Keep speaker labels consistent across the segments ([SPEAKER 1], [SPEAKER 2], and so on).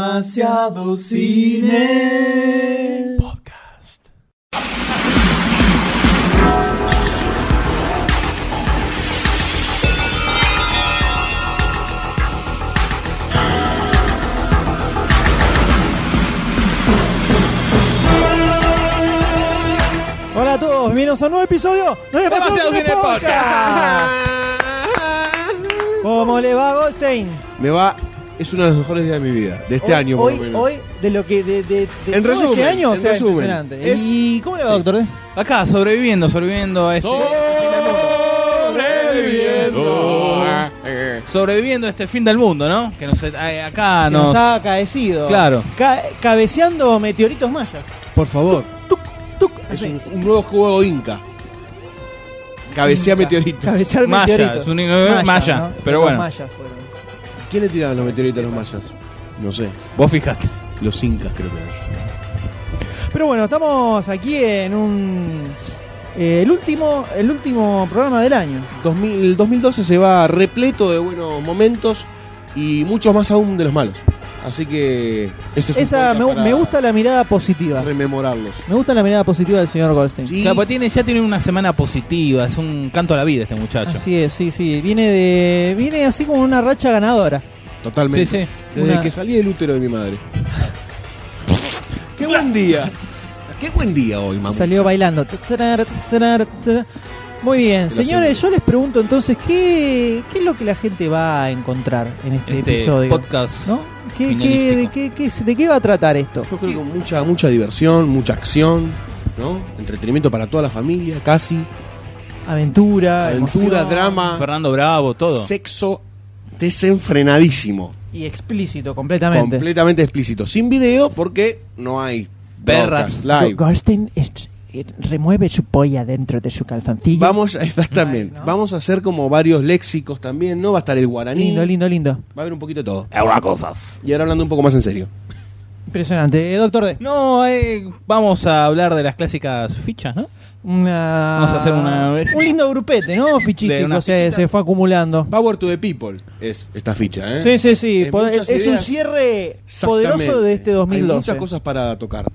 [SPEAKER 1] Demasiado cine. Podcast.
[SPEAKER 2] Hola a todos, bienvenidos a un nuevo episodio de Demasiado Cine Podcast. ¿Cómo le va Goldstein?
[SPEAKER 3] Me va. Es uno de los mejores días de mi vida. De este
[SPEAKER 2] Hoy-
[SPEAKER 3] año, por
[SPEAKER 2] hoy,
[SPEAKER 3] lo menos.
[SPEAKER 2] hoy de lo que de, de- de
[SPEAKER 3] En
[SPEAKER 2] todo
[SPEAKER 3] resumen,
[SPEAKER 2] este año,
[SPEAKER 3] en
[SPEAKER 2] o sea,
[SPEAKER 3] resumen,
[SPEAKER 2] impresionante.
[SPEAKER 3] es-
[SPEAKER 2] ¿Y cómo le va, doctor? eh?
[SPEAKER 4] Acá, sobreviviendo, sobreviviendo a este.
[SPEAKER 3] Sobreviviendo.
[SPEAKER 4] Sobreviviendo a este fin del mundo, ¿no? Que nos, eh, acá
[SPEAKER 2] Que
[SPEAKER 4] nos.
[SPEAKER 2] Nos ha caecido.
[SPEAKER 4] Claro.
[SPEAKER 2] Ca- cabeceando meteoritos mayas.
[SPEAKER 3] Por favor.
[SPEAKER 2] Tuc, tuc,
[SPEAKER 3] Es
[SPEAKER 2] así.
[SPEAKER 3] un, un nuevo juego Inca. Cabecea meteoritos.
[SPEAKER 2] Cabecear
[SPEAKER 4] Maya,
[SPEAKER 2] meteoritos.
[SPEAKER 4] es un- eh, Maya, pero
[SPEAKER 2] Los
[SPEAKER 4] bueno.
[SPEAKER 2] mayas fueron.
[SPEAKER 3] ¿Quién le tiraban los meteoritos a los mayas? No sé.
[SPEAKER 4] Vos fijaste.
[SPEAKER 3] Los incas, creo que eran.
[SPEAKER 2] Pero bueno, estamos aquí en un eh, el último el último programa del año.
[SPEAKER 3] 2000 El 2012 se va repleto de buenos momentos y muchos más aún de los malos. Así que. Esto es un
[SPEAKER 2] Esa me,
[SPEAKER 3] podcast para
[SPEAKER 2] me gusta la mirada positiva.
[SPEAKER 3] Rememorarlos.
[SPEAKER 2] Me gusta la mirada positiva del señor Goldstein.
[SPEAKER 3] Y-
[SPEAKER 4] Claro, pues tiene, ya tiene una semana positiva, es un canto a la vida este muchacho.
[SPEAKER 2] Así es, sí, sí. Viene de. Viene así como una racha ganadora.
[SPEAKER 3] Totalmente.
[SPEAKER 4] Sí, sí.
[SPEAKER 3] Desde
[SPEAKER 2] Una-
[SPEAKER 3] que salí del útero de mi madre. ¡Qué buen día! ¡Qué buen día hoy, mamá!
[SPEAKER 2] Salió bailando. Tarar, tarar, tarar. Muy bien,
[SPEAKER 3] Lo
[SPEAKER 2] señores, yo les pregunto entonces, ¿qué, ¿qué es lo que la gente va a encontrar en este,
[SPEAKER 4] Este
[SPEAKER 2] episodio?
[SPEAKER 4] podcast.
[SPEAKER 2] ¿No? ¿Qué, qué, de,
[SPEAKER 4] finalístico.
[SPEAKER 2] qué, qué es- de qué va a tratar esto?
[SPEAKER 3] Yo creo que con mucha, mucha diversión, mucha acción, ¿no? Entretenimiento para toda la familia, casi.
[SPEAKER 2] Aventura,
[SPEAKER 3] Aventura,
[SPEAKER 2] emoción
[SPEAKER 3] drama,
[SPEAKER 4] Fernando Bravo, todo.
[SPEAKER 3] sexo desenfrenadísimo.
[SPEAKER 2] Y explícito, completamente.
[SPEAKER 3] Completamente explícito. Sin video porque no hay.
[SPEAKER 4] Perras.
[SPEAKER 3] broadcast, live.
[SPEAKER 2] Goldstein es- eh, remueve su polla dentro de su calzoncillo.
[SPEAKER 3] Vamos, a- exactamente.
[SPEAKER 2] Live, ¿no?
[SPEAKER 3] Vamos a hacer como varios léxicos también, ¿no? Va a estar el guaraní.
[SPEAKER 2] Lindo, lindo, lindo.
[SPEAKER 3] Va a haber un poquito de todo. Ahora cosas. Y ahora hablando un poco más en serio.
[SPEAKER 2] Impresionante. Eh, Doctor D.
[SPEAKER 4] No, eh, vamos a hablar de las clásicas fichas, ¿no?
[SPEAKER 2] Una...
[SPEAKER 4] Vamos a hacer una-
[SPEAKER 2] Un lindo grupete, ¿no?
[SPEAKER 4] De
[SPEAKER 2] Fichístico,
[SPEAKER 4] una
[SPEAKER 2] o sea,
[SPEAKER 4] fichita.
[SPEAKER 2] se fue acumulando.
[SPEAKER 3] Power to the people es esta ficha, ¿eh?
[SPEAKER 2] Sí, sí, sí.
[SPEAKER 3] Hay
[SPEAKER 2] Pod-
[SPEAKER 3] muchas
[SPEAKER 2] Es un
[SPEAKER 3] ideas.
[SPEAKER 2] cierre
[SPEAKER 3] Exactamente.
[SPEAKER 2] poderoso de este 2012.
[SPEAKER 3] Hay muchas cosas para tocar.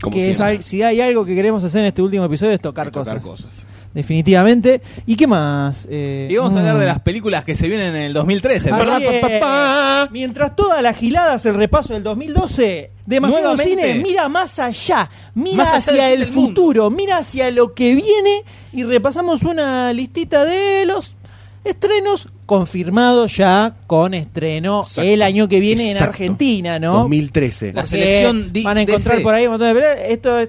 [SPEAKER 3] Como
[SPEAKER 2] que es
[SPEAKER 3] siempre.
[SPEAKER 2] al- si hay algo que queremos hacer en este último episodio es tocar,
[SPEAKER 3] Tocar
[SPEAKER 2] cosas. Definitivamente. ¿Y qué más? Eh,
[SPEAKER 4] Y vamos a
[SPEAKER 2] mm.
[SPEAKER 4] hablar de las películas que se vienen en el 2013.
[SPEAKER 2] Así
[SPEAKER 4] ¿verdad?
[SPEAKER 2] es. Mientras toda la gilada hace el repaso del 2012, demasiado
[SPEAKER 4] Nuevamente.
[SPEAKER 2] cine mira más allá, mira
[SPEAKER 4] Más allá
[SPEAKER 2] hacia
[SPEAKER 4] del
[SPEAKER 2] el
[SPEAKER 4] fin del mundo.
[SPEAKER 2] futuro, mira hacia lo que viene y repasamos una listita de los estrenos confirmados ya con estreno
[SPEAKER 3] Exacto.
[SPEAKER 2] el año que viene en
[SPEAKER 3] Exacto.
[SPEAKER 2] Argentina, ¿no?
[SPEAKER 3] 2013.
[SPEAKER 4] La
[SPEAKER 2] Porque
[SPEAKER 4] selección di-
[SPEAKER 2] van a encontrar
[SPEAKER 4] DC.
[SPEAKER 2] por ahí un montón de películas. Esto es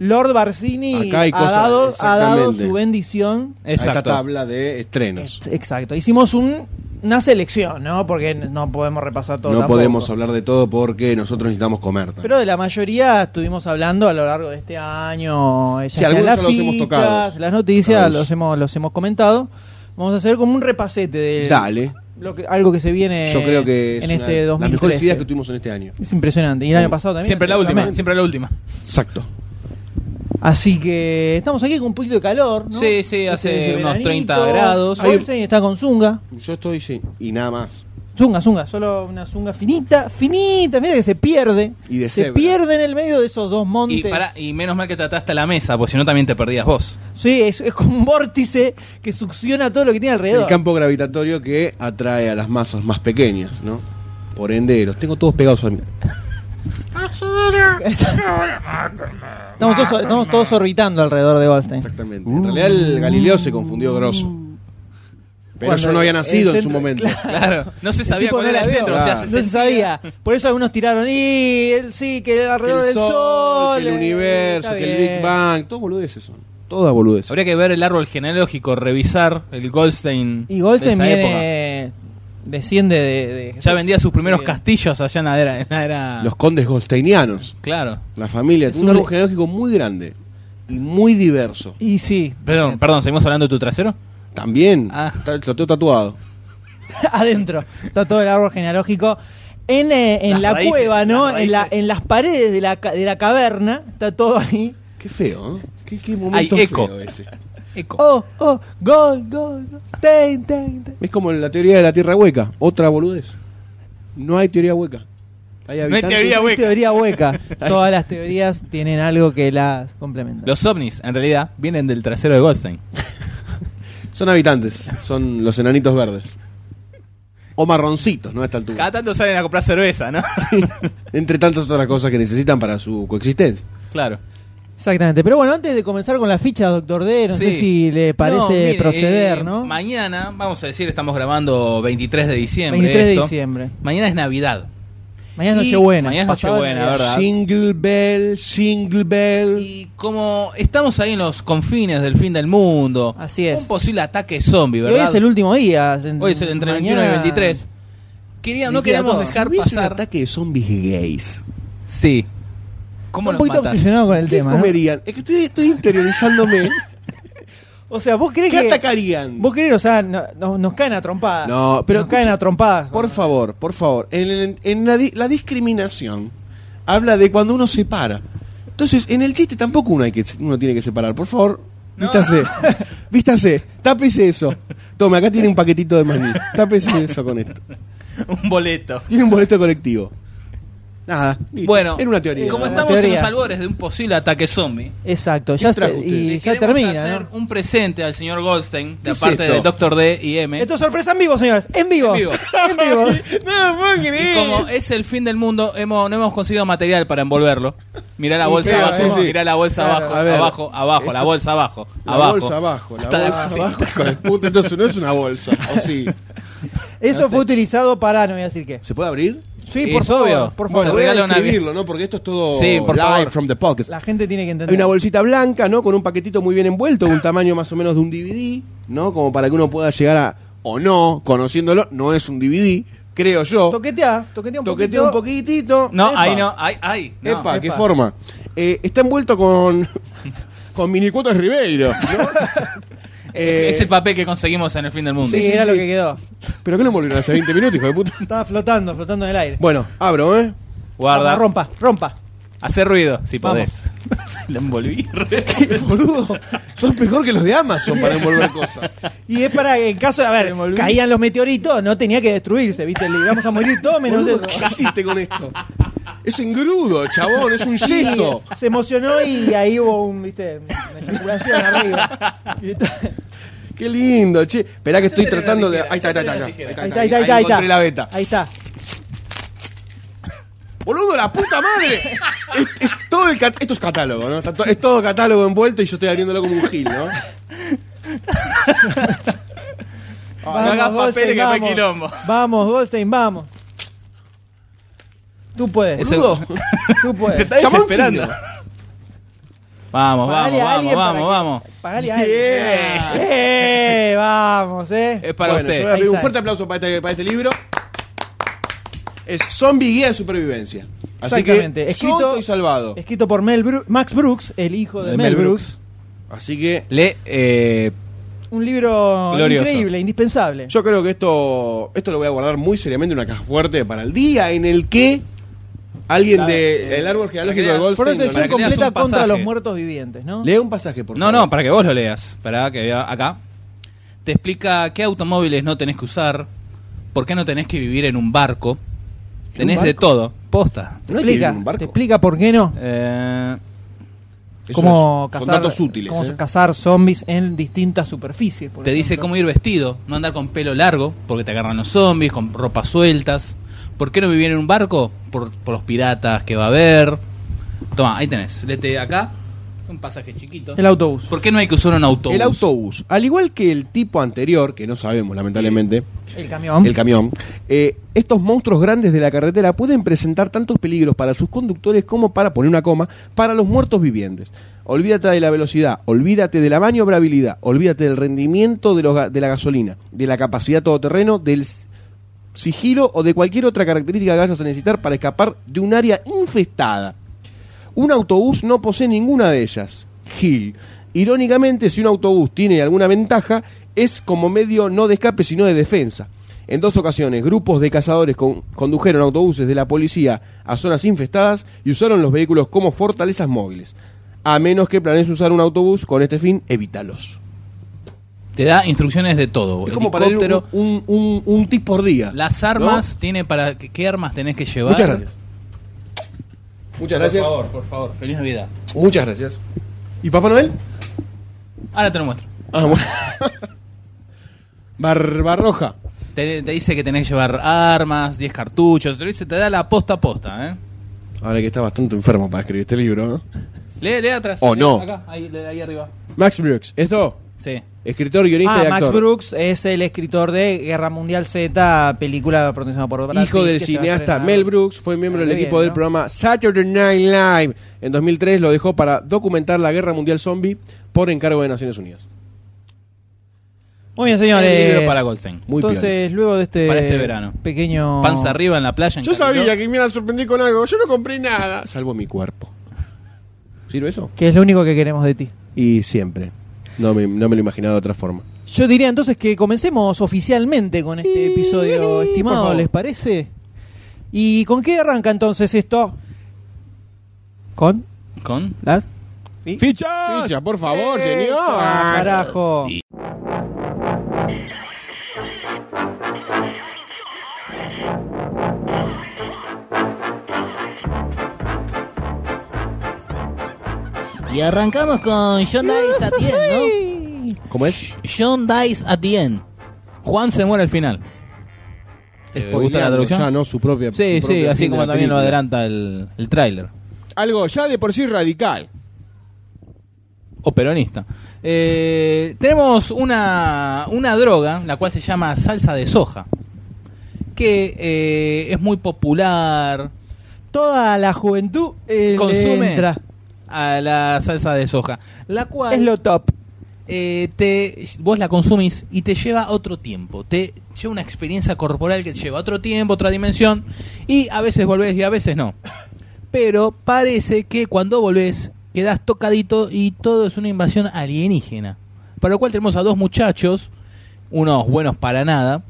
[SPEAKER 2] Lord Barcini
[SPEAKER 3] Acá hay
[SPEAKER 2] ha,
[SPEAKER 3] cosas,
[SPEAKER 2] dado, ha dado
[SPEAKER 3] exactamente.
[SPEAKER 2] su bendición.
[SPEAKER 3] A Esta
[SPEAKER 4] Exacto.
[SPEAKER 3] tabla de estrenos.
[SPEAKER 2] Ex- Exacto. Hicimos un- una selección, ¿no? Porque n- no podemos repasar todo.
[SPEAKER 3] no
[SPEAKER 2] tampoco.
[SPEAKER 3] podemos hablar de todo porque nosotros necesitamos comer. también.
[SPEAKER 2] Pero de la mayoría estuvimos hablando a lo largo de este año. Ya
[SPEAKER 3] Sí,
[SPEAKER 2] sea
[SPEAKER 3] algunos
[SPEAKER 2] las
[SPEAKER 3] ya los hemos
[SPEAKER 2] fichas,
[SPEAKER 3] tocado.
[SPEAKER 2] las noticias,
[SPEAKER 3] Tocados.
[SPEAKER 2] los hemos, los hemos comentado. Vamos a hacer como un repasete de
[SPEAKER 3] Dale.
[SPEAKER 2] lo que- algo que se viene
[SPEAKER 3] Yo creo que es
[SPEAKER 2] eh, en
[SPEAKER 3] una
[SPEAKER 2] este
[SPEAKER 3] de
[SPEAKER 2] 2013.
[SPEAKER 3] las mejores ideas que tuvimos en este año.
[SPEAKER 2] Es impresionante. Y el año pasado también.
[SPEAKER 4] Siempre la última,
[SPEAKER 2] precisamente.
[SPEAKER 4] siempre la última.
[SPEAKER 3] Exacto.
[SPEAKER 2] Así que estamos aquí con un poquito de calor, ¿no? Este
[SPEAKER 4] Sí, sí, hace unos 30 grados.
[SPEAKER 2] Olsen está con zunga.
[SPEAKER 3] Yo estoy sin. Y nada más.
[SPEAKER 2] Zunga, zunga, solo una zunga finita, finita, mira que se pierde.
[SPEAKER 3] Y de
[SPEAKER 2] se
[SPEAKER 3] cebra.
[SPEAKER 2] pierde en el medio de esos dos montes.
[SPEAKER 4] Y, pará, y menos mal que trataste la mesa, porque si no también te perdías vos.
[SPEAKER 2] Sí, es, es como un vórtice que succiona todo lo que tiene
[SPEAKER 3] Es el
[SPEAKER 2] alrededor.
[SPEAKER 3] campo gravitatorio que atrae a las masas más pequeñas, ¿no? Por ende, los tengo todos pegados a mí.
[SPEAKER 2] Eh. estamos, todos, estamos todos orbitando alrededor de Goldstein. Mm.
[SPEAKER 3] Exactamente. En realidad, el Galileo se confundió grosso. Pero
[SPEAKER 2] Cuando
[SPEAKER 3] yo no había
[SPEAKER 2] el-
[SPEAKER 3] nacido
[SPEAKER 2] el
[SPEAKER 3] en su
[SPEAKER 2] centro-
[SPEAKER 3] momento.
[SPEAKER 4] Claro, no se
[SPEAKER 2] El
[SPEAKER 4] sabía
[SPEAKER 2] tipo
[SPEAKER 4] cuál
[SPEAKER 2] no
[SPEAKER 4] era
[SPEAKER 2] la
[SPEAKER 4] el
[SPEAKER 2] vio. Ah.
[SPEAKER 4] centro. o sea,
[SPEAKER 3] Claro.
[SPEAKER 4] se
[SPEAKER 2] No se sabía. Por eso algunos tiraron, y él sí, que
[SPEAKER 3] Que
[SPEAKER 2] alrededor
[SPEAKER 3] el
[SPEAKER 2] del
[SPEAKER 3] sol,
[SPEAKER 2] sol.
[SPEAKER 3] que el
[SPEAKER 2] eh,
[SPEAKER 3] universo,
[SPEAKER 2] está
[SPEAKER 3] que el
[SPEAKER 2] bien.
[SPEAKER 3] Big Bang. Todos boludeces son. Todas boludeces.
[SPEAKER 4] Habría que ver el árbol genealógico, revisar el Goldstein.
[SPEAKER 2] Y Goldstein
[SPEAKER 4] de esa
[SPEAKER 2] viene, desciende de, de-
[SPEAKER 4] época. Ya vendía sus primeros
[SPEAKER 2] Sí.
[SPEAKER 4] castillos allá en la era. en la era-
[SPEAKER 3] Los condes golsteinianos.
[SPEAKER 4] Claro.
[SPEAKER 3] La familia.
[SPEAKER 2] Es
[SPEAKER 3] tiene
[SPEAKER 2] un
[SPEAKER 3] un árbol
[SPEAKER 2] re-
[SPEAKER 3] genealógico muy grande. Y muy diverso.
[SPEAKER 2] Y sí,
[SPEAKER 4] Perdón, perdón, ¿seguimos hablando de tu trasero?
[SPEAKER 3] También.
[SPEAKER 4] Ah.
[SPEAKER 3] ta- Lo tengo tatuado.
[SPEAKER 2] adentro. Está todo el árbol genealógico. En, eh, en
[SPEAKER 4] Las
[SPEAKER 2] la
[SPEAKER 4] raíces,
[SPEAKER 2] cueva, ¿no?
[SPEAKER 4] las
[SPEAKER 2] en, la,
[SPEAKER 4] raíces.
[SPEAKER 2] en las paredes de la, ca- de la caverna. Está todo ahí.
[SPEAKER 3] Qué feo, ¿eh? Qué, qué momento
[SPEAKER 4] Hay eco.
[SPEAKER 3] feo ese.
[SPEAKER 4] Eco.
[SPEAKER 2] Oh, oh, gol, gol, gol. Ten, ten, ten.
[SPEAKER 3] Es como la teoría de la tierra hueca. Otra boludez. No hay teoría hueca. Hay
[SPEAKER 5] hay
[SPEAKER 3] habitantes-
[SPEAKER 5] teoría hueca.
[SPEAKER 2] Teoría hueca. Todas las teorías tienen algo que las complementa.
[SPEAKER 5] Los ovnis, en realidad, vienen del trasero de Goldstein.
[SPEAKER 3] Son habitantes, son los enanitos verdes. O marroncitos, ¿no? A esta altura.
[SPEAKER 5] Cada tanto salen a comprar cerveza, ¿no?
[SPEAKER 3] Entre tantas otras cosas que necesitan para su coexistencia.
[SPEAKER 5] claro.
[SPEAKER 2] Exactamente. Pero bueno, antes de comenzar con la ficha, doctor D, no sé
[SPEAKER 5] Sí.
[SPEAKER 2] si le parece
[SPEAKER 5] No, mire,
[SPEAKER 2] proceder,
[SPEAKER 5] eh,
[SPEAKER 2] ¿no?
[SPEAKER 5] Mañana, vamos a decir, estamos grabando 23 de diciembre.
[SPEAKER 2] 23 de
[SPEAKER 5] esto.
[SPEAKER 2] diciembre.
[SPEAKER 5] Mañana es Navidad.
[SPEAKER 2] Mañana es
[SPEAKER 5] Y-
[SPEAKER 2] Nochebuena.
[SPEAKER 5] mañana es
[SPEAKER 2] Pasado
[SPEAKER 5] Nochebuena,
[SPEAKER 2] Navidad.
[SPEAKER 5] ¿verdad?
[SPEAKER 3] Single bell, single bell.
[SPEAKER 5] Y como estamos ahí en los confines del fin del mundo,
[SPEAKER 2] Así es.
[SPEAKER 5] un posible ataque zombie,
[SPEAKER 2] Y Hoy
[SPEAKER 5] ¿verdad?
[SPEAKER 2] es el último día. en-
[SPEAKER 5] Hoy es
[SPEAKER 3] Mm,
[SPEAKER 5] el entre 21 y
[SPEAKER 2] mañana-
[SPEAKER 5] 23. Quería, no
[SPEAKER 2] Mentira,
[SPEAKER 5] queríamos
[SPEAKER 2] todo.
[SPEAKER 5] dejar
[SPEAKER 3] Si hubiese un
[SPEAKER 5] pasar.
[SPEAKER 3] ataque de zombies gays.
[SPEAKER 5] Sí. ¿Cómo
[SPEAKER 2] un
[SPEAKER 5] nos
[SPEAKER 2] poquito
[SPEAKER 5] matás?
[SPEAKER 2] obsesionado con el
[SPEAKER 3] ¿Qué
[SPEAKER 2] tema. ¿no?
[SPEAKER 3] comerían? Es que estoy, estoy interiorizándome.
[SPEAKER 2] O sea, vos crees
[SPEAKER 3] ¿Qué
[SPEAKER 2] que.
[SPEAKER 3] atacarían?
[SPEAKER 2] Vos crees, o sea, no- no- nos caen a trompadas.
[SPEAKER 3] No, pero
[SPEAKER 2] Nos caen
[SPEAKER 3] escucha,
[SPEAKER 2] a trompadas.
[SPEAKER 3] Por favor, por favor. En, el- en la, di- la discriminación habla de cuando uno separa. Entonces, en el chiste tampoco uno, hay que, uno tiene que separar. Por favor,
[SPEAKER 5] No.
[SPEAKER 3] vístase. Vístase. Tápese eso. Toma, acá tiene un paquetito de maní. Tápese eso con esto.
[SPEAKER 5] Un boleto.
[SPEAKER 3] Tiene un boleto colectivo. Nada. listo.
[SPEAKER 5] Bueno,
[SPEAKER 3] Era una teoría.
[SPEAKER 5] como
[SPEAKER 2] Una
[SPEAKER 5] estamos en
[SPEAKER 2] teoría.
[SPEAKER 5] los albores de un posible ataque zombie,
[SPEAKER 2] Exacto, ya,
[SPEAKER 3] trajo
[SPEAKER 2] está-
[SPEAKER 3] usted?
[SPEAKER 2] y
[SPEAKER 5] le
[SPEAKER 2] ya
[SPEAKER 5] queremos
[SPEAKER 2] termina.
[SPEAKER 5] hacer
[SPEAKER 2] ¿no?
[SPEAKER 5] un presente al señor Goldstein,
[SPEAKER 3] ¿Qué
[SPEAKER 5] de
[SPEAKER 3] es
[SPEAKER 5] parte
[SPEAKER 3] esto?
[SPEAKER 5] del Doctor D y M.
[SPEAKER 2] Esto es sorpresa en vivo, señores. En vivo.
[SPEAKER 5] En vivo.
[SPEAKER 2] En vivo.
[SPEAKER 3] No, puedo
[SPEAKER 5] Y como es el fin del mundo, hemos, no hemos conseguido material para envolverlo. Mirá la
[SPEAKER 3] Y
[SPEAKER 5] bolsa
[SPEAKER 3] pega,
[SPEAKER 5] abajo,
[SPEAKER 3] sí, sí.
[SPEAKER 5] mirá la bolsa
[SPEAKER 2] Claro,
[SPEAKER 5] abajo,
[SPEAKER 3] a ver.
[SPEAKER 5] abajo, abajo, la bolsa abajo,
[SPEAKER 3] La
[SPEAKER 5] abajo.
[SPEAKER 3] bolsa abajo, la
[SPEAKER 5] Hasta la
[SPEAKER 3] bolsa
[SPEAKER 5] bolsita.
[SPEAKER 3] abajo, hijo de puta, entonces no es una bolsa, o sí.
[SPEAKER 2] Eso
[SPEAKER 5] No sé.
[SPEAKER 2] fue utilizado para, no voy a decir qué.
[SPEAKER 3] ¿Se puede abrir?
[SPEAKER 2] Sí,
[SPEAKER 5] Es
[SPEAKER 2] por favor,
[SPEAKER 5] obvio.
[SPEAKER 2] por favor.
[SPEAKER 5] Bueno,
[SPEAKER 3] Bueno, voy a
[SPEAKER 5] regala una-
[SPEAKER 3] describirlo, ¿no? Porque esto es todo
[SPEAKER 5] Sí, por
[SPEAKER 3] live
[SPEAKER 5] favor.
[SPEAKER 3] from the podcast.
[SPEAKER 2] La gente tiene que entender.
[SPEAKER 3] Hay una bolsita blanca, ¿no? Con un paquetito muy bien envuelto, un tamaño más o menos de un DVD, ¿no? Como para que uno pueda llegar a, o no, conociéndolo, no es un DVD, creo yo.
[SPEAKER 2] Toquetea, toquetea un
[SPEAKER 3] Toquetea un
[SPEAKER 2] poquito.
[SPEAKER 3] poquitito.
[SPEAKER 5] No,
[SPEAKER 3] Epa.
[SPEAKER 5] ahí no, ahí, ahí. no.
[SPEAKER 3] Epa, qué
[SPEAKER 2] Epa.
[SPEAKER 3] forma. Eh, está envuelto con, con minicuotas Ribeiro, ¿no? Eh,
[SPEAKER 5] es el papel que conseguimos en el fin del mundo.
[SPEAKER 2] Sí,
[SPEAKER 3] Sí, sí,
[SPEAKER 2] era
[SPEAKER 3] sí.
[SPEAKER 2] lo que quedó.
[SPEAKER 3] Pero que lo envolvieron hace 20 minutos, hijo de puta.
[SPEAKER 2] Estaba flotando, flotando en el aire.
[SPEAKER 3] Bueno, abro, ¿eh?
[SPEAKER 5] Guarda,
[SPEAKER 2] Rompa, rompa, rompa.
[SPEAKER 5] hacer ruido, si
[SPEAKER 2] Vamos.
[SPEAKER 5] podés. Se lo envolví.
[SPEAKER 3] Qué boludo. Sos mejor que los de Amazon para envolver cosas.
[SPEAKER 2] Y es para que en caso de, a ver, caían los meteoritos, no tenía que destruirse, ¿viste? Le íbamos a morir todos menos
[SPEAKER 3] Boludo,
[SPEAKER 2] eso.
[SPEAKER 3] ¿Qué hiciste con esto? Es engrudo, chabón, es un
[SPEAKER 2] Sí,
[SPEAKER 3] yeso.
[SPEAKER 2] se emocionó y ahí hubo un, ¿viste? Una eyaculación arriba. Y t-
[SPEAKER 3] Qué lindo, che. Esperá que estoy
[SPEAKER 5] tenés la
[SPEAKER 3] tratando de.
[SPEAKER 5] tijera,
[SPEAKER 3] Ahí está, ahí
[SPEAKER 5] ya
[SPEAKER 3] está, ahí
[SPEAKER 5] tenés la
[SPEAKER 3] está.
[SPEAKER 5] tijera.
[SPEAKER 3] Ahí está,
[SPEAKER 2] Ahí está, ahí está, ahí está.
[SPEAKER 3] ahí encontré la beta.
[SPEAKER 2] Ahí está.
[SPEAKER 3] Boludo, la puta madre. Es, es todo el cat- Esto es catálogo, ¿no? Está to- Es todo catálogo envuelto y yo estoy abriéndolo como un gil, ¿no? Ah,
[SPEAKER 5] no hagas papeles que fue
[SPEAKER 2] vamos.
[SPEAKER 5] quilombo.
[SPEAKER 2] Vamos, Goldstein, vamos. Tú puedes,
[SPEAKER 5] Es-
[SPEAKER 3] Boludo.
[SPEAKER 2] tú
[SPEAKER 5] Se
[SPEAKER 2] puedes.
[SPEAKER 5] está
[SPEAKER 3] Llamá a un
[SPEAKER 5] desesperando.
[SPEAKER 3] chino.
[SPEAKER 5] Vamos,
[SPEAKER 2] Pagale
[SPEAKER 5] vamos,
[SPEAKER 2] a
[SPEAKER 5] vamos,
[SPEAKER 2] alguien para
[SPEAKER 5] vamos,
[SPEAKER 2] que-
[SPEAKER 5] vamos.
[SPEAKER 2] Pagale a alguien. ¡Eh! Vamos, eh.
[SPEAKER 5] Es para
[SPEAKER 3] Bueno, yo
[SPEAKER 5] usted.
[SPEAKER 3] voy a pedir un
[SPEAKER 2] Ahí
[SPEAKER 3] fuerte aplauso para este, para este libro. Es Zombie Guía de Supervivencia. Así que
[SPEAKER 2] Exactamente.
[SPEAKER 3] yo
[SPEAKER 2] Escrito-
[SPEAKER 3] estoy salvado.
[SPEAKER 2] Escrito por Mel Bru- Max Brooks, el hijo de, Mel, Brooks.
[SPEAKER 3] Así que
[SPEAKER 5] Le, eh,
[SPEAKER 2] Un libro
[SPEAKER 5] Glorioso.
[SPEAKER 2] increíble, indispensable.
[SPEAKER 3] yo creo que esto, esto lo voy a guardar muy seriamente en una caja fuerte para el día en el que alguien
[SPEAKER 2] Claro,
[SPEAKER 3] del
[SPEAKER 5] eh,
[SPEAKER 3] árbol genealógico de
[SPEAKER 5] para que-
[SPEAKER 3] Goldstein lo
[SPEAKER 2] Protección
[SPEAKER 5] para que
[SPEAKER 3] analice.
[SPEAKER 5] tengas
[SPEAKER 2] completa
[SPEAKER 5] un
[SPEAKER 2] contra
[SPEAKER 5] pasaje.
[SPEAKER 2] los muertos vivientes, ¿no?
[SPEAKER 3] Lea un pasaje, por
[SPEAKER 5] No,
[SPEAKER 3] favor.
[SPEAKER 5] no, para que vos lo leas. Para que vea acá. Te explica qué automóviles no tenés que usar, por qué no tenés que vivir en un barco.
[SPEAKER 3] ¿En
[SPEAKER 5] Tenés
[SPEAKER 3] un
[SPEAKER 5] de
[SPEAKER 3] barco?
[SPEAKER 5] todo. Posta.
[SPEAKER 2] Te
[SPEAKER 3] ¿No hay que vivir
[SPEAKER 2] explica,
[SPEAKER 3] en un barco?
[SPEAKER 2] te explica por qué no.
[SPEAKER 5] Eh,
[SPEAKER 3] Eso
[SPEAKER 2] Cómo
[SPEAKER 3] es-
[SPEAKER 2] cazar,
[SPEAKER 3] son datos útiles.
[SPEAKER 2] cómo
[SPEAKER 3] eh.
[SPEAKER 2] cazar zombies en distintas superficies. por
[SPEAKER 5] te dice
[SPEAKER 2] ejemplo.
[SPEAKER 5] cómo ir vestido, no andar con pelo largo, porque te agarran los zombies, con ropas sueltas. ¿Por qué no vivir en un barco? Por, por los piratas que va a haber. Toma, ahí tenés. Lete acá. Un pasaje chiquito.
[SPEAKER 2] El autobús.
[SPEAKER 5] ¿Por qué no hay que usar un autobús?
[SPEAKER 3] El autobús, al igual que el tipo anterior, que no sabemos lamentablemente,
[SPEAKER 2] El camión. Ah,
[SPEAKER 3] el camión, eh, estos monstruos grandes de la carretera pueden presentar tantos peligros para sus conductores como para, poner una coma, para los muertos vivientes. Olvídate de la velocidad, olvídate de la maniobrabilidad, olvídate del rendimiento de, los ga- de la gasolina, de la capacidad todoterreno, del s- sigilo o de cualquier otra característica que vayas a necesitar para escapar de un área infestada. Un autobús no posee ninguna de ellas. Gil. Irónicamente, si un autobús tiene alguna ventaja, es como medio no de escape, sino de defensa. En dos ocasiones, grupos de cazadores con- condujeron autobuses de la policía a zonas infestadas y usaron los vehículos como fortalezas móviles. A menos que planees usar un autobús con este fin, evítalos.
[SPEAKER 5] Te da instrucciones de todo.
[SPEAKER 3] Es como para ir un,
[SPEAKER 5] Helicóptero,
[SPEAKER 3] un, un- un tip por día.
[SPEAKER 5] las armas, tiene para qué, qué armas tenés que llevar.
[SPEAKER 3] Muchas gracias. Muchas gracias.
[SPEAKER 5] Por favor, por favor. Feliz Navidad.
[SPEAKER 3] Muchas gracias. ¿Y Papá Noel?
[SPEAKER 5] Ahora te lo muestro.
[SPEAKER 3] Ah, bueno. Barbarroja.
[SPEAKER 5] Te, te dice que tenés que llevar armas, 10 cartuchos. Te, dice, te da la posta a posta, ¿eh?
[SPEAKER 3] Ahora que está bastante enfermo para escribir este libro, ¿no?
[SPEAKER 5] Lee, lee atrás.
[SPEAKER 3] Oh,
[SPEAKER 5] Lee,
[SPEAKER 3] no.
[SPEAKER 5] Acá, ahí, le- ahí arriba.
[SPEAKER 3] Max Brooks, esto,
[SPEAKER 5] Sí.
[SPEAKER 3] escritor, guionista
[SPEAKER 2] Ah,
[SPEAKER 3] y
[SPEAKER 2] Max
[SPEAKER 3] actor.
[SPEAKER 2] Brooks es el escritor de Guerra Mundial Z, película protagonizada por Brad
[SPEAKER 3] Hijo
[SPEAKER 2] Pitt,
[SPEAKER 3] del
[SPEAKER 2] que se va a
[SPEAKER 3] cineasta
[SPEAKER 2] estrenar.
[SPEAKER 3] Mel Brooks, fue miembro del
[SPEAKER 2] Qué
[SPEAKER 3] equipo
[SPEAKER 2] bien,
[SPEAKER 3] del
[SPEAKER 2] ¿no?
[SPEAKER 3] programa Saturday Night Live. En 2003 lo dejó para documentar la Guerra Mundial Zombie por encargo de Naciones Unidas.
[SPEAKER 2] Muy bien,
[SPEAKER 5] El libro
[SPEAKER 2] señores.
[SPEAKER 5] para Goldstein.
[SPEAKER 3] Muy
[SPEAKER 2] Entonces, luego de este,
[SPEAKER 5] Para este verano.
[SPEAKER 2] pequeño
[SPEAKER 5] Panza arriba en la playa. en Cariló.
[SPEAKER 3] que me iban a sorprender con algo. Yo no compré nada. Salvo mi cuerpo. ¿Sirve eso?
[SPEAKER 2] que es lo único que queremos de ti.
[SPEAKER 3] Y siempre. No me, no me lo imaginaba de otra forma.
[SPEAKER 2] Yo diría entonces que comencemos oficialmente con este episodio, estimado,
[SPEAKER 3] favor.
[SPEAKER 2] ¿les parece? ¿Y con qué arranca entonces esto? Con
[SPEAKER 5] Con.
[SPEAKER 2] las
[SPEAKER 5] ¡Ficha!
[SPEAKER 3] Ficha, por favor,
[SPEAKER 2] Ah,
[SPEAKER 3] señor.
[SPEAKER 2] carajo.
[SPEAKER 5] Y-
[SPEAKER 6] Y arrancamos con John Dice at the End,
[SPEAKER 2] Ay.
[SPEAKER 3] ¿Cómo es?
[SPEAKER 6] ¿no? John Dice at the End.
[SPEAKER 5] Juan se muere al final. ¿Te gusta la traducción?
[SPEAKER 3] Ya, no, Eh, su propia.
[SPEAKER 5] Sí,
[SPEAKER 3] su propio
[SPEAKER 5] sí,
[SPEAKER 3] fin
[SPEAKER 5] así
[SPEAKER 3] de
[SPEAKER 5] como
[SPEAKER 3] la
[SPEAKER 5] también lo
[SPEAKER 3] película.
[SPEAKER 5] adelanta el, el tráiler.
[SPEAKER 3] Algo ya de por sí radical.
[SPEAKER 5] O peronista. Eh, tenemos una, una droga, la cual se llama salsa de soja, que eh, es muy popular.
[SPEAKER 2] Toda la juventud eh, le
[SPEAKER 5] Consume
[SPEAKER 2] entra.
[SPEAKER 5] a la salsa de soja, la cual
[SPEAKER 2] Es lo top.
[SPEAKER 5] eh, te, vos la consumís y te lleva a otro tiempo. Te lleva una experiencia corporal que te lleva a otro tiempo, otra dimensión. Y a veces volvés y a veces no. Pero parece que cuando volvés quedás tocadito y todo es una invasión alienígena. Para lo cual tenemos a dos muchachos, unos buenos para nada,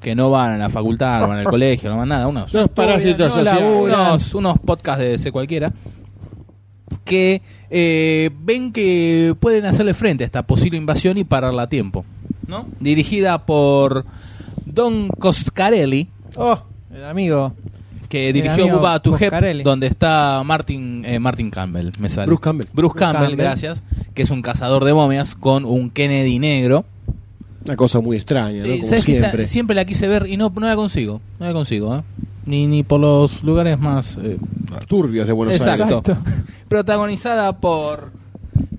[SPEAKER 5] que no van a la facultad, no van al colegio, no van a nada, unos
[SPEAKER 3] No, parásitos
[SPEAKER 2] no
[SPEAKER 3] sociales.
[SPEAKER 2] laburo.
[SPEAKER 5] unos, unos podcasts de ese cualquiera que eh, ven que pueden hacerle frente a esta posible invasión y pararla a tiempo. ¿no? Dirigida por Don Coscarelli,
[SPEAKER 2] Oh, el amigo.
[SPEAKER 5] que
[SPEAKER 2] El
[SPEAKER 5] dirigió
[SPEAKER 2] amigo
[SPEAKER 5] Buba to Hep,
[SPEAKER 2] Coscarelli.
[SPEAKER 5] donde está Martin, eh, Martin Campbell, me sale.
[SPEAKER 3] Bruce Campbell.
[SPEAKER 5] Bruce Campbell,
[SPEAKER 2] Campbell.
[SPEAKER 5] gracias, que es un cazador de momias con un Kennedy negro.
[SPEAKER 3] Una cosa muy extraña,
[SPEAKER 5] Sí,
[SPEAKER 3] ¿no? Como
[SPEAKER 5] ¿sabes que esa-
[SPEAKER 3] siempre.
[SPEAKER 5] siempre. la quise ver y no, no la consigo, no la consigo, ¿eh? ni, ni por los lugares más... eh,
[SPEAKER 3] Turbios de Buenos
[SPEAKER 5] Exacto.
[SPEAKER 3] Aires.
[SPEAKER 5] protagonizada por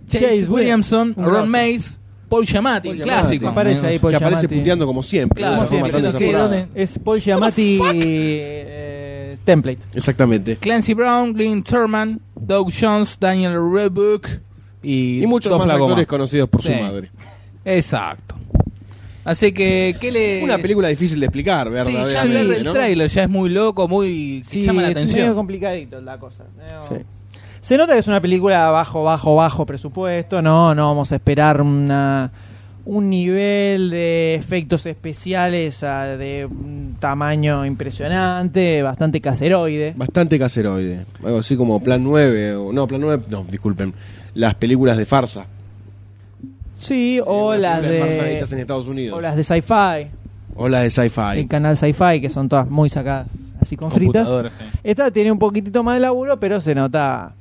[SPEAKER 5] Chase,
[SPEAKER 2] Chase
[SPEAKER 5] Williamson,
[SPEAKER 2] William-
[SPEAKER 5] Ron Mays, Paul Giamatti,
[SPEAKER 3] Paul
[SPEAKER 5] el
[SPEAKER 3] Giamatti.
[SPEAKER 5] clásico.
[SPEAKER 3] Que
[SPEAKER 2] aparece ahí, Paul
[SPEAKER 3] Que aparece
[SPEAKER 2] Giamatti.
[SPEAKER 3] punteando como siempre.
[SPEAKER 5] Pues Claro,
[SPEAKER 3] de una forma
[SPEAKER 5] sí,
[SPEAKER 3] tan
[SPEAKER 5] diciendo que
[SPEAKER 3] desaforada.
[SPEAKER 5] dónde-
[SPEAKER 2] Es Paul Giamatti eh, template.
[SPEAKER 3] Exactamente.
[SPEAKER 5] Clancy Brown, Glyn Turman, Doug Jones, Daniel Rebook y,
[SPEAKER 3] Y muchos
[SPEAKER 5] Toff
[SPEAKER 3] más
[SPEAKER 5] la Goma.
[SPEAKER 3] actores conocidos por su
[SPEAKER 5] Sí.
[SPEAKER 3] madre.
[SPEAKER 5] Exacto. Así que, ¿qué le...?
[SPEAKER 3] Una película difícil de explicar,
[SPEAKER 5] Sí,
[SPEAKER 3] verdaderamente.
[SPEAKER 5] ya ver el
[SPEAKER 3] ¿no?
[SPEAKER 5] tráiler ya es muy loco, muy...
[SPEAKER 2] Sí,
[SPEAKER 5] llama la
[SPEAKER 2] es medio
[SPEAKER 5] atención.
[SPEAKER 2] complicadito la cosa. Medio-
[SPEAKER 3] Sí.
[SPEAKER 2] Se nota que es una película bajo, bajo, bajo presupuesto. No, no vamos a esperar una, un nivel de efectos especiales ah, de un tamaño impresionante, bastante caseroide.
[SPEAKER 3] Bastante caseroide. Algo así como Plan 9. O, no, Plan 9, no, disculpen. Las películas de farsa.
[SPEAKER 2] Sí, o,
[SPEAKER 3] Sí,
[SPEAKER 2] las
[SPEAKER 3] películas farsa
[SPEAKER 2] de,
[SPEAKER 3] hechas en Estados Unidos.
[SPEAKER 2] o las de Sci-Fi,
[SPEAKER 3] O las de sci-fi.
[SPEAKER 2] el canal Sci-Fi, que son todas muy sacadas así con fritas.
[SPEAKER 5] Computadora, sí.
[SPEAKER 2] Esta tiene un poquitito más de laburo, pero se nota,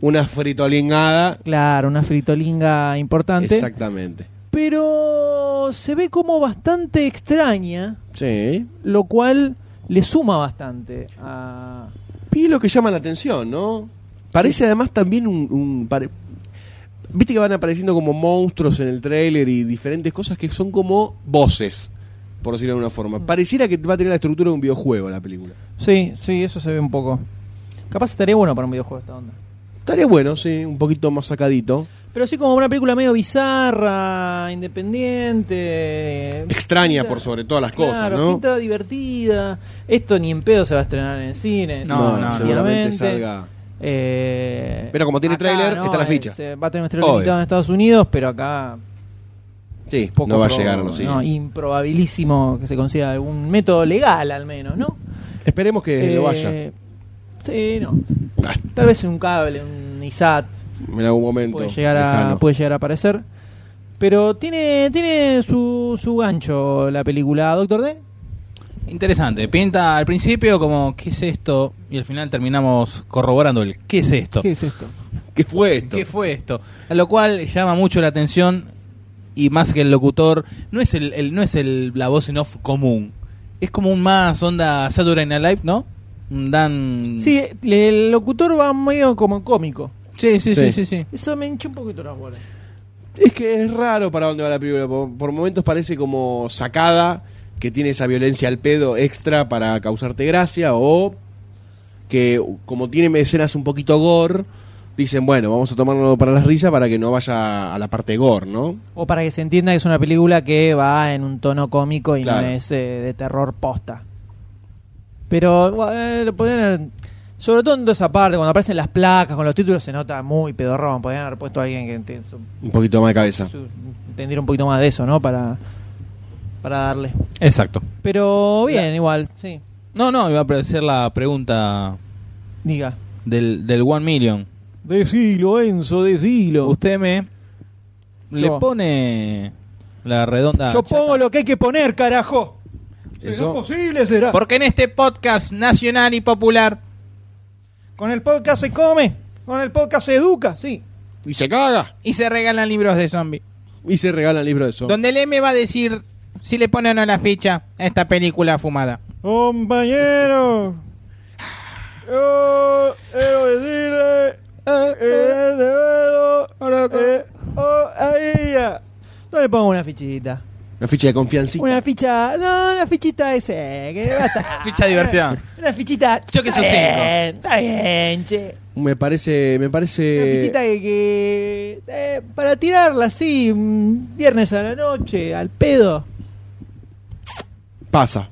[SPEAKER 3] Una fritolingada.
[SPEAKER 2] claro, una fritolinga importante.
[SPEAKER 3] Exactamente.
[SPEAKER 2] pero se ve como bastante extraña,
[SPEAKER 3] Sí.
[SPEAKER 2] lo cual le suma bastante a...
[SPEAKER 3] Y lo que llama la atención, ¿no? Parece además también un... un pare- Viste que van apareciendo como monstruos en el tráiler y diferentes cosas que son como voces, por decirlo de alguna
[SPEAKER 2] Mm.
[SPEAKER 3] forma. Pareciera que va a tener la estructura de un videojuego la película.
[SPEAKER 2] Sí, sí, eso se ve un poco. Capaz estaría bueno para un videojuego esta onda.
[SPEAKER 3] Estaría bueno, sí, un poquito más sacadito.
[SPEAKER 2] Pero sí como una película medio bizarra, independiente...
[SPEAKER 3] Extraña
[SPEAKER 2] pinta-
[SPEAKER 3] por sobre todas las cosas,
[SPEAKER 2] claro,
[SPEAKER 3] ¿no?
[SPEAKER 2] pinta divertida. Esto ni en pedo se va a estrenar en el cine.
[SPEAKER 5] No, no,
[SPEAKER 3] seguramente
[SPEAKER 2] obviamente.
[SPEAKER 3] salga.
[SPEAKER 2] Eh,
[SPEAKER 3] Pero como tiene
[SPEAKER 2] acá
[SPEAKER 3] tráiler, está la
[SPEAKER 2] eh,
[SPEAKER 3] ficha.
[SPEAKER 2] se va a tener un estreno
[SPEAKER 5] Obvio.
[SPEAKER 2] limitado en Estados Unidos, pero acá
[SPEAKER 3] Sí,
[SPEAKER 2] poco
[SPEAKER 3] no va a
[SPEAKER 2] prob-
[SPEAKER 3] llegar a los cines.
[SPEAKER 2] no, improbabilísimo que se consiga algún método legal al menos, ¿no?
[SPEAKER 3] Esperemos que
[SPEAKER 2] Eh,
[SPEAKER 3] lo vaya.
[SPEAKER 2] Sí, no.
[SPEAKER 3] Ah,
[SPEAKER 2] Tal vez un cable, un ISAT
[SPEAKER 3] En algún momento.
[SPEAKER 2] puede llegar a
[SPEAKER 3] lejano.
[SPEAKER 2] puede llegar a aparecer. Pero tiene, tiene su, su gancho la película, Doctor D.
[SPEAKER 5] Interesante. Pinta al principio como, ¿qué es esto? Y al final terminamos corroborando el, ¿qué es esto?
[SPEAKER 2] ¿Qué es esto?
[SPEAKER 3] ¿Qué fue esto?
[SPEAKER 5] ¿Qué fue esto? A lo cual llama mucho la atención y más que el locutor, no es el, el- no es el la voz en off común. Es como un más onda Saturday Night Live, ¿no? Un Dan
[SPEAKER 2] Sí, el locutor va medio como cómico.
[SPEAKER 5] sí, sí,
[SPEAKER 3] Sí.
[SPEAKER 5] sí, sí, sí.
[SPEAKER 2] Eso me hincha un poquito las bolas.
[SPEAKER 3] Es que es raro para dónde va la película. Por, por momentos parece como sacada, que tiene esa violencia al pedo extra para causarte gracia, o que como tiene escenas un poquito gore, dicen, bueno, vamos a tomarlo para las risas para que no vaya a la parte gore, ¿no?
[SPEAKER 2] O para que se entienda que es una película que va en un tono cómico y
[SPEAKER 3] Claro.
[SPEAKER 2] no es eh, de terror posta. Pero gua- eh, lo podrían haber- sobre todo en toda esa parte, cuando aparecen las placas con los títulos se nota muy pedorrón. Podrían haber puesto a alguien que enti- su-
[SPEAKER 3] Un poquito más de cabeza.
[SPEAKER 2] su- entendiera un poquito más de eso, ¿no? Para, para darle.
[SPEAKER 5] Exacto.
[SPEAKER 2] Pero bien, igual, sí.
[SPEAKER 5] No, no, iba a aparecer la pregunta
[SPEAKER 2] Diga.
[SPEAKER 5] del, del One Million.
[SPEAKER 2] Decilo, Enzo, decilo.
[SPEAKER 5] Usted me le
[SPEAKER 2] Yo.
[SPEAKER 5] pone la redonda.
[SPEAKER 2] Yo pongo lo que hay que poner, carajo.
[SPEAKER 3] Eso-
[SPEAKER 2] posible, será.
[SPEAKER 5] Porque en este podcast nacional y popular
[SPEAKER 2] Con el podcast se come, con el podcast se educa, sí.
[SPEAKER 3] Y se caga.
[SPEAKER 5] y se regalan libros de zombie.
[SPEAKER 3] Y se regala el libro de eso.
[SPEAKER 5] Donde el M va a decir si le pone o no la ficha a esta película fumada.
[SPEAKER 2] Compañero. Yo quiero decirle
[SPEAKER 5] Eh,
[SPEAKER 2] en este dedo, eh, oh, a ella. No le pongo una fichita.
[SPEAKER 3] Una ficha de confiancita.
[SPEAKER 2] Una ficha. No, una fichita ese. Que basta.
[SPEAKER 5] Ficha de diversión.
[SPEAKER 2] Una fichita.
[SPEAKER 5] Yo que
[SPEAKER 2] está
[SPEAKER 5] soy cinco.
[SPEAKER 2] bien, Está bien, che.
[SPEAKER 3] Me parece. Me
[SPEAKER 5] Eh.
[SPEAKER 2] Una fichita
[SPEAKER 3] parece.
[SPEAKER 2] que. que, eh, para tirarla así, un viernes a la noche, al pedo.
[SPEAKER 3] Pasa.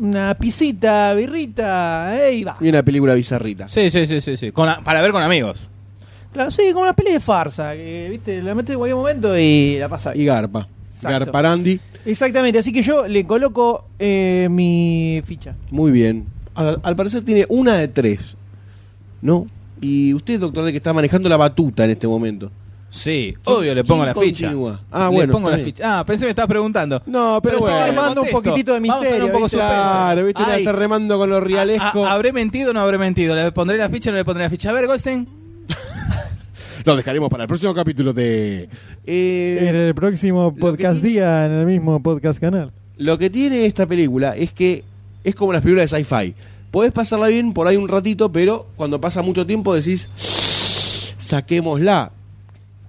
[SPEAKER 2] Una pisita, birrita, eh, y va.
[SPEAKER 3] Y una película bizarrita.
[SPEAKER 5] Sí, sí, sí, sí. sí. Con la- para ver con amigos.
[SPEAKER 2] Claro, sí, como una peli de farsa, que viste, la metes en cualquier momento y la pasa
[SPEAKER 3] Y
[SPEAKER 2] bien.
[SPEAKER 3] Garpa.
[SPEAKER 2] Exacto.
[SPEAKER 3] Garparandi.
[SPEAKER 2] Exactamente, así que yo le coloco eh, mi ficha.
[SPEAKER 3] Muy bien. Al, al parecer tiene una de tres. ¿No? Y usted, doctor, de que está manejando la batuta en este momento.
[SPEAKER 5] Sí,
[SPEAKER 3] ¿Quién-
[SPEAKER 5] obvio, le pongo la
[SPEAKER 3] quién
[SPEAKER 5] ficha.
[SPEAKER 3] continúa? Ah,
[SPEAKER 5] le
[SPEAKER 3] bueno,
[SPEAKER 5] pongo
[SPEAKER 3] está
[SPEAKER 5] la
[SPEAKER 3] bien.
[SPEAKER 5] ficha. Ah, pensé me estabas preguntando.
[SPEAKER 3] No,
[SPEAKER 2] pero bueno.
[SPEAKER 5] sí, le
[SPEAKER 2] Armando un
[SPEAKER 5] contesto.
[SPEAKER 2] poquito de
[SPEAKER 5] Vamos a hacer
[SPEAKER 2] misterio,
[SPEAKER 5] un poco
[SPEAKER 2] ¿viste?
[SPEAKER 5] suspenso.
[SPEAKER 3] Claro, viste, la
[SPEAKER 5] Ay,
[SPEAKER 3] está remando con lo rialesco.
[SPEAKER 5] a- a- ¿Habré mentido o no habré mentido? ¿Le pondré la ficha o no le pondré la ficha? A ver, Goldstein.
[SPEAKER 3] Lo dejaremos para el próximo capítulo de. Eh,
[SPEAKER 2] el próximo
[SPEAKER 3] podcast
[SPEAKER 2] día, en el mismo podcast canal.
[SPEAKER 3] lo que tiene esta película es que es como las películas de sci-fi. Podés pasarla bien por ahí un ratito, pero cuando pasa mucho tiempo decís. Saquémosla.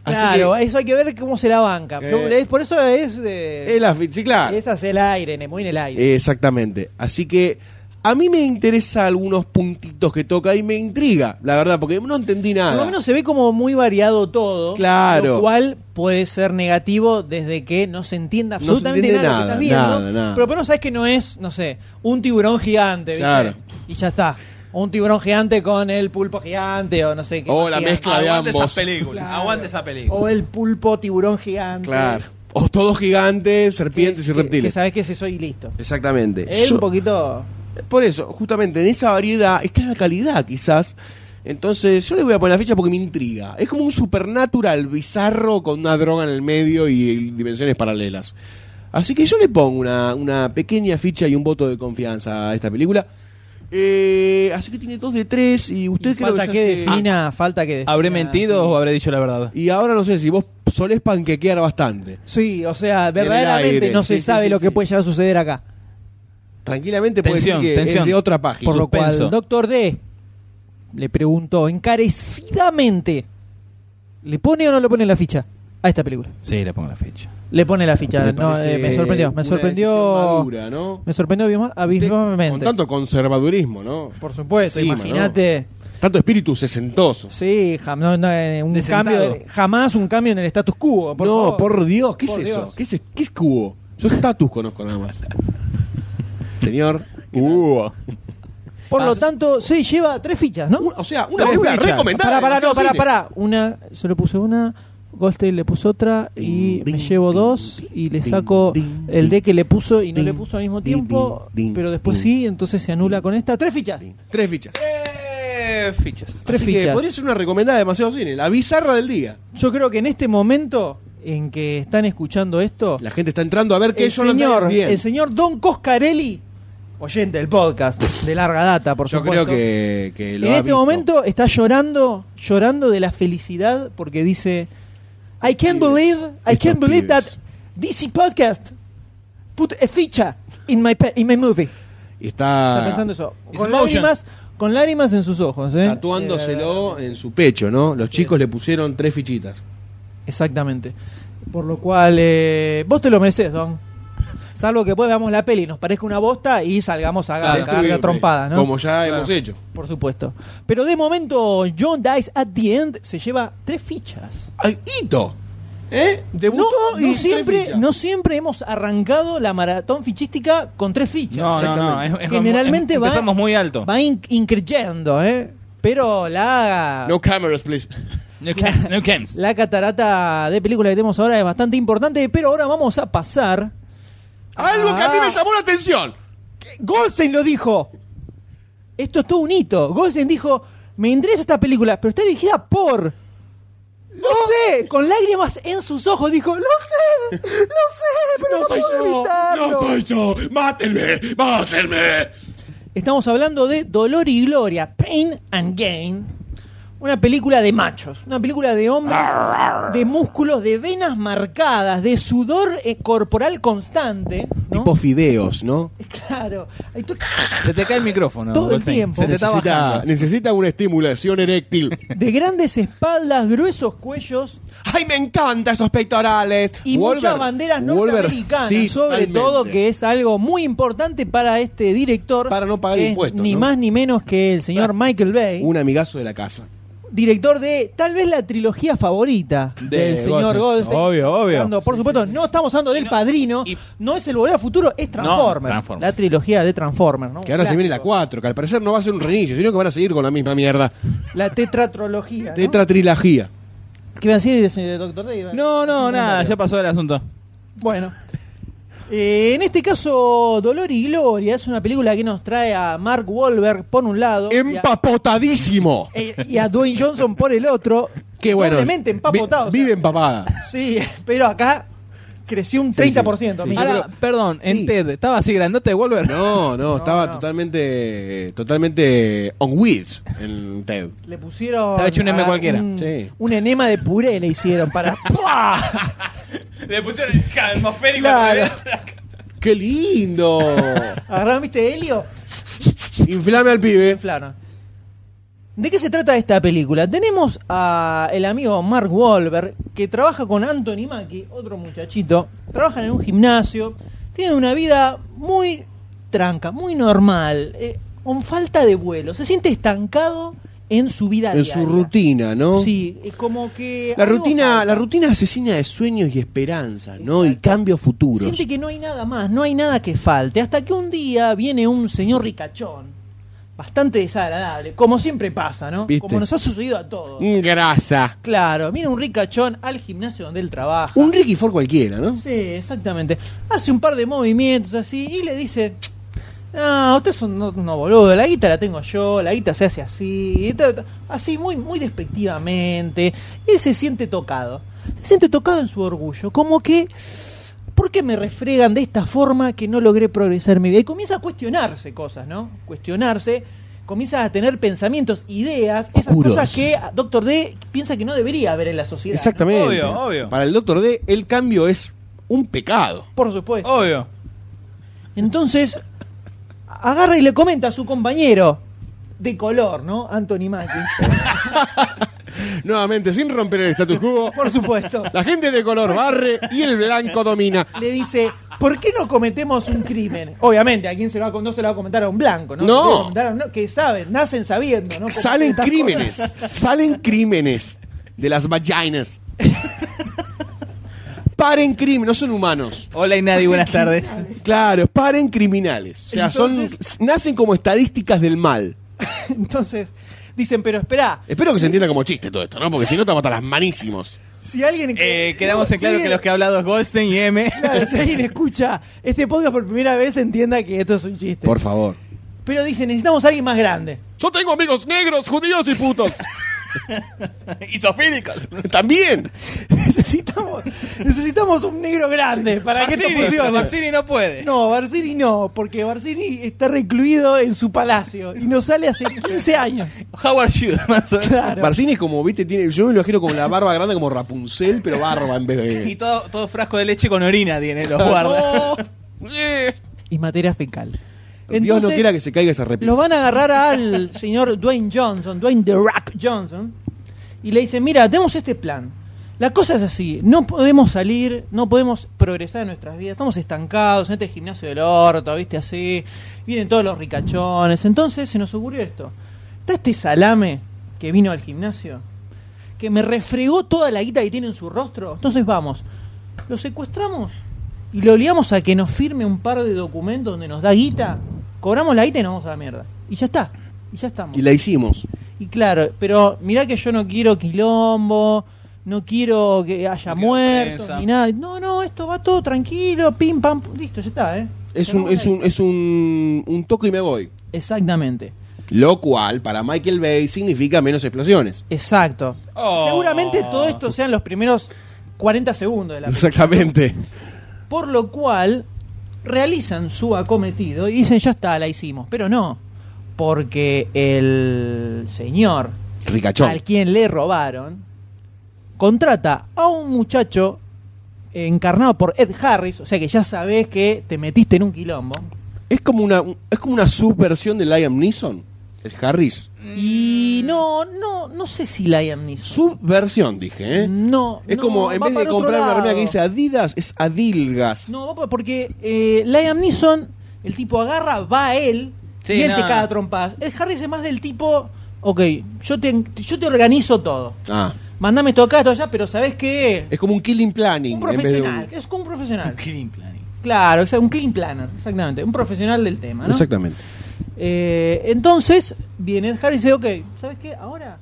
[SPEAKER 3] Así
[SPEAKER 2] Claro,
[SPEAKER 3] que
[SPEAKER 2] eso hay que ver cómo se la banca. Yo-
[SPEAKER 3] Eh.
[SPEAKER 2] es- por eso es. eh,
[SPEAKER 3] es la fi- sí, claro.
[SPEAKER 2] es hacer el aire, ne- muy en el aire.
[SPEAKER 3] Exactamente. Así que a mí me interesa algunos puntitos que toca y me intriga, la verdad, porque no entendí nada.
[SPEAKER 2] Por lo menos se ve como muy variado todo.
[SPEAKER 3] Claro.
[SPEAKER 2] Lo cual puede ser negativo desde que no se entienda
[SPEAKER 3] No se
[SPEAKER 2] absolutamente
[SPEAKER 3] entiende
[SPEAKER 2] nada, de lo que estás
[SPEAKER 3] nada,
[SPEAKER 2] viendo.
[SPEAKER 3] nada, nada.
[SPEAKER 2] Pero por lo menos sabes que no es, no sé, un tiburón gigante, ¿viste?
[SPEAKER 3] Claro.
[SPEAKER 2] Y ya está. O un tiburón gigante con el pulpo gigante o no sé qué.
[SPEAKER 3] O
[SPEAKER 2] más
[SPEAKER 3] la
[SPEAKER 2] gigante.
[SPEAKER 3] mezcla de
[SPEAKER 5] Aguante
[SPEAKER 3] ambos.
[SPEAKER 5] esa película.
[SPEAKER 2] Claro.
[SPEAKER 5] Aguante esa película.
[SPEAKER 2] O el pulpo tiburón gigante.
[SPEAKER 3] Claro. O todos gigantes, serpientes y
[SPEAKER 2] Que- Que
[SPEAKER 3] reptiles.
[SPEAKER 2] sabes que es eso y listo.
[SPEAKER 3] Exactamente.
[SPEAKER 2] Es
[SPEAKER 3] Yo-
[SPEAKER 2] un poquito.
[SPEAKER 3] por eso, justamente en esa variedad, está la calidad quizás. Entonces, yo le voy a poner la ficha porque me intriga. Es como un supernatural bizarro con una droga en el medio y, y dimensiones paralelas. Así que yo le pongo una, una pequeña ficha y un voto de confianza a esta película. Eh, así que tiene dos de tres y usted
[SPEAKER 2] y
[SPEAKER 3] creo
[SPEAKER 2] falta
[SPEAKER 3] ya
[SPEAKER 2] que,
[SPEAKER 3] se- Ah,
[SPEAKER 2] defina, falta que defina.
[SPEAKER 5] ¿Habré mentido o habré dicho la verdad?
[SPEAKER 3] Y ahora no sé si vos solés panquequear bastante.
[SPEAKER 2] Sí, o sea,
[SPEAKER 3] el aire.
[SPEAKER 2] verdaderamente no se
[SPEAKER 3] Sí, sí,
[SPEAKER 2] sabe
[SPEAKER 3] sí,
[SPEAKER 2] lo que
[SPEAKER 3] sí.
[SPEAKER 2] puede llegar a suceder acá.
[SPEAKER 3] Tranquilamente puede
[SPEAKER 5] Tensión,
[SPEAKER 3] decir que
[SPEAKER 5] tensión.
[SPEAKER 3] es de otra página.
[SPEAKER 5] Y
[SPEAKER 2] Por lo
[SPEAKER 5] suspenso.
[SPEAKER 2] cual, Doctor D le preguntó encarecidamente: ¿le pone o no le pone la ficha a esta película?
[SPEAKER 5] Sí, le pongo la ficha.
[SPEAKER 2] Le pone la ficha.
[SPEAKER 3] Me
[SPEAKER 2] Me, no,
[SPEAKER 3] parece
[SPEAKER 2] eh, me sorprendió. Me
[SPEAKER 3] una
[SPEAKER 2] sorprendió.
[SPEAKER 3] decisión madura, ¿no?
[SPEAKER 2] Me sorprendió abisma- abismalmente.
[SPEAKER 3] Con tanto conservadurismo, ¿no?
[SPEAKER 2] Por supuesto,
[SPEAKER 3] Encima,
[SPEAKER 2] imagínate.
[SPEAKER 3] Tanto espíritu sesentoso.
[SPEAKER 2] Sí, jam- no, no, eh, un
[SPEAKER 5] De
[SPEAKER 2] cambio,
[SPEAKER 5] sentado.
[SPEAKER 2] de- jamás un cambio en el status quo. Por
[SPEAKER 3] no,
[SPEAKER 2] favor.
[SPEAKER 3] por Dios, ¿qué
[SPEAKER 2] Por
[SPEAKER 3] es eso?
[SPEAKER 2] Dios.
[SPEAKER 3] ¿Qué es, ¿Qué es cubo? Yo status conozco nada más. Señor.
[SPEAKER 2] Por lo tanto, sí, lleva tres fichas, ¿no?
[SPEAKER 3] Un- o sea, una
[SPEAKER 5] Tres
[SPEAKER 3] película
[SPEAKER 5] fichas.
[SPEAKER 3] recomendada.
[SPEAKER 2] Ah, Pará, pará,
[SPEAKER 3] demasiado
[SPEAKER 2] no, pará,
[SPEAKER 3] cine.
[SPEAKER 2] pará. Una, yo le puse una, Goldstein le puso otra y
[SPEAKER 3] Ding, ding,
[SPEAKER 2] me llevo
[SPEAKER 3] ding,
[SPEAKER 2] dos
[SPEAKER 3] ding,
[SPEAKER 2] y le
[SPEAKER 3] ding,
[SPEAKER 2] saco
[SPEAKER 3] ding,
[SPEAKER 2] el
[SPEAKER 3] ding,
[SPEAKER 2] D que le puso y no
[SPEAKER 3] ding,
[SPEAKER 2] le puso al mismo
[SPEAKER 3] ding,
[SPEAKER 2] tiempo,
[SPEAKER 3] ding, ding,
[SPEAKER 2] pero después
[SPEAKER 3] ding,
[SPEAKER 2] sí, entonces se anula con esta. Tres fichas.
[SPEAKER 3] Tres fichas.
[SPEAKER 5] Eh, fichas.
[SPEAKER 2] Tres
[SPEAKER 3] Así que
[SPEAKER 2] fichas.
[SPEAKER 3] podría ser una recomendada de demasiado cine. La bizarra del día.
[SPEAKER 2] Yo creo que en este momento en que están escuchando esto,
[SPEAKER 3] La gente está entrando a ver qué
[SPEAKER 2] el,
[SPEAKER 3] yo lo traigo
[SPEAKER 2] señor,
[SPEAKER 3] bien.
[SPEAKER 2] el señor Don Coscarelli, oyente del podcast de larga data, por
[SPEAKER 3] Yo
[SPEAKER 2] supuesto.
[SPEAKER 3] creo que, que lo
[SPEAKER 2] en
[SPEAKER 3] ha
[SPEAKER 2] este
[SPEAKER 3] visto.
[SPEAKER 2] momento está llorando, llorando de la felicidad porque dice, I can't
[SPEAKER 3] pibes,
[SPEAKER 2] believe, I
[SPEAKER 3] estos
[SPEAKER 2] can't believe that
[SPEAKER 3] pibes".
[SPEAKER 2] DC podcast put a feature in my pe- in my movie. Está
[SPEAKER 3] Está
[SPEAKER 2] pensando eso.
[SPEAKER 4] It's
[SPEAKER 2] Con
[SPEAKER 4] motion.
[SPEAKER 2] lágrimas, con lágrimas en sus ojos, ¿eh?
[SPEAKER 3] tatuándoselo en su pecho, ¿no? Los chicos le pusieron tres fichitas.
[SPEAKER 2] Eh, Exactamente. Por lo cual, eh, vos te lo mereces, Don. Salvo que después veamos la peli, nos parezca una bosta y salgamos a
[SPEAKER 4] Claro.
[SPEAKER 2] a cagar la
[SPEAKER 3] Destruirme,
[SPEAKER 2] trompada, ¿no?
[SPEAKER 3] Como ya
[SPEAKER 2] Claro.
[SPEAKER 3] hemos hecho.
[SPEAKER 2] Por supuesto. Pero de momento, John Dice at the End se lleva tres fichas.
[SPEAKER 3] ¡Ay, hito! ¿Eh? Debutó
[SPEAKER 2] no,
[SPEAKER 3] y
[SPEAKER 2] no
[SPEAKER 3] tres
[SPEAKER 2] siempre,
[SPEAKER 3] fichas.
[SPEAKER 2] no siempre hemos arrancado la maratón fichística con tres fichas.
[SPEAKER 4] No, no, no. es- es-
[SPEAKER 2] Generalmente
[SPEAKER 4] em-
[SPEAKER 2] va,
[SPEAKER 4] empezamos muy alto.
[SPEAKER 2] va in- increyendo, ¿eh? Pero la...
[SPEAKER 3] No cameras, please.
[SPEAKER 4] New Camps, New Camps.
[SPEAKER 2] La catarata de película que tenemos ahora es bastante importante, pero ahora vamos a pasar.
[SPEAKER 3] Algo que a mí
[SPEAKER 2] Ah.
[SPEAKER 3] me llamó la atención.
[SPEAKER 2] Goldstein lo dijo. Esto es todo un hito. Goldstein dijo, me interesa esta película, pero está dirigida por... No sé, con lágrimas en sus ojos dijo, no sé, no sé, pero no, puedo evitarlo".
[SPEAKER 3] yo. Mátenme, mátenme.
[SPEAKER 2] Estamos hablando de Dolor y Gloria, Pain and Gain. Una película de machos, una película de hombres, de músculos, de venas marcadas, de sudor eh, corporal constante. ¿no?
[SPEAKER 3] Tipo fideos, ¿no?
[SPEAKER 2] Claro. Ahí tú-
[SPEAKER 4] Se te cae el micrófono.
[SPEAKER 2] Todo el
[SPEAKER 4] Goldstein.
[SPEAKER 2] tiempo.
[SPEAKER 4] Se te está
[SPEAKER 3] Necesita,
[SPEAKER 4] bajando.
[SPEAKER 3] necesita una estimulación eréctil.
[SPEAKER 2] De grandes espaldas, gruesos cuellos
[SPEAKER 3] ¡Ay, me encantan esos pectorales!
[SPEAKER 2] y muchas banderas norteamericanas. sobre todo que es algo muy importante para este director.
[SPEAKER 3] Para no pagar
[SPEAKER 2] que es
[SPEAKER 3] impuestos,
[SPEAKER 2] Ni
[SPEAKER 3] ¿no? Ah,
[SPEAKER 2] más ni menos que el señor Michael Bay.
[SPEAKER 3] Un amigazo de la casa.
[SPEAKER 2] director de tal vez la trilogía favorita
[SPEAKER 4] De
[SPEAKER 2] del señor
[SPEAKER 4] Goldstein.
[SPEAKER 2] Goldstein.
[SPEAKER 4] Obvio, obvio.
[SPEAKER 2] Hablando, por supuesto, no estamos hablando del
[SPEAKER 4] no-
[SPEAKER 2] padrino,
[SPEAKER 4] y-
[SPEAKER 2] no es el volver al futuro, es Transformers,
[SPEAKER 4] Transformers.
[SPEAKER 2] La trilogía de Transformers, ¿no?
[SPEAKER 3] Que ahora se viene la 4, que al parecer no va a ser un reinicio, sino que van a seguir con la misma mierda.
[SPEAKER 2] La tetratrología. ¿no?
[SPEAKER 3] Tetratrilogía.
[SPEAKER 2] ¿Qué iba a decir, señor doctor Dave?
[SPEAKER 4] No, no, nada. Ya pasó el asunto.
[SPEAKER 2] Bueno. Eh, en este caso, Dolor y Gloria es una película que nos trae a Mark Wahlberg por un lado. y a-
[SPEAKER 3] ¡Empapotadísimo!
[SPEAKER 2] eh, Y a Dwayne Johnson por el otro.
[SPEAKER 3] Qué bueno.
[SPEAKER 2] Doblemente empapotado.
[SPEAKER 3] Vi- vive
[SPEAKER 2] o sea.
[SPEAKER 3] empapada.
[SPEAKER 2] Sí, pero acá creció un 30%.
[SPEAKER 3] sí.
[SPEAKER 2] amigo.
[SPEAKER 3] Yo
[SPEAKER 4] Ahora, perdón, en
[SPEAKER 3] Sí.
[SPEAKER 4] TED, ¿estaba así grandote Wolver?
[SPEAKER 3] No, no, estaba
[SPEAKER 2] no.
[SPEAKER 3] totalmente. Totalmente. On whiz en TED.
[SPEAKER 2] Le pusieron.
[SPEAKER 4] Estaba hecho un M
[SPEAKER 2] ah,
[SPEAKER 4] cualquiera.
[SPEAKER 2] Un,
[SPEAKER 3] Sí.
[SPEAKER 2] un enema de puré le hicieron para. ¡Pua!
[SPEAKER 4] Le pusieron el atmosférico.
[SPEAKER 2] Claro.
[SPEAKER 3] ¡Qué lindo!
[SPEAKER 2] Agarraron, ¿viste, Helio?
[SPEAKER 3] Inflame al pibe.
[SPEAKER 2] Inflaron. ¿De qué se trata esta película? Tenemos a el amigo Mark Wahlberg, que trabaja con Anthony Mackie, otro muchachito. Trabajan en un gimnasio. Tienen una vida muy tranca, muy normal. eh, con falta de vuelo. Se siente estancado en su vida
[SPEAKER 3] En
[SPEAKER 2] diaria.
[SPEAKER 3] su rutina, ¿no?
[SPEAKER 2] Sí, eh, como que.
[SPEAKER 3] La
[SPEAKER 2] algo
[SPEAKER 3] rutina,
[SPEAKER 2] falta.
[SPEAKER 3] la rutina asesina de sueños y esperanzas, ¿no? Y
[SPEAKER 2] Exacto.
[SPEAKER 3] cambios futuros.
[SPEAKER 2] Siente que no hay nada más, no hay nada que falte. Hasta que un día viene un señor ricachón, bastante desagradable, como siempre pasa, ¿no?
[SPEAKER 3] ¿Viste?
[SPEAKER 2] Como nos ha sucedido a todos.
[SPEAKER 3] Mm, Grasa.
[SPEAKER 2] Claro, viene un ricachón al gimnasio donde él trabaja.
[SPEAKER 3] Un Ricky Ford cualquiera, ¿no?
[SPEAKER 2] Sí, exactamente. Hace un par de movimientos así y le dice: No, usted es un, no, boludo, la guita la tengo yo, la guita se hace así, y ta- ta- así muy, muy despectivamente. Y se siente tocado. Se siente tocado en su orgullo, como que. ¿Por qué me refregan de esta forma que no logré progresar en mi vida? Y comienza a cuestionarse cosas, ¿no? Cuestionarse, comienza a tener pensamientos, ideas, esas
[SPEAKER 3] Oscuros.
[SPEAKER 2] cosas que Doctor D piensa que no debería haber en la sociedad. ¿no?
[SPEAKER 3] Exactamente.
[SPEAKER 4] Obvio, obvio.
[SPEAKER 3] Para el Doctor D, el cambio es un pecado.
[SPEAKER 2] Por supuesto.
[SPEAKER 4] Obvio.
[SPEAKER 2] Entonces, agarra y le comenta a su compañero de color, ¿no? Anthony Mackie.
[SPEAKER 3] Nuevamente, sin romper el status quo,
[SPEAKER 2] Por supuesto.
[SPEAKER 3] la gente de color barre y el blanco domina.
[SPEAKER 2] Le dice, ¿por qué no cometemos un crimen? Obviamente, ¿a quién se lo va a, no se lo va a comentar a un blanco, ¿no?
[SPEAKER 3] No.
[SPEAKER 2] Se lo va a comentar a un- que saben, nacen sabiendo, ¿no? Cómo hacer
[SPEAKER 3] Salen
[SPEAKER 2] estas
[SPEAKER 3] crímenes,
[SPEAKER 2] cosas.
[SPEAKER 3] salen crímenes de las vaginas. Paren crimen, no son humanos.
[SPEAKER 4] Hola y nadie, buenas tardes.
[SPEAKER 3] Claro, paren criminales. O sea,
[SPEAKER 2] Entonces-
[SPEAKER 3] son nacen como estadísticas del mal.
[SPEAKER 2] Entonces, dicen, pero espera,
[SPEAKER 3] Espero que se entienda como chiste todo esto, ¿no? Porque si no te matan las manísimos.
[SPEAKER 2] si alguien...
[SPEAKER 4] Eh, quedamos en claro
[SPEAKER 2] si-
[SPEAKER 4] que los que ha hablado es Goldstein y M.
[SPEAKER 2] Claro, si alguien escucha este podcast por primera vez, entienda que esto es un chiste.
[SPEAKER 3] Por favor.
[SPEAKER 2] Pero dicen, necesitamos a alguien más grande.
[SPEAKER 3] Yo tengo amigos negros, judíos y putos.
[SPEAKER 4] Isofílicos.
[SPEAKER 3] También.
[SPEAKER 2] necesitamos, necesitamos un negro grande para que esto
[SPEAKER 4] Barcini,
[SPEAKER 2] funcione.
[SPEAKER 4] Barcini no puede.
[SPEAKER 2] No, Barcini no, porque Barcini está recluido en su palacio y no sale hace 15 años.
[SPEAKER 4] Howard Hughes, más o menos.
[SPEAKER 2] Claro.
[SPEAKER 3] Barcini es como, viste, tiene. Yo me lo imagino con la barba grande como Rapunzel, pero barba en vez
[SPEAKER 4] Y
[SPEAKER 3] de.
[SPEAKER 4] todo, todo frasco de leche con orina tiene, los
[SPEAKER 2] Oh.
[SPEAKER 4] guarda.
[SPEAKER 3] No. Eh.
[SPEAKER 2] Y materia fecal.
[SPEAKER 3] Dios no
[SPEAKER 2] Entonces,
[SPEAKER 3] quiera que se caiga esa repisa.
[SPEAKER 2] Lo van a agarrar al señor Dwayne Johnson, Dwayne The Rock Johnson, y le dicen, mira, tenemos este plan. La cosa es así, no podemos salir, no podemos progresar en nuestras vidas, estamos estancados en este gimnasio del orto, viste así, vienen todos los ricachones, entonces se nos ocurrió esto. Está este salame que vino al gimnasio, que me refregó toda la guita que tiene en su rostro, entonces vamos, lo secuestramos y lo obligamos a que nos firme un par de documentos donde nos da guita, cobramos la guita y nos vamos a la mierda. Y ya está, y ya estamos.
[SPEAKER 3] Y la hicimos.
[SPEAKER 2] Y claro, pero mirá que yo no quiero quilombo, no quiero que haya
[SPEAKER 4] No quiero
[SPEAKER 2] muertos,
[SPEAKER 4] prensa.
[SPEAKER 2] ni nada. No, no, esto va todo tranquilo, pim, pam, pum, listo, ya está, ¿eh?
[SPEAKER 3] Es un, es un, es un, un toque y me voy.
[SPEAKER 2] Exactamente,
[SPEAKER 3] Lo cual, para Michael Bay, significa menos explosiones.
[SPEAKER 2] exacto.
[SPEAKER 4] Oh.
[SPEAKER 2] Seguramente todo esto sean los primeros 40 segundos de la película.
[SPEAKER 3] Exactamente.
[SPEAKER 2] Por lo cual, realizan su acometido y dicen, ya está, la hicimos. Pero no, porque el señor
[SPEAKER 3] Ricachón.
[SPEAKER 2] al quien le robaron, contrata a un muchacho encarnado por Ed Harris, o sea que ya sabés que te metiste en un quilombo,
[SPEAKER 3] Es como una, es como una subversión de Liam Neeson. El Harris. Mm.
[SPEAKER 2] y no, no, no sé si Liam Neeson.
[SPEAKER 3] Subversión, dije, ¿eh?
[SPEAKER 2] No,
[SPEAKER 3] Es
[SPEAKER 2] no,
[SPEAKER 3] como, en
[SPEAKER 2] va
[SPEAKER 3] vez de
[SPEAKER 2] para otro
[SPEAKER 3] comprar una remera que
[SPEAKER 2] lado.
[SPEAKER 3] dice Adidas, es Adilgas.
[SPEAKER 2] No, va por- porque eh, Liam Neeson, el tipo agarra, va a él,
[SPEAKER 4] Sí,
[SPEAKER 2] y él te
[SPEAKER 4] no.
[SPEAKER 2] caga a trompadas. Ed Harris es más del tipo, ok, yo te, yo te organizo todo.
[SPEAKER 3] Ah,
[SPEAKER 2] Mandame esto acá, esto allá, pero ¿sabés qué?
[SPEAKER 3] es como un killing planning.
[SPEAKER 2] Un
[SPEAKER 3] en vez de un-
[SPEAKER 2] profesional, es como un profesional.
[SPEAKER 4] Clean planning.
[SPEAKER 2] Claro, exa- un clean planner, exactamente, un profesional del tema, ¿no?
[SPEAKER 3] Exactamente.
[SPEAKER 2] Eh, entonces, viene Harry y dice, ok, ¿sabes qué? Ahora,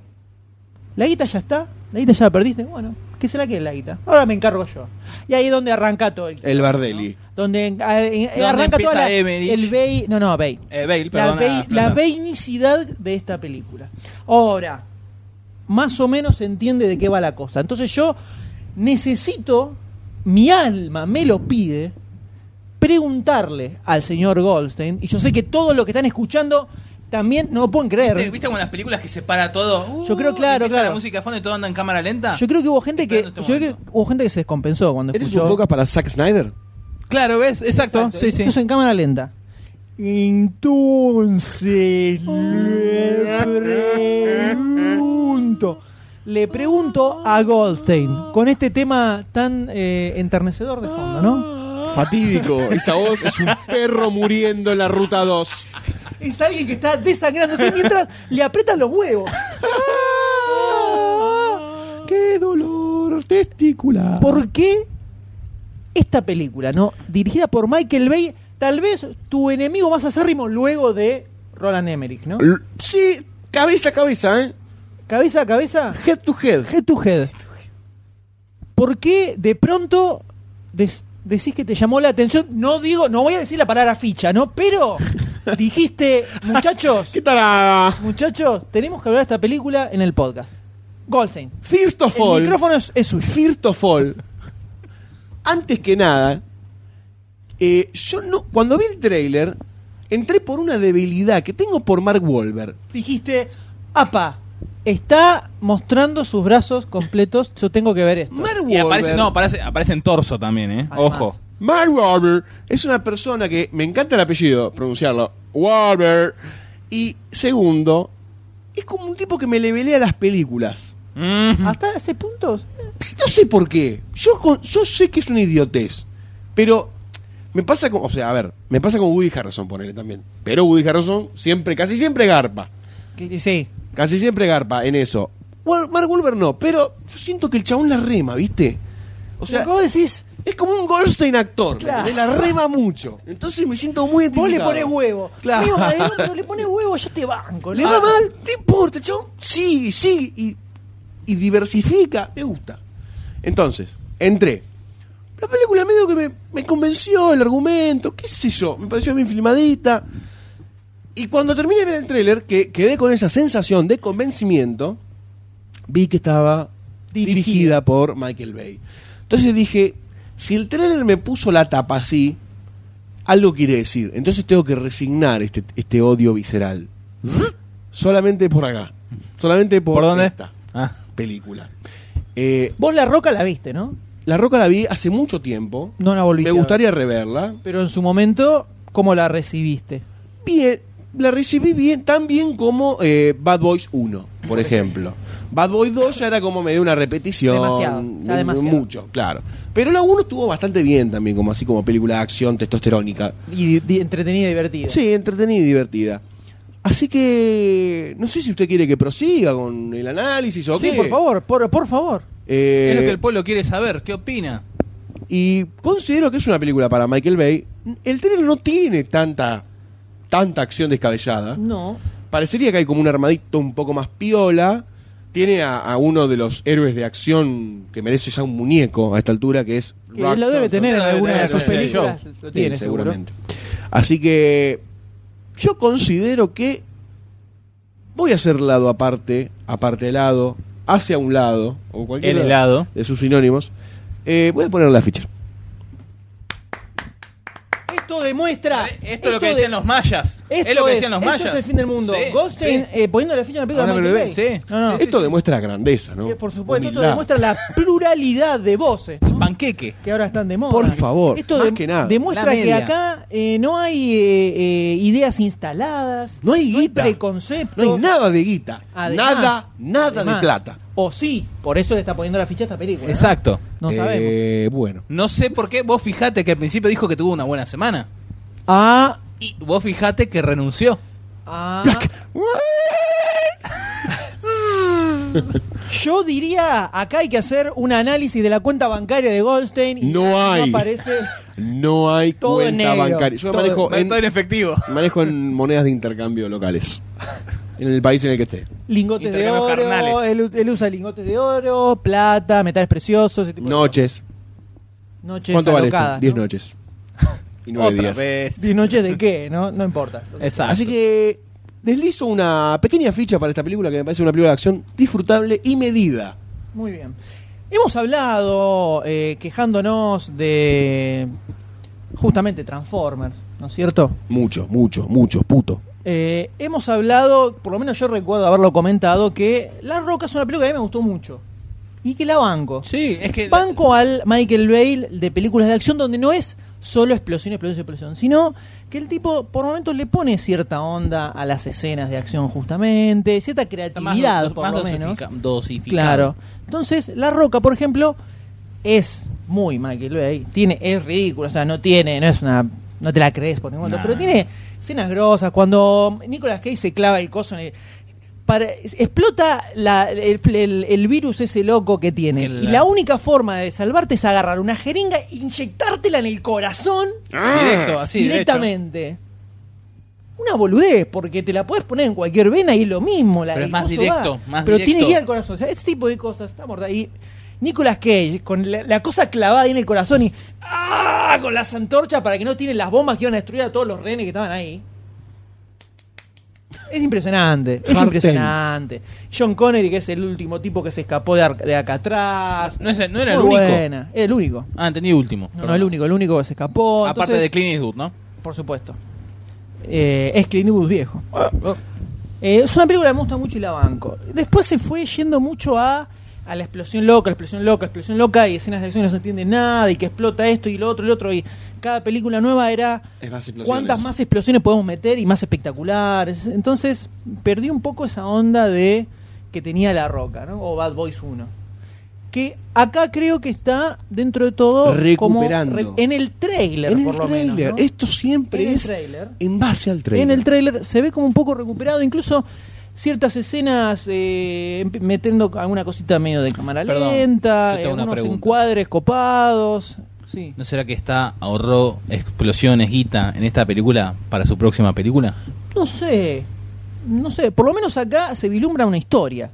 [SPEAKER 2] la guita ya está, la guita ya la perdiste, bueno, que se la quede la guita, ahora me encargo yo. Y ahí es donde arranca todo el...
[SPEAKER 3] El Bardelli.
[SPEAKER 2] Donde, en- a- en- arranca
[SPEAKER 4] empieza
[SPEAKER 2] toda la...
[SPEAKER 4] Emmerich.
[SPEAKER 2] El Bay... No, no, Bay.
[SPEAKER 4] Eh, Bale,
[SPEAKER 2] La,
[SPEAKER 4] perdón.
[SPEAKER 2] bei- la beinicidad de esta película. Ahora, más o menos se entiende de qué va la cosa. Entonces yo necesito, mi alma me lo pide, preguntarle al señor Goldstein, y yo sé que todos los que están escuchando también no lo pueden
[SPEAKER 4] ¿Viste,
[SPEAKER 2] creer.
[SPEAKER 4] viste como en las películas que se para todo? Uh,
[SPEAKER 2] Yo creo, claro,
[SPEAKER 4] empieza
[SPEAKER 2] claro.
[SPEAKER 4] la música a fondo y todo anda en cámara lenta.
[SPEAKER 2] Yo creo que hubo gente que,
[SPEAKER 4] Esperando este
[SPEAKER 2] yo creo que
[SPEAKER 4] momento.
[SPEAKER 2] hubo gente que se descompensó cuando
[SPEAKER 3] ¿Eres
[SPEAKER 2] escuchó.
[SPEAKER 3] un poco para Zack Snyder?
[SPEAKER 4] Claro, ¿ves? Exacto. Sí, sí.
[SPEAKER 2] Esto es en cámara lenta. Entonces le pregunto. Le pregunto a Goldstein con este tema tan eh, enternecedor de fondo, ¿no?
[SPEAKER 3] Fatídico. Esa voz es un perro muriendo en la ruta 2.
[SPEAKER 2] Es alguien que está desangrándose mientras le aprietan los huevos.
[SPEAKER 3] ¡Qué dolor testicular!
[SPEAKER 2] ¿Por qué esta película, ¿no? Dirigida por Michael Bay, tal vez tu enemigo más acérrimo luego de Roland Emmerich, ¿no?
[SPEAKER 3] L- Sí, cabeza a cabeza, ¿eh?
[SPEAKER 2] Cabeza a cabeza.
[SPEAKER 3] Head to head.
[SPEAKER 2] Head to head. ¿Por qué de pronto des- decís que te llamó la atención? No digo, no voy a decir la palabra ficha, ¿no? Pero dijiste, muchachos,
[SPEAKER 3] ¿Qué tal?
[SPEAKER 2] muchachos, tenemos que hablar de esta película en el podcast. Goldstein.
[SPEAKER 3] First of
[SPEAKER 2] El
[SPEAKER 3] all.
[SPEAKER 2] micrófono es, es suyo.
[SPEAKER 3] First of all. Antes que nada, eh, yo no. Cuando vi el trailer, entré por una debilidad que tengo por Mark Wahlberg.
[SPEAKER 2] Dijiste, apa, está mostrando sus brazos completos, yo tengo que ver esto.
[SPEAKER 3] Mark
[SPEAKER 4] Y aparece,
[SPEAKER 3] Wahlberg-
[SPEAKER 4] no, aparece, aparece en torso también, ¿eh?
[SPEAKER 2] Además.
[SPEAKER 4] Ojo.
[SPEAKER 3] Mark Wahlberg es una persona que me encanta el apellido, pronunciarlo. Wahlberg. Y segundo, es como un tipo que me levelea las películas.
[SPEAKER 4] Mm.
[SPEAKER 2] Hasta ese punto.
[SPEAKER 3] Pues, No sé por qué. Yo, con- yo sé que es una idiotez. Pero me pasa con. O sea, a ver, me pasa con Woody Harrison, ponele también. Pero Woody Harrison siempre, casi siempre garpa.
[SPEAKER 2] que- Sí.
[SPEAKER 3] Casi siempre garpa en eso. Wa- Mark Wahlberg no, pero yo siento que el chabón la rema, ¿viste? O sea,
[SPEAKER 2] Pero vos decís,
[SPEAKER 3] es como un Goldstein actor.
[SPEAKER 2] Claro.
[SPEAKER 3] ¿me entendés? La rema mucho. Entonces me siento muy
[SPEAKER 2] vos le
[SPEAKER 3] identificado.
[SPEAKER 2] pones huevo.
[SPEAKER 3] Claro.
[SPEAKER 2] Amigo, Madero, pero le pones huevo, yo te banco.
[SPEAKER 3] Le
[SPEAKER 2] ¿no?
[SPEAKER 3] va mal, no importa, chabón. Sigue, sigue. Y, y diversifica. Me gusta. Entonces, entré. La película medio que me, me convenció el argumento, qué sé yo, me pareció bien filmadita. Y cuando terminé de ver el tráiler, que quedé con esa sensación de convencimiento, vi que estaba dirigida,
[SPEAKER 2] Dirigida.
[SPEAKER 3] por Michael Bay. Entonces dije, si el trailer me puso la tapa así, algo quiere decir. Entonces tengo que resignar este, este odio visceral. Solamente por acá. Solamente por,
[SPEAKER 4] ¿Por dónde?
[SPEAKER 3] esta
[SPEAKER 4] Ah.
[SPEAKER 3] película. Eh,
[SPEAKER 2] Vos la roca la viste, ¿no?
[SPEAKER 3] la Roca la vi hace mucho tiempo.
[SPEAKER 2] No la volviste.
[SPEAKER 3] Me
[SPEAKER 2] a ver.
[SPEAKER 3] gustaría reverla.
[SPEAKER 2] Pero en su momento, ¿cómo la recibiste?
[SPEAKER 3] bien, la recibí bien, tan bien como eh, Bad Boys 1, por ejemplo. Bad Boys 2 ya era como medio una repetición.
[SPEAKER 2] Demasiado, ya
[SPEAKER 3] mu- mu-
[SPEAKER 2] demasiado.
[SPEAKER 3] Mucho, claro. Pero la 1 estuvo bastante bien también, como así como película de acción testosterónica.
[SPEAKER 2] Y di- entretenida y divertida.
[SPEAKER 3] Sí, entretenida y divertida. Así que no sé si usted quiere que prosiga con el análisis o
[SPEAKER 2] Sí,
[SPEAKER 3] qué.
[SPEAKER 2] por favor, por, por favor.
[SPEAKER 3] Eh,
[SPEAKER 4] Es lo que el pueblo quiere saber. ¿Qué opina?
[SPEAKER 3] Y considero que es una película para Michael Bay. El trailer no tiene tanta, tanta acción descabellada.
[SPEAKER 2] No.
[SPEAKER 3] Parecería que hay como un armadito un poco más piola. Tiene a, a uno de los héroes de acción que merece ya un muñeco a esta altura, que es
[SPEAKER 2] Que
[SPEAKER 3] Rock
[SPEAKER 2] lo debe
[SPEAKER 3] Johnson.
[SPEAKER 2] tener en
[SPEAKER 4] Lo debe
[SPEAKER 2] alguna de
[SPEAKER 4] tener,
[SPEAKER 2] sus
[SPEAKER 4] sí,
[SPEAKER 2] películas.
[SPEAKER 4] sí.
[SPEAKER 2] Lo tiene,
[SPEAKER 3] Sí,
[SPEAKER 2] seguramente.
[SPEAKER 3] seguramente. Así que yo considero que voy a hacer lado aparte, aparte lado, hacia un lado, o cualquier
[SPEAKER 4] El helado.
[SPEAKER 3] de sus sinónimos. Eh, voy a poner la ficha.
[SPEAKER 2] Esto demuestra.
[SPEAKER 4] Eh, Esto, es lo que
[SPEAKER 2] de-
[SPEAKER 4] decían los mayas.
[SPEAKER 2] Esto
[SPEAKER 4] es lo que decían los
[SPEAKER 2] esto
[SPEAKER 4] mayas.
[SPEAKER 2] es el fin del mundo.
[SPEAKER 4] Sí,
[SPEAKER 2] Goldstein
[SPEAKER 4] sí.
[SPEAKER 2] eh, poniendo la ficha en la película.
[SPEAKER 4] Ahora
[SPEAKER 2] de
[SPEAKER 4] me lo
[SPEAKER 2] Michael
[SPEAKER 4] ve,
[SPEAKER 2] Bay.
[SPEAKER 4] sí.
[SPEAKER 2] No, no.
[SPEAKER 4] Sí,
[SPEAKER 3] Esto demuestra grandeza, ¿no?
[SPEAKER 2] Eh, Por supuesto, esto
[SPEAKER 3] Humildad.
[SPEAKER 2] demuestra la pluralidad de voces. ¿no?
[SPEAKER 4] Panqueque.
[SPEAKER 2] que ahora están de moda.
[SPEAKER 3] Por favor,
[SPEAKER 2] esto
[SPEAKER 3] más
[SPEAKER 2] de-
[SPEAKER 3] que nada.
[SPEAKER 2] demuestra
[SPEAKER 4] La
[SPEAKER 2] que
[SPEAKER 4] media.
[SPEAKER 2] acá eh, no hay eh, eh, ideas instaladas,
[SPEAKER 3] No hay guita.
[SPEAKER 2] preconceptos.
[SPEAKER 3] No hay nada de guita.
[SPEAKER 2] Además-
[SPEAKER 3] nada, nada
[SPEAKER 2] además,
[SPEAKER 3] de plata.
[SPEAKER 2] O sí, por eso le está poniendo la ficha a esta película. ¿no?
[SPEAKER 4] Exacto.
[SPEAKER 2] No
[SPEAKER 3] Eh,
[SPEAKER 2] sabemos.
[SPEAKER 3] Bueno.
[SPEAKER 4] No sé por qué. Vos fijate que al principio dijo que tuvo una buena semana.
[SPEAKER 2] Ah,
[SPEAKER 4] Y vos fijate que renunció.
[SPEAKER 2] ah, yo diría, acá hay que hacer un análisis de la cuenta bancaria de Goldstein. y
[SPEAKER 3] No hay.
[SPEAKER 2] aparece
[SPEAKER 3] No hay
[SPEAKER 2] Todo en
[SPEAKER 3] cuenta
[SPEAKER 2] negro.
[SPEAKER 3] bancaria. Yo
[SPEAKER 2] Todo-
[SPEAKER 3] manejo Oh, en,
[SPEAKER 4] Todo en efectivo.
[SPEAKER 3] manejo en monedas de intercambio locales. En el país en el que esté.
[SPEAKER 2] lingotes de
[SPEAKER 4] Intercambios
[SPEAKER 2] oro.
[SPEAKER 4] carnales.
[SPEAKER 2] Él, él usa lingotes de oro, plata, metales preciosos. ese tipo de
[SPEAKER 3] Noches.
[SPEAKER 2] cosas. noches
[SPEAKER 3] ¿Cuánto vale esto?
[SPEAKER 2] alocadas,
[SPEAKER 3] Diez
[SPEAKER 2] ¿no?
[SPEAKER 3] noches. Y nueve
[SPEAKER 4] Otra
[SPEAKER 3] días.
[SPEAKER 4] vez.
[SPEAKER 2] ¿De noche de qué? No, no importa.
[SPEAKER 4] Exacto.
[SPEAKER 3] Así que deslizo una pequeña ficha para esta película que me parece una película de acción disfrutable y medida.
[SPEAKER 2] Muy bien. Hemos hablado eh, quejándonos de justamente Transformers, ¿no es cierto?
[SPEAKER 3] Mucho, mucho, mucho, puto.
[SPEAKER 2] Eh, hemos hablado, por lo menos yo recuerdo haberlo comentado, que La Roca es una película que a mí me gustó mucho y que la banco.
[SPEAKER 4] Sí, es que.
[SPEAKER 2] Banco al Michael Bale de películas de acción donde no es solo explosión, explosión, explosión, sino que el tipo por momentos le pone cierta onda a las escenas de acción justamente, cierta
[SPEAKER 4] Está más
[SPEAKER 2] creatividad
[SPEAKER 4] do-
[SPEAKER 2] por
[SPEAKER 4] más
[SPEAKER 2] lo menos.
[SPEAKER 4] dosifica- dosificado.
[SPEAKER 2] Claro. Entonces, La Roca, por ejemplo, es muy Michael Bay. Tiene, es ridículo, o sea, no tiene, no es una. No te la crees por ningún lado,
[SPEAKER 4] Nah.
[SPEAKER 2] pero tiene escenas grosas. Cuando Nicolas Cage se clava el coso en el. para- es- explota la- el, el- el virus ese loco que tiene.
[SPEAKER 4] Que la-
[SPEAKER 2] Y la única forma de salvarte es agarrar una jeringa e inyectártela en el corazón
[SPEAKER 4] Directo, así. derecho.
[SPEAKER 2] directamente. Una boludez, porque te la puedes poner en cualquier vena y es lo mismo. La,
[SPEAKER 4] Pero es
[SPEAKER 2] el
[SPEAKER 4] más
[SPEAKER 2] coso
[SPEAKER 4] directo,
[SPEAKER 2] va.
[SPEAKER 4] más
[SPEAKER 2] Pero
[SPEAKER 4] directo.
[SPEAKER 2] tiene que ir al corazón. O sea, ese tipo de cosas está mortal. Y Nicolas Cage, con la, la cosa clavada ahí en el corazón y. ¡Ah! Con las antorchas para que no tiren las bombas que iban a destruir a todos los rehenes que estaban ahí. Es impresionante, es
[SPEAKER 3] Harten.
[SPEAKER 2] impresionante. John Connery, que es el último tipo que se escapó de, Ar- de Alcatraz.
[SPEAKER 4] No, es- no era el
[SPEAKER 2] Muy
[SPEAKER 4] único.
[SPEAKER 2] buena. Era el único.
[SPEAKER 4] Ah, entendí último.
[SPEAKER 2] No, no,
[SPEAKER 4] Perdón.
[SPEAKER 2] el único, el único que se escapó.
[SPEAKER 4] Aparte
[SPEAKER 2] Oh, Entonces-
[SPEAKER 4] de Clint Eastwood, ¿no?
[SPEAKER 2] por supuesto. Eh, es Clint Eastwood viejo. Eh, es una película que me gusta mucho y la banco. Después se fue yendo mucho a, a la explosión loca, la explosión loca, la explosión loca y escenas de acción no se entiende nada y que explota esto y lo otro y lo otro. Y cada película nueva era
[SPEAKER 3] Es más explosiones.
[SPEAKER 2] cuántas más explosiones podemos meter y más espectaculares. Entonces perdí un poco esa onda de que tenía La Roca, ¿no? O Bad Boys 1. Que acá creo que está dentro de todo como
[SPEAKER 3] Recuperando.
[SPEAKER 2] re- en el trailer,
[SPEAKER 3] En
[SPEAKER 2] por
[SPEAKER 3] el
[SPEAKER 2] lo
[SPEAKER 3] tráiler.
[SPEAKER 2] menos. ¿no?
[SPEAKER 3] Esto siempre
[SPEAKER 2] En el
[SPEAKER 3] es
[SPEAKER 2] tráiler.
[SPEAKER 3] en base al trailer.
[SPEAKER 2] En el tráiler se ve como un poco recuperado, incluso ciertas escenas eh, emp- metiendo alguna cosita medio de cámara
[SPEAKER 4] Perdón,
[SPEAKER 2] lenta,
[SPEAKER 4] yo tengo una
[SPEAKER 2] algunos
[SPEAKER 4] pregunta.
[SPEAKER 2] encuadres copados. Sí.
[SPEAKER 4] ¿No será que está ahorró explosiones guita en esta película para su próxima película?
[SPEAKER 2] No sé, no sé, por lo menos acá se vislumbra una historia,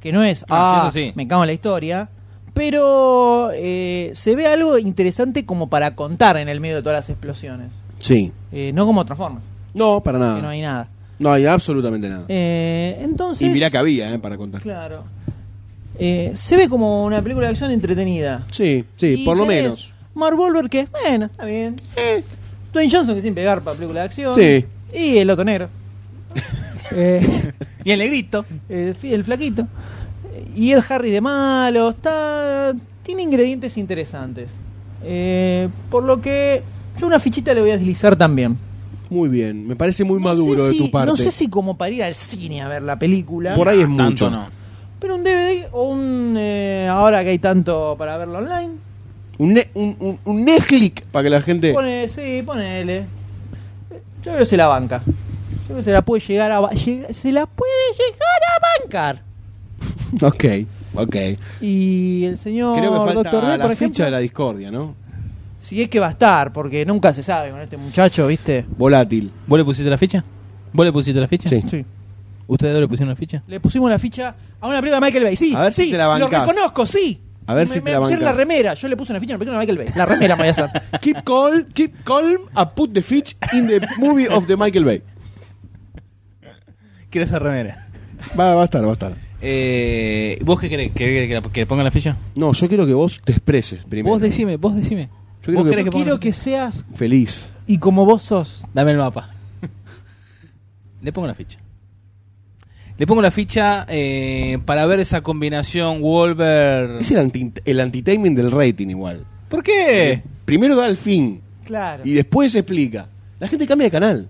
[SPEAKER 2] que no es, ah,
[SPEAKER 4] Ah, sí, eso sí.
[SPEAKER 2] me cago en la historia, pero eh, se ve algo interesante como para contar en el medio de todas las explosiones,
[SPEAKER 3] Sí.
[SPEAKER 2] Eh, no como Transformers,
[SPEAKER 3] No, para nada.
[SPEAKER 2] que no hay nada.
[SPEAKER 3] No hay absolutamente nada.
[SPEAKER 2] Eh, entonces...
[SPEAKER 3] y mirá que había, eh, para contar.
[SPEAKER 2] Claro. eh, se ve como una película de acción entretenida.
[SPEAKER 3] Sí, sí,
[SPEAKER 2] Y
[SPEAKER 3] por lo
[SPEAKER 2] tenés
[SPEAKER 3] menos. Eh.
[SPEAKER 2] Mark Wahlberg que, bueno, está bien. Dwayne Johnson que siempre garpa película de acción.
[SPEAKER 3] Sí.
[SPEAKER 2] Y el otro negro. Eh,
[SPEAKER 4] Y el negrito.
[SPEAKER 2] el, fi- el flaquito. Y el Harry de malo. Está, tiene ingredientes interesantes. Eh, por lo que yo una fichita le voy a deslizar también.
[SPEAKER 3] Muy bien, me parece muy
[SPEAKER 2] No sé
[SPEAKER 3] maduro de
[SPEAKER 2] si-
[SPEAKER 3] tu parte.
[SPEAKER 2] No sé si como para ir al cine a ver la película.
[SPEAKER 3] Por ahí es mucho.
[SPEAKER 4] Ah, Tanto no.
[SPEAKER 2] Pero un DVD o un... eh, ahora que hay tanto para verlo online.
[SPEAKER 3] Un, ne- un, un- un Netflix para que la gente.
[SPEAKER 2] Pone, sí, ponele. Yo creo que se la banca. Yo creo que se la puede llegar a... ba- lleg- se la puede llegar a bancar.
[SPEAKER 3] Ok, ok.
[SPEAKER 2] Y el señor
[SPEAKER 3] Creo que falta
[SPEAKER 2] Dr. D,
[SPEAKER 3] la
[SPEAKER 2] por
[SPEAKER 3] ficha
[SPEAKER 2] ejemplo,
[SPEAKER 3] de la discordia, ¿no?
[SPEAKER 2] Si es que va a estar, porque nunca se sabe con este muchacho, ¿viste?
[SPEAKER 3] Volátil.
[SPEAKER 4] ¿Vos le pusiste la ficha? ¿Vos le pusiste la ficha?
[SPEAKER 3] Sí.
[SPEAKER 2] Sí.
[SPEAKER 4] ¿Ustedes dos le pusieron la ficha?
[SPEAKER 2] Le pusimos la ficha a una película de Michael Bay. Sí,
[SPEAKER 3] A ver si
[SPEAKER 2] sí,
[SPEAKER 3] te la
[SPEAKER 2] lo
[SPEAKER 3] bancás.
[SPEAKER 2] reconozco, sí.
[SPEAKER 3] A ver
[SPEAKER 2] me,
[SPEAKER 3] si te
[SPEAKER 2] me
[SPEAKER 3] la
[SPEAKER 2] pusieron
[SPEAKER 3] bancás.
[SPEAKER 2] remera. Yo le puse una ficha a una película de Michael Bay. La remera, María Santa.
[SPEAKER 3] Keep calm, keep calm and put the fish in the movie of the Michael Bay.
[SPEAKER 4] Quiero esa remera.
[SPEAKER 3] Va, va a estar, va a estar.
[SPEAKER 4] Eh, ¿Vos qué querés? ¿Querés que, la- que le pongan la ficha?
[SPEAKER 3] No, yo quiero que vos te expreses primero.
[SPEAKER 4] Vos decime, vos decime.
[SPEAKER 3] creo
[SPEAKER 4] ¿Vos
[SPEAKER 3] que-
[SPEAKER 4] querés que pongan la
[SPEAKER 2] Quiero que
[SPEAKER 4] ficha?
[SPEAKER 2] seas
[SPEAKER 3] Feliz.
[SPEAKER 2] y como vos sos.
[SPEAKER 4] Dame el mapa. Le pongo la ficha. Le pongo la ficha eh, para ver esa combinación Wolver.
[SPEAKER 3] Es el, anti el anti-taming del rating igual.
[SPEAKER 4] ¿Por qué?
[SPEAKER 3] Primero da el fin
[SPEAKER 2] Claro.
[SPEAKER 3] y después se explica. La gente cambia de canal.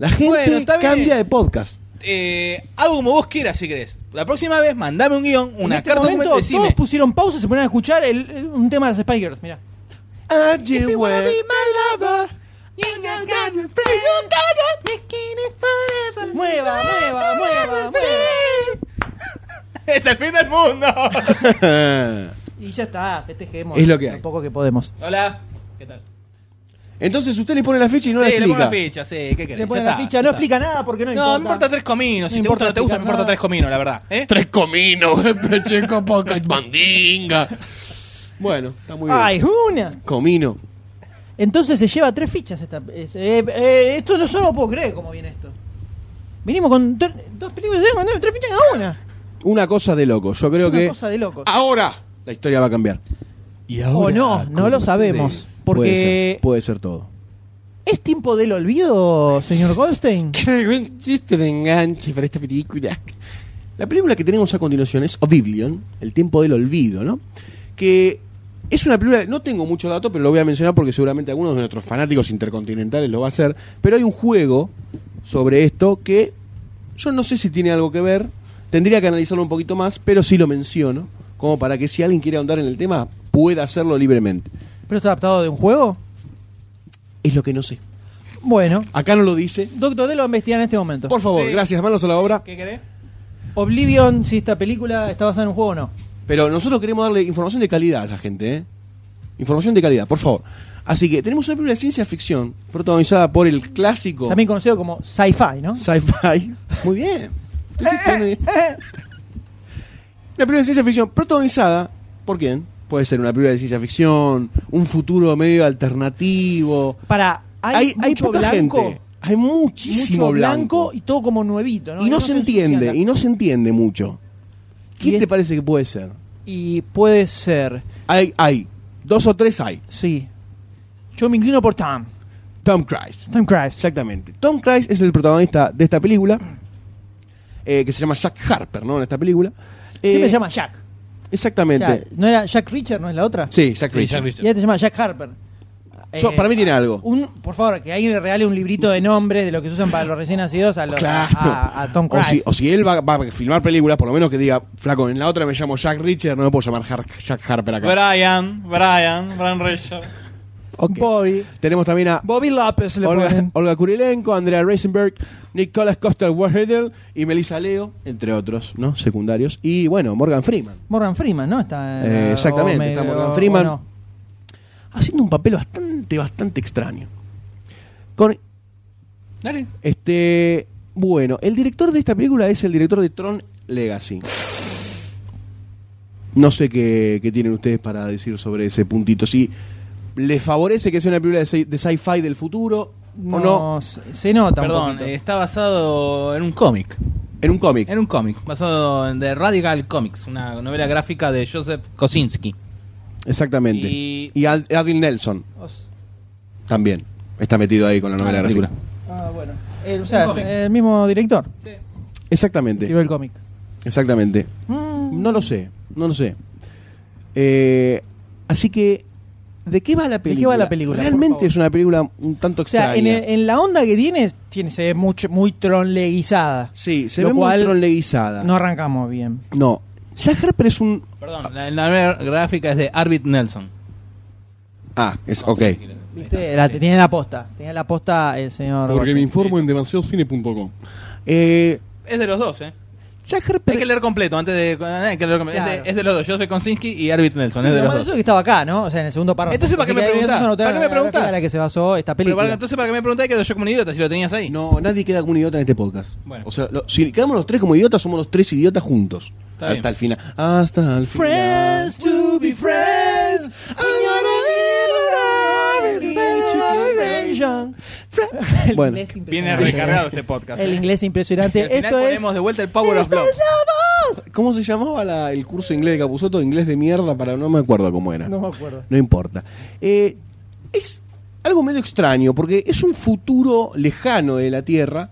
[SPEAKER 3] La
[SPEAKER 4] Bueno,
[SPEAKER 3] gente
[SPEAKER 4] está bien.
[SPEAKER 3] cambia de podcast.
[SPEAKER 4] Eh, hago como vos quieras si querés. La próxima vez mandame un guión,
[SPEAKER 2] En
[SPEAKER 4] una
[SPEAKER 2] este
[SPEAKER 4] carta
[SPEAKER 2] momento
[SPEAKER 4] documento, decime.
[SPEAKER 2] todos pusieron pausa y se ponían a escuchar el- el- un tema de las Spy Girls, mirá.
[SPEAKER 3] Ah, you
[SPEAKER 2] you wanna
[SPEAKER 3] were-
[SPEAKER 2] be Mueva, mueva, mueva, mueva.
[SPEAKER 4] es el fin del mundo.
[SPEAKER 2] Y ya está, festejemos.
[SPEAKER 3] Es lo que hay.
[SPEAKER 2] poco que podemos.
[SPEAKER 4] Hola. ¿Qué tal?
[SPEAKER 3] Entonces usted le pone la ficha y no la
[SPEAKER 4] sí, le pongo
[SPEAKER 3] explica.
[SPEAKER 4] la ficha, sí, ¿qué querés?
[SPEAKER 2] Le ponen
[SPEAKER 4] Ya
[SPEAKER 2] la
[SPEAKER 4] está,
[SPEAKER 2] ficha,
[SPEAKER 4] ya
[SPEAKER 2] no
[SPEAKER 4] está.
[SPEAKER 2] explica nada porque no
[SPEAKER 4] No,
[SPEAKER 2] importa.
[SPEAKER 4] me importa tres cominos. Si
[SPEAKER 2] No
[SPEAKER 4] te gusta o no
[SPEAKER 2] importa
[SPEAKER 4] te gusta, me importa
[SPEAKER 2] explicar
[SPEAKER 4] tres cominos, la verdad. ¿eh?
[SPEAKER 3] Tres cominos, Checo Podcast Mandinga. Bueno, está muy bien.
[SPEAKER 2] ¡Ay, una!
[SPEAKER 3] Comino.
[SPEAKER 2] Entonces se lleva tres fichas esta. es- eh, eh, esto no solo puedo creer cómo viene esto. Vinimos con tre- dos películas y con tres fichas cada una.
[SPEAKER 3] Una cosa de loco. Yo creo
[SPEAKER 2] es una
[SPEAKER 3] que
[SPEAKER 2] cosa de locos.
[SPEAKER 3] ahora la historia va a cambiar.
[SPEAKER 4] Ah, Y ah,
[SPEAKER 2] o no, no lo sabemos.
[SPEAKER 3] Puede
[SPEAKER 2] Porque
[SPEAKER 3] ser, puede ser todo.
[SPEAKER 2] es tiempo del olvido, señor Goldstein.
[SPEAKER 3] Qué buen chiste de enganche para esta película. La película que tenemos a continuación es Oblivion, El tiempo del olvido, ¿no? Que es una película, no tengo mucho dato, pero lo voy a mencionar porque seguramente algunos de nuestros fanáticos intercontinentales lo va a hacer, pero hay un juego sobre esto que yo no sé si tiene algo que ver, tendría que analizarlo un poquito más, pero sí lo menciono, como para que si alguien quiere ahondar en el tema, pueda hacerlo libremente.
[SPEAKER 2] ¿Pero está adaptado de un juego?
[SPEAKER 3] Es lo que no sé.
[SPEAKER 2] Bueno,
[SPEAKER 3] Acá no lo dice.
[SPEAKER 2] Doctor D lo investiga en este momento.
[SPEAKER 3] Por favor,
[SPEAKER 4] Sí.
[SPEAKER 3] gracias, manos a la obra.
[SPEAKER 4] ¿Qué querés?
[SPEAKER 2] Oblivion, si esta película está basada en un juego o no.
[SPEAKER 3] Pero nosotros queremos darle información de calidad a la gente, ¿eh? Información de calidad, por favor. Así que tenemos una película de ciencia ficción protagonizada por el clásico
[SPEAKER 2] También conocido como sci-fi, ¿no?
[SPEAKER 3] sci-fi. Muy bien. una película de ciencia ficción protagonizada por quién? Puede ser una película de ciencia ficción, un futuro medio alternativo.
[SPEAKER 2] Para hay, mucho
[SPEAKER 3] poca
[SPEAKER 2] blanco,
[SPEAKER 3] gente. Hay muchísimo
[SPEAKER 2] mucho
[SPEAKER 3] blanco.
[SPEAKER 2] y todo como nuevito, ¿no?
[SPEAKER 3] y no, se
[SPEAKER 2] ensucia
[SPEAKER 3] entiende,
[SPEAKER 2] la-
[SPEAKER 3] y no se entiende mucho.
[SPEAKER 2] Y
[SPEAKER 3] ¿Qué
[SPEAKER 2] es-
[SPEAKER 3] te parece que puede ser?
[SPEAKER 2] y puede ser,
[SPEAKER 3] Hay, hay. Dos o tres hay.
[SPEAKER 2] sí. Yo me inclino por Tom,
[SPEAKER 3] Tom Cruise.
[SPEAKER 2] Tom Cruise.
[SPEAKER 3] Exactamente. Tom Cruise es el protagonista de esta película, eh, que se llama Jack Harper, ¿no? En esta película. Eh,
[SPEAKER 2] Siempre se llama Jack. O
[SPEAKER 3] Exactamente.
[SPEAKER 2] sea, ¿No era Jack Richard, no es la otra?
[SPEAKER 3] Sí, Jack Richard.
[SPEAKER 2] Y este se llama Jack Harper. Eh,
[SPEAKER 3] Yo- para mí tiene algo.
[SPEAKER 2] Un, por favor, que alguien le regale un librito de nombres de lo que se usan para los recién nacidos a, los,
[SPEAKER 3] Claro.
[SPEAKER 2] Ah, a, a Tom
[SPEAKER 3] o,
[SPEAKER 2] Cruise.
[SPEAKER 3] si, o si él va, va a filmar películas, por lo menos que diga, flaco, en la otra me llamo Jack Richard, no me puedo llamar Har- Jack Harper acá.
[SPEAKER 4] Brian, Brian, Brian Richard.
[SPEAKER 3] Ok.
[SPEAKER 2] Bobby.
[SPEAKER 3] Tenemos también a
[SPEAKER 2] Bobby López le
[SPEAKER 3] Olga,
[SPEAKER 2] ponen.
[SPEAKER 3] Olga Kurilenko, Andrea Reisenberg, Nicolas Coster Wardell y Melissa Leo, entre otros, ¿no? Secundarios. Y bueno, Morgan Freeman.
[SPEAKER 2] Morgan Freeman, ¿no? Está,
[SPEAKER 3] Eh, exactamente,
[SPEAKER 2] o
[SPEAKER 3] está Morgan
[SPEAKER 2] o- o
[SPEAKER 3] Freeman.
[SPEAKER 2] no.
[SPEAKER 3] Haciendo un papel bastante, bastante extraño. Con
[SPEAKER 4] Dale.
[SPEAKER 3] Este, bueno, el director de esta película es el director de Tron Legacy. No sé qué, qué tienen ustedes para decir sobre ese puntito. Si les favorece que sea una película de, sci- de sci-fi del futuro o no.
[SPEAKER 2] se se nota un
[SPEAKER 4] Perdón,
[SPEAKER 2] poquito.
[SPEAKER 4] eh, está basado en un cómic.
[SPEAKER 3] En un cómic.
[SPEAKER 4] Era un cómic, basado en The Radical Comics, una novela gráfica de Joseph Kosinski.
[SPEAKER 3] Exactamente. Y,
[SPEAKER 4] Y-
[SPEAKER 3] Ad- Adil Nelson también está metido ahí con la novela
[SPEAKER 4] la
[SPEAKER 3] gráfica.
[SPEAKER 4] película.
[SPEAKER 2] Ah, bueno. El, o
[SPEAKER 4] Un
[SPEAKER 2] sea,
[SPEAKER 4] cómic.
[SPEAKER 2] el mismo director. Escribió
[SPEAKER 3] Exactamente,
[SPEAKER 2] el cómic.
[SPEAKER 3] exactamente. No lo sé, no lo sé. Eh, así que, ¿de qué va la película?
[SPEAKER 2] qué va la película, por
[SPEAKER 3] Realmente
[SPEAKER 2] favor?
[SPEAKER 3] es una película un tanto
[SPEAKER 2] O sea,
[SPEAKER 3] extraña.
[SPEAKER 2] en, el- en la onda que tiene, tiene se ve mucho, muy tronleguizada.
[SPEAKER 3] sí, se
[SPEAKER 2] lo
[SPEAKER 3] ve
[SPEAKER 2] cual-
[SPEAKER 3] muy tronleguizada.
[SPEAKER 2] No arrancamos bien.
[SPEAKER 3] no. Zack Harper es un...
[SPEAKER 4] Perdón, la, la novela gráfica es de Arvid Nelson.
[SPEAKER 3] Ah, es ok.
[SPEAKER 2] ¿Viste? La, Tiene la posta. Tiene la posta el señor. Goldstein.
[SPEAKER 3] informo en demasiadocine.com. Eh,
[SPEAKER 4] Es de los dos, ¿eh?
[SPEAKER 3] Zack Harper...
[SPEAKER 4] Hay que leer completo antes de. eh, hay que leer completo.
[SPEAKER 2] Claro.
[SPEAKER 4] Es, de, es de los dos, Joseph Kosinski y Arvid Nelson.
[SPEAKER 2] Sí,
[SPEAKER 4] es de
[SPEAKER 2] lo
[SPEAKER 4] los
[SPEAKER 2] malo
[SPEAKER 4] dos.
[SPEAKER 2] es que estaba acá, ¿no? O sea, en el segundo párrafo.
[SPEAKER 4] Entonces, ¿para qué
[SPEAKER 2] Así
[SPEAKER 4] me
[SPEAKER 2] que
[SPEAKER 4] preguntás?
[SPEAKER 2] esa es una
[SPEAKER 4] ¿Para qué me
[SPEAKER 2] novela gráfica
[SPEAKER 4] preguntás?
[SPEAKER 2] en la que se basó esta
[SPEAKER 4] Pero
[SPEAKER 2] película.
[SPEAKER 4] para- entonces, ¿para qué me preguntáis quedó yo como un idiota si lo tenías ahí?
[SPEAKER 3] No, nadie queda como un idiota en este podcast.
[SPEAKER 4] Bueno.
[SPEAKER 3] O sea, lo- si quedamos los tres como idiotas, somos los tres idiotas juntos.
[SPEAKER 4] Está
[SPEAKER 3] hasta
[SPEAKER 4] bien.
[SPEAKER 3] el final. Hasta el
[SPEAKER 2] Friends
[SPEAKER 3] final.
[SPEAKER 2] to be friends. I'm gonna live around with you. El
[SPEAKER 3] Bueno.
[SPEAKER 2] inglés impresionante.
[SPEAKER 4] Viene recargado este podcast.
[SPEAKER 2] El
[SPEAKER 4] ¿eh?
[SPEAKER 2] inglés
[SPEAKER 4] Y
[SPEAKER 2] impresionante.
[SPEAKER 4] al final
[SPEAKER 2] Esto es.
[SPEAKER 4] ponemos de vuelta el Power of
[SPEAKER 2] ¡Esta
[SPEAKER 4] Love.
[SPEAKER 2] es la voz!
[SPEAKER 3] ¿Cómo se llamaba la- el curso de inglés de Capuzoto? Inglés de mierda para no me acuerdo cómo era.
[SPEAKER 2] No me acuerdo.
[SPEAKER 3] No importa. Eh, es algo medio extraño porque es un futuro lejano de la Tierra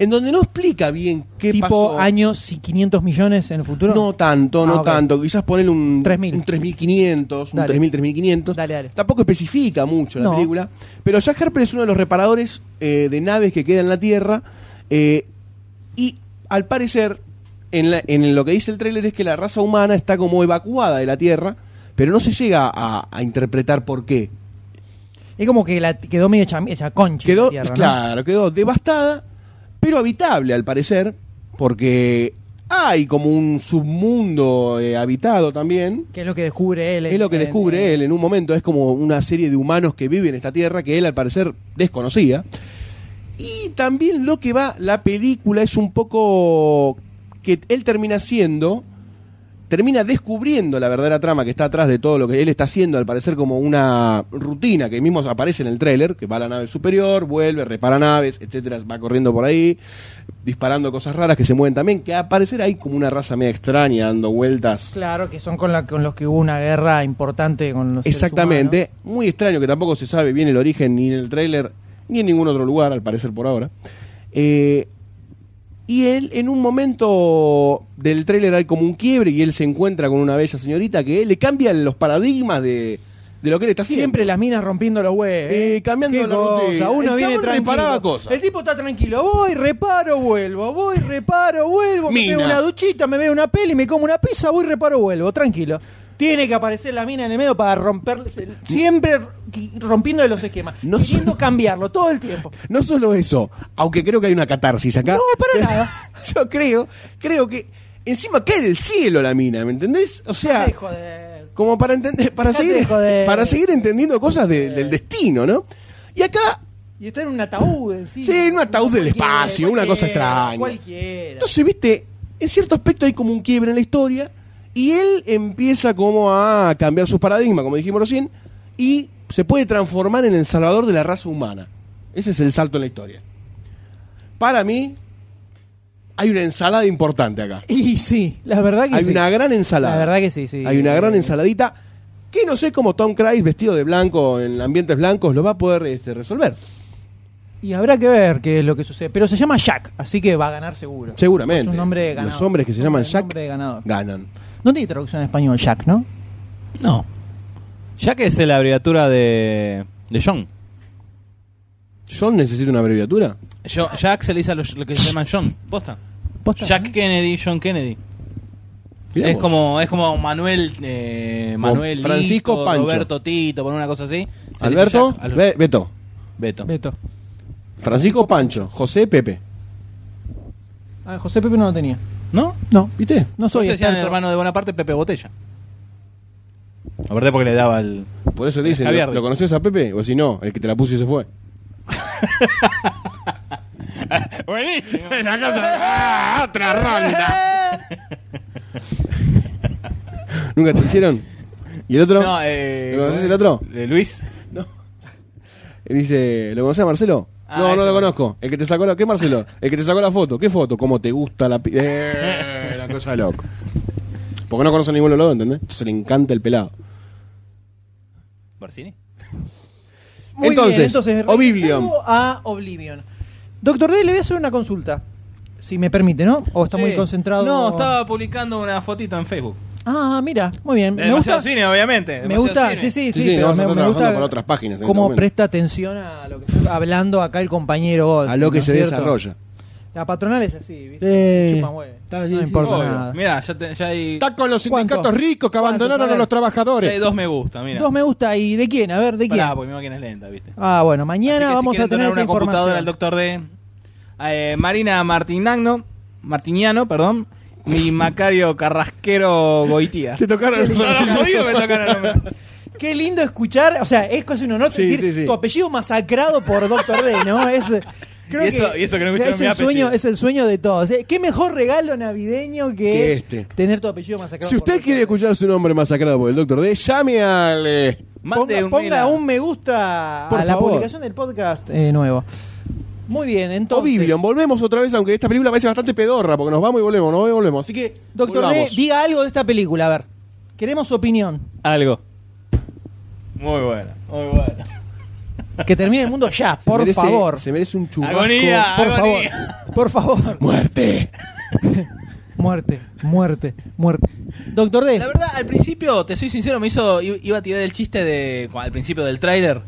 [SPEAKER 3] en donde no explica bien qué
[SPEAKER 2] Tipo
[SPEAKER 3] pasó.
[SPEAKER 2] años y 500 millones en el futuro.
[SPEAKER 3] No tanto, no
[SPEAKER 2] Ah, ok.
[SPEAKER 3] tanto. Quizás poner un
[SPEAKER 2] 3.000.
[SPEAKER 3] un 3.500, un
[SPEAKER 2] Dale.
[SPEAKER 3] 3.000, 3.500.
[SPEAKER 2] Dale, dale.
[SPEAKER 3] Tampoco especifica mucho la
[SPEAKER 2] No.
[SPEAKER 3] película. Pero Jack Harper es uno de los reparadores eh, de naves que queda en la Tierra. eh, y al parecer, en, la- en lo que dice el tráiler es que la raza humana está como evacuada de la Tierra, pero no se llega a, a interpretar por qué.
[SPEAKER 2] Es como que la quedó medio hecha, hecha concha.
[SPEAKER 3] Quedó,
[SPEAKER 2] la tierra, ¿no?
[SPEAKER 3] claro, quedó devastada, pero habitable al parecer, porque hay como un submundo eh, habitado también.
[SPEAKER 2] Que es lo que descubre él.
[SPEAKER 3] Es lo que descubre él en un momento, es como una serie de humanos que viven en esta tierra que él al parecer desconocía. Y también lo que va la película es un poco que él termina siendo, termina descubriendo la verdadera trama que está atrás de todo lo que él está haciendo, al parecer como una rutina que mismo aparece en el tráiler, que va a la nave superior, vuelve, repara naves, etcétera, va corriendo por ahí, disparando cosas raras que se mueven también, que al parecer hay como una raza media extraña dando vueltas
[SPEAKER 2] Claro, que son con, la, con los que hubo una guerra importante con los. seres
[SPEAKER 3] Exactamente. Muy extraño que tampoco se sabe bien el origen ni en el tráiler ni en ningún otro lugar, al parecer por ahora. Eh, y él, en un momento del tráiler hay como un quiebre y él se encuentra con una bella señorita que le cambia los paradigmas de, de lo que él está haciendo.
[SPEAKER 2] Siempre las minas rompiendo los huevos. ¿eh?
[SPEAKER 3] Eh, cambiando
[SPEAKER 2] Qué
[SPEAKER 3] la
[SPEAKER 2] cosa,
[SPEAKER 3] rutina.
[SPEAKER 2] Uno
[SPEAKER 3] El
[SPEAKER 2] viene
[SPEAKER 3] chabón
[SPEAKER 2] tranquilo.
[SPEAKER 3] reparaba cosas.
[SPEAKER 2] El tipo está tranquilo. Voy, reparo, vuelvo. Voy, reparo, vuelvo. Me
[SPEAKER 3] Mina.
[SPEAKER 2] veo una duchita, me veo una peli, me como una pizza, voy, reparo, vuelvo. Tranquilo. Tiene que aparecer la mina en el medio para romperles el- Siempre rompiendo de los esquemas.
[SPEAKER 3] No
[SPEAKER 2] queriendo cambiarlo todo el tiempo.
[SPEAKER 3] No solo eso, aunque creo que hay una catarsis acá.
[SPEAKER 2] No, para nada.
[SPEAKER 3] Yo creo, creo que encima cae del cielo la mina, ¿me entendés? O sea,
[SPEAKER 2] Ay, joder.
[SPEAKER 3] Como para entender, para
[SPEAKER 2] Dejate
[SPEAKER 3] seguir,
[SPEAKER 2] de Eh. joder.
[SPEAKER 3] para seguir entendiendo cosas de- del destino, ¿no? Y acá,
[SPEAKER 2] Y está en un ataúd. encima.
[SPEAKER 3] Sí, en un ataúd del
[SPEAKER 2] Cualquiera,
[SPEAKER 3] espacio, una cosa
[SPEAKER 2] cualquiera,
[SPEAKER 3] extraña.
[SPEAKER 2] Cualquiera.
[SPEAKER 3] entonces, viste, en cierto aspecto hay como un quiebre en la historia y él empieza como a cambiar sus paradigmas, como dijimos recién, y se puede transformar en el salvador de la raza humana. Ese es el salto en la historia. Para mí, hay una ensalada importante acá.
[SPEAKER 2] y sí, la verdad que
[SPEAKER 3] Hay
[SPEAKER 2] sí.
[SPEAKER 3] una gran ensalada.
[SPEAKER 2] La verdad que sí, sí.
[SPEAKER 3] Hay una gran
[SPEAKER 2] Eh,
[SPEAKER 3] ensaladita que no sé cómo Tom Cruise vestido de blanco en ambientes blancos lo va a poder este, resolver.
[SPEAKER 2] Y habrá que ver qué es lo que sucede. Pero se llama Jack, así que va a ganar seguro.
[SPEAKER 3] Seguramente.
[SPEAKER 2] Es un nombre ganador.
[SPEAKER 3] Los hombres que se
[SPEAKER 2] Un
[SPEAKER 3] llaman
[SPEAKER 2] nombre-
[SPEAKER 3] Jack
[SPEAKER 2] nombre de ganador.
[SPEAKER 3] ganan.
[SPEAKER 2] No tiene traducción en español Jack, ¿no?
[SPEAKER 4] No. Ya que es la abreviatura de, de John.
[SPEAKER 3] John necesita una abreviatura.
[SPEAKER 4] Yo- Jack se le dice a los lo que se llaman John. Posta.
[SPEAKER 2] Posta,
[SPEAKER 4] Jack
[SPEAKER 2] ¿no?
[SPEAKER 4] Kennedy, John Kennedy.
[SPEAKER 3] Mirá
[SPEAKER 4] Es
[SPEAKER 3] vos.
[SPEAKER 4] como, es como Manuel, eh,
[SPEAKER 3] Como
[SPEAKER 4] Manuel
[SPEAKER 3] Francisco
[SPEAKER 4] Lito,
[SPEAKER 3] Pancho.
[SPEAKER 4] Roberto Tito, por una cosa así. Se le dice
[SPEAKER 3] Alberto,
[SPEAKER 4] Jack a los-
[SPEAKER 3] Be- Beto.
[SPEAKER 4] Beto.
[SPEAKER 2] Beto.
[SPEAKER 3] Francisco Pancho, José Pepe.
[SPEAKER 2] Ah, José Pepe no lo tenía.
[SPEAKER 4] ¿No?
[SPEAKER 2] No.
[SPEAKER 3] ¿Viste?
[SPEAKER 2] No soy
[SPEAKER 4] No sé si era el
[SPEAKER 2] experto.
[SPEAKER 4] hermano de Bonaparte, Pepe Botella. Aparte porque le daba el...
[SPEAKER 3] Por eso le dicen,
[SPEAKER 4] Javier.
[SPEAKER 3] ¿lo, lo conoces a Pepe? O si no, el que te la puso y se fue.
[SPEAKER 4] Buenísimo.
[SPEAKER 3] Ah, ¡Otra ronda! ¿Nunca te hicieron? ¿Y el otro?
[SPEAKER 4] No, eh,
[SPEAKER 3] ¿Lo conoces el otro?
[SPEAKER 4] Eh, Luis.
[SPEAKER 3] No. Y dice, ¿lo conoces a Marcelo?
[SPEAKER 5] Ah,
[SPEAKER 3] no, no
[SPEAKER 5] ese
[SPEAKER 3] lo
[SPEAKER 5] no.
[SPEAKER 3] conozco. El que te sacó la. ¿Qué Marcelo? El que te sacó la foto. ¿Qué foto? ¿Cómo te gusta la. pi- Eh, la cosa de loco. Porque no conoce a ninguno de los dos, ¿entendés? Se le encanta el pelado.
[SPEAKER 5] ¿Barcini?
[SPEAKER 2] Muy
[SPEAKER 3] Entonces,
[SPEAKER 2] bien, entonces
[SPEAKER 3] Oblivion.
[SPEAKER 2] regresando a Oblivion. Doctor D, le voy a hacer una consulta. Si me permite, ¿no? O está muy
[SPEAKER 5] Sí.
[SPEAKER 2] concentrado.
[SPEAKER 5] No, estaba publicando una fotito en Facebook.
[SPEAKER 2] Ah, mira, muy bien. Me
[SPEAKER 5] Demasiado
[SPEAKER 2] gusta.
[SPEAKER 5] cine, obviamente.
[SPEAKER 2] Me
[SPEAKER 5] demasiado
[SPEAKER 2] gusta,
[SPEAKER 5] cine.
[SPEAKER 2] sí, sí, sí,
[SPEAKER 3] Sí, sí, no
[SPEAKER 2] pero
[SPEAKER 3] vas a
[SPEAKER 2] me,
[SPEAKER 3] estar
[SPEAKER 2] me
[SPEAKER 3] trabajando
[SPEAKER 2] gusta
[SPEAKER 3] para otras páginas en este
[SPEAKER 2] cómo
[SPEAKER 3] momento.
[SPEAKER 2] presta atención a lo que está hablando acá el compañero Gold.
[SPEAKER 3] A lo que se desarrolla.
[SPEAKER 2] La patronal es así, ¿viste?
[SPEAKER 3] Eh,
[SPEAKER 2] Chupa huevo.
[SPEAKER 3] está bien,
[SPEAKER 2] no
[SPEAKER 3] sí,
[SPEAKER 2] importa
[SPEAKER 5] Obvio.
[SPEAKER 2] nada.
[SPEAKER 5] Mirá, ya, te- ya hay,
[SPEAKER 3] Está con los
[SPEAKER 2] ¿Cuánto?
[SPEAKER 3] sindicatos ricos que
[SPEAKER 2] ¿Cuánto,
[SPEAKER 3] abandonaron a
[SPEAKER 2] Fabel?
[SPEAKER 3] los
[SPEAKER 5] ya hay
[SPEAKER 3] trabajadores.
[SPEAKER 5] dos me gusta, mira.
[SPEAKER 2] Dos me gusta. ¿Y de quién? A ver, ¿de quién?
[SPEAKER 5] Pará, porque mi máquina es lenta, viste.
[SPEAKER 2] Ah, bueno, mañana
[SPEAKER 5] Así que si
[SPEAKER 2] vamos a
[SPEAKER 5] quieren
[SPEAKER 2] tener
[SPEAKER 5] donar
[SPEAKER 2] esa
[SPEAKER 5] una computadora al
[SPEAKER 2] información.
[SPEAKER 5] doctor D. eh, Marina Martinagno, Martiniano, perdón. Mi Macario Carrasquero Goitía.
[SPEAKER 3] Te tocaron los
[SPEAKER 5] No, no, jodido me tocaron el nombre.
[SPEAKER 2] Qué lindo escuchar, o sea, es casi un honor
[SPEAKER 3] Sí,
[SPEAKER 2] sentir
[SPEAKER 3] sí, sí.
[SPEAKER 2] tu apellido masacrado por Doctor D, ¿no? Es, eh, creo
[SPEAKER 5] Y eso- y eso que no escucharon
[SPEAKER 2] es
[SPEAKER 5] mi
[SPEAKER 2] el sueño,
[SPEAKER 5] apellido.
[SPEAKER 2] es el sueño de todos. ¿eh? Qué mejor regalo navideño que,
[SPEAKER 3] Que este.
[SPEAKER 2] tener tu apellido masacrado.
[SPEAKER 3] Si
[SPEAKER 2] por
[SPEAKER 3] usted
[SPEAKER 2] Dr.
[SPEAKER 3] quiere
[SPEAKER 2] D.
[SPEAKER 3] escuchar su nombre masacrado por el Doctor D, llame al. eh,
[SPEAKER 5] Mande
[SPEAKER 2] ponga, ponga
[SPEAKER 5] mail a-
[SPEAKER 2] un me gusta
[SPEAKER 3] Por
[SPEAKER 2] a la
[SPEAKER 3] favor.
[SPEAKER 2] publicación del podcast eh, nuevo. Muy bien, entonces.
[SPEAKER 3] Oblivion, volvemos otra vez, aunque esta película parece bastante pedorra, porque nos vamos y volvemos, nos vamos y volvemos. Así que,
[SPEAKER 2] Doctor D,
[SPEAKER 3] volvamos.
[SPEAKER 2] diga algo de esta película, a ver. Queremos opinión.
[SPEAKER 5] Algo. Muy bueno, muy bueno.
[SPEAKER 2] Que termine el mundo ya,
[SPEAKER 3] Se
[SPEAKER 2] por
[SPEAKER 3] merece-
[SPEAKER 2] favor.
[SPEAKER 3] Se merece un churrasco.
[SPEAKER 5] Agonía,
[SPEAKER 2] Por favor.
[SPEAKER 5] agonía.
[SPEAKER 2] Por favor.
[SPEAKER 3] ¡Muerte!
[SPEAKER 2] Muerte, muerte, muerte. Doctor D.
[SPEAKER 5] La verdad, al principio, te soy sincero, me hizo. i- Iba a tirar el chiste de. cu- Al principio del tráiler.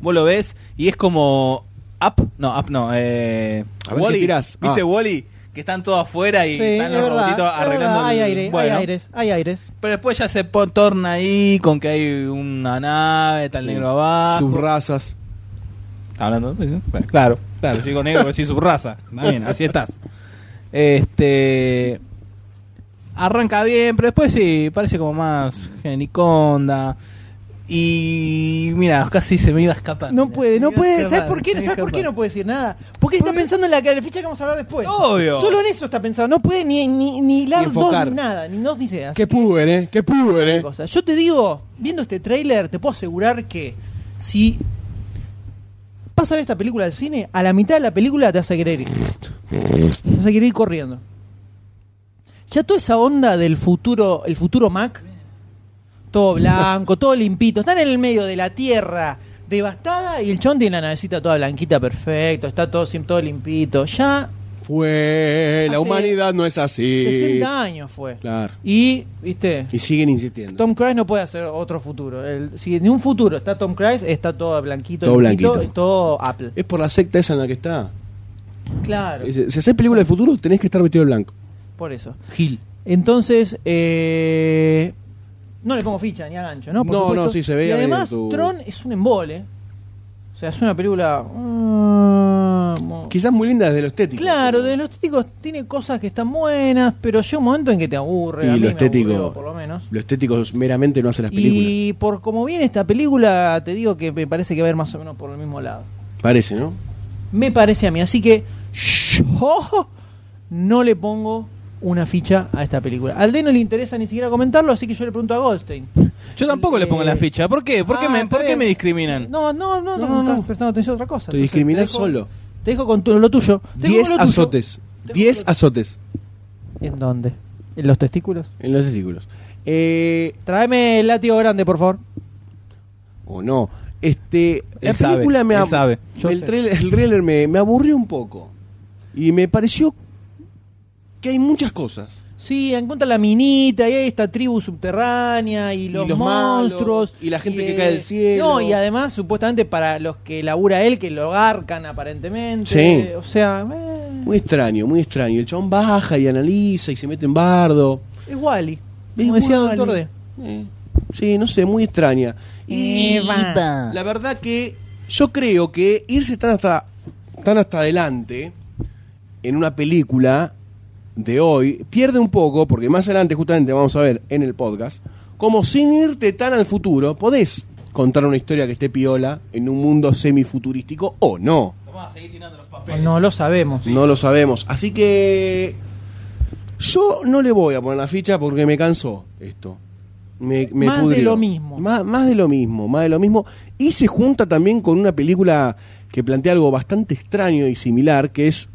[SPEAKER 5] Vos lo ves y es como. Up. No, Up no. Eh,
[SPEAKER 3] A ver qué tirás.
[SPEAKER 5] ¿Viste
[SPEAKER 3] Ah.
[SPEAKER 5] Wally? Que están todos afuera y
[SPEAKER 2] Sí,
[SPEAKER 5] están los
[SPEAKER 2] es verdad,
[SPEAKER 5] robotitos
[SPEAKER 2] es
[SPEAKER 5] arreglando.
[SPEAKER 2] verdad, Hay
[SPEAKER 5] el-
[SPEAKER 2] aire,
[SPEAKER 5] bueno.
[SPEAKER 2] hay aires, hay aires.
[SPEAKER 5] Pero después ya se po- torna ahí con que hay una nave, está el negro abajo.
[SPEAKER 3] Sus razas.
[SPEAKER 5] Hablando. pues, Claro, claro, yo digo negro, pero sí su raza. También, así estás. Este. Arranca bien, pero después sí, parece como más genericonda. Y. Mira, casi se me iba a escapar.
[SPEAKER 2] No
[SPEAKER 5] Mirá,
[SPEAKER 2] puede,
[SPEAKER 5] se
[SPEAKER 2] no
[SPEAKER 5] me iba a
[SPEAKER 2] puede.
[SPEAKER 5] escapar,
[SPEAKER 2] ¿Sabes por qué?
[SPEAKER 5] se me iba a
[SPEAKER 2] ¿Sabes por qué
[SPEAKER 5] escapar.
[SPEAKER 2] no puede decir nada? Porque está pensando en la, que- la fecha que vamos a hablar después.
[SPEAKER 5] Obvio.
[SPEAKER 2] Solo en eso está pensando. No puede ni, ni, ni hilar dos
[SPEAKER 3] enfocar.
[SPEAKER 2] ni nada, ni dos ni sedas.
[SPEAKER 3] ¡Qué puber, eh! ¡Qué puber, eh!
[SPEAKER 2] cosa. Yo te digo, viendo este tráiler, te puedo asegurar que si vas a ver esta película al cine, a la mitad de la película te vas a querer ir. Te vas a querer ir corriendo. Ya toda esa onda del futuro, el futuro Mac, todo blanco, todo limpito, están en el medio de la tierra devastada y el chon tiene la navecita toda blanquita, perfecto, está todo, sim- todo limpito. Ya
[SPEAKER 3] Fue, la
[SPEAKER 2] Hace
[SPEAKER 3] humanidad no es así.
[SPEAKER 2] 60 años fue.
[SPEAKER 3] Claro.
[SPEAKER 2] Y, viste,
[SPEAKER 3] Y siguen insistiendo.
[SPEAKER 2] Tom Cruise no puede hacer otro futuro. El- si en un futuro está Tom Cruise, está todo blanquito,
[SPEAKER 3] Todo
[SPEAKER 2] limpito,
[SPEAKER 3] blanquito. Eh,
[SPEAKER 2] es todo Apple.
[SPEAKER 3] Es por la secta esa en la que está.
[SPEAKER 2] Claro,
[SPEAKER 3] Es- Eh, Si haces película de futuro, tenés que estar vestido de blanco.
[SPEAKER 2] por eso.
[SPEAKER 3] Gil.
[SPEAKER 2] Entonces, eh, no le pongo ficha ni a gancho, ¿no? Por
[SPEAKER 3] No,
[SPEAKER 2] supuesto.
[SPEAKER 3] no, sí, se veía
[SPEAKER 2] Y además,
[SPEAKER 3] bien tu-
[SPEAKER 2] Tron es un embole. O sea, es una película. mm,
[SPEAKER 3] Quizás muy linda desde lo estético.
[SPEAKER 2] Claro,
[SPEAKER 3] pero-
[SPEAKER 2] de lo estético tiene cosas que están buenas, pero llega un momento en que te aburre.
[SPEAKER 3] Y
[SPEAKER 2] a mí
[SPEAKER 3] lo
[SPEAKER 2] me
[SPEAKER 3] estético-
[SPEAKER 2] aburrió, por lo menos.
[SPEAKER 3] Lo estético meramente no hace las películas.
[SPEAKER 2] Y por como viene esta película, te digo que me parece que va a ir más o menos por el mismo lado.
[SPEAKER 3] Parece, ¿no?
[SPEAKER 2] Me parece a mí. Así que yo no le pongo una ficha a esta película. Al D no le interesa ni siquiera comentarlo, así que yo le pregunto a Goldstein.
[SPEAKER 5] Yo tampoco le pongo la ficha. ¿Por qué? Eh, ¿Por qué,
[SPEAKER 2] Ah,
[SPEAKER 5] me,
[SPEAKER 2] está
[SPEAKER 5] ¿por qué
[SPEAKER 2] bien.
[SPEAKER 5] me discriminan?
[SPEAKER 2] No, no, no, no,
[SPEAKER 3] No, no,
[SPEAKER 2] estás
[SPEAKER 3] no.
[SPEAKER 2] prestando atención a otra cosa.
[SPEAKER 3] Te
[SPEAKER 2] Entonces,
[SPEAKER 3] discriminás
[SPEAKER 2] dejo-
[SPEAKER 3] solo.
[SPEAKER 2] Te dejo con tu- lo tuyo. Te dejo
[SPEAKER 3] 10
[SPEAKER 2] con lo tuyo.
[SPEAKER 3] azotes.
[SPEAKER 2] Tengo
[SPEAKER 3] 10
[SPEAKER 2] otro.
[SPEAKER 3] azotes
[SPEAKER 2] ¿En dónde? ¿En los testículos?
[SPEAKER 3] en los testículos. Eh,
[SPEAKER 2] Tráeme el látigo grande, por favor.
[SPEAKER 3] o no. Este, la
[SPEAKER 5] Él sabe,
[SPEAKER 3] película me
[SPEAKER 5] él
[SPEAKER 3] ab-
[SPEAKER 5] sabe.
[SPEAKER 2] Yo
[SPEAKER 3] el,
[SPEAKER 2] sé.
[SPEAKER 3] trailer, el trailer me, me aburrió un poco. Y me pareció que hay muchas cosas.
[SPEAKER 2] Sí, encuentra la minita y ahí esta tribu subterránea y los,
[SPEAKER 3] los malos,
[SPEAKER 2] monstruos.
[SPEAKER 3] y la gente que cae del cielo.
[SPEAKER 2] No, y además, supuestamente, para los que labura él, que lo garcan aparentemente.
[SPEAKER 3] Sí.
[SPEAKER 2] O sea, eh,
[SPEAKER 3] Muy extraño, muy extraño. El chabón baja y analiza y se mete en bardo.
[SPEAKER 2] es Wally.
[SPEAKER 3] Es
[SPEAKER 2] Como decía
[SPEAKER 3] igual.
[SPEAKER 2] Doctor D.
[SPEAKER 3] Eh, Sí, no sé, muy extraña.
[SPEAKER 2] Mm.
[SPEAKER 3] Y
[SPEAKER 7] Eva.
[SPEAKER 3] la verdad que yo creo que irse tan hasta, tan hasta adelante en una película de hoy pierde un poco, porque más adelante justamente vamos a ver en el podcast, como sin irte tan al futuro, podés contar una historia que esté piola en un mundo semifuturístico o no.
[SPEAKER 2] No lo sabemos.
[SPEAKER 3] No lo sabemos. Así que yo no le voy a poner la ficha porque me cansó esto. Me, me
[SPEAKER 2] Más de
[SPEAKER 3] pudrió.
[SPEAKER 2] lo mismo.
[SPEAKER 3] Más, más de lo mismo, más de lo mismo. Y se junta también con una película que plantea algo bastante extraño y similar, que es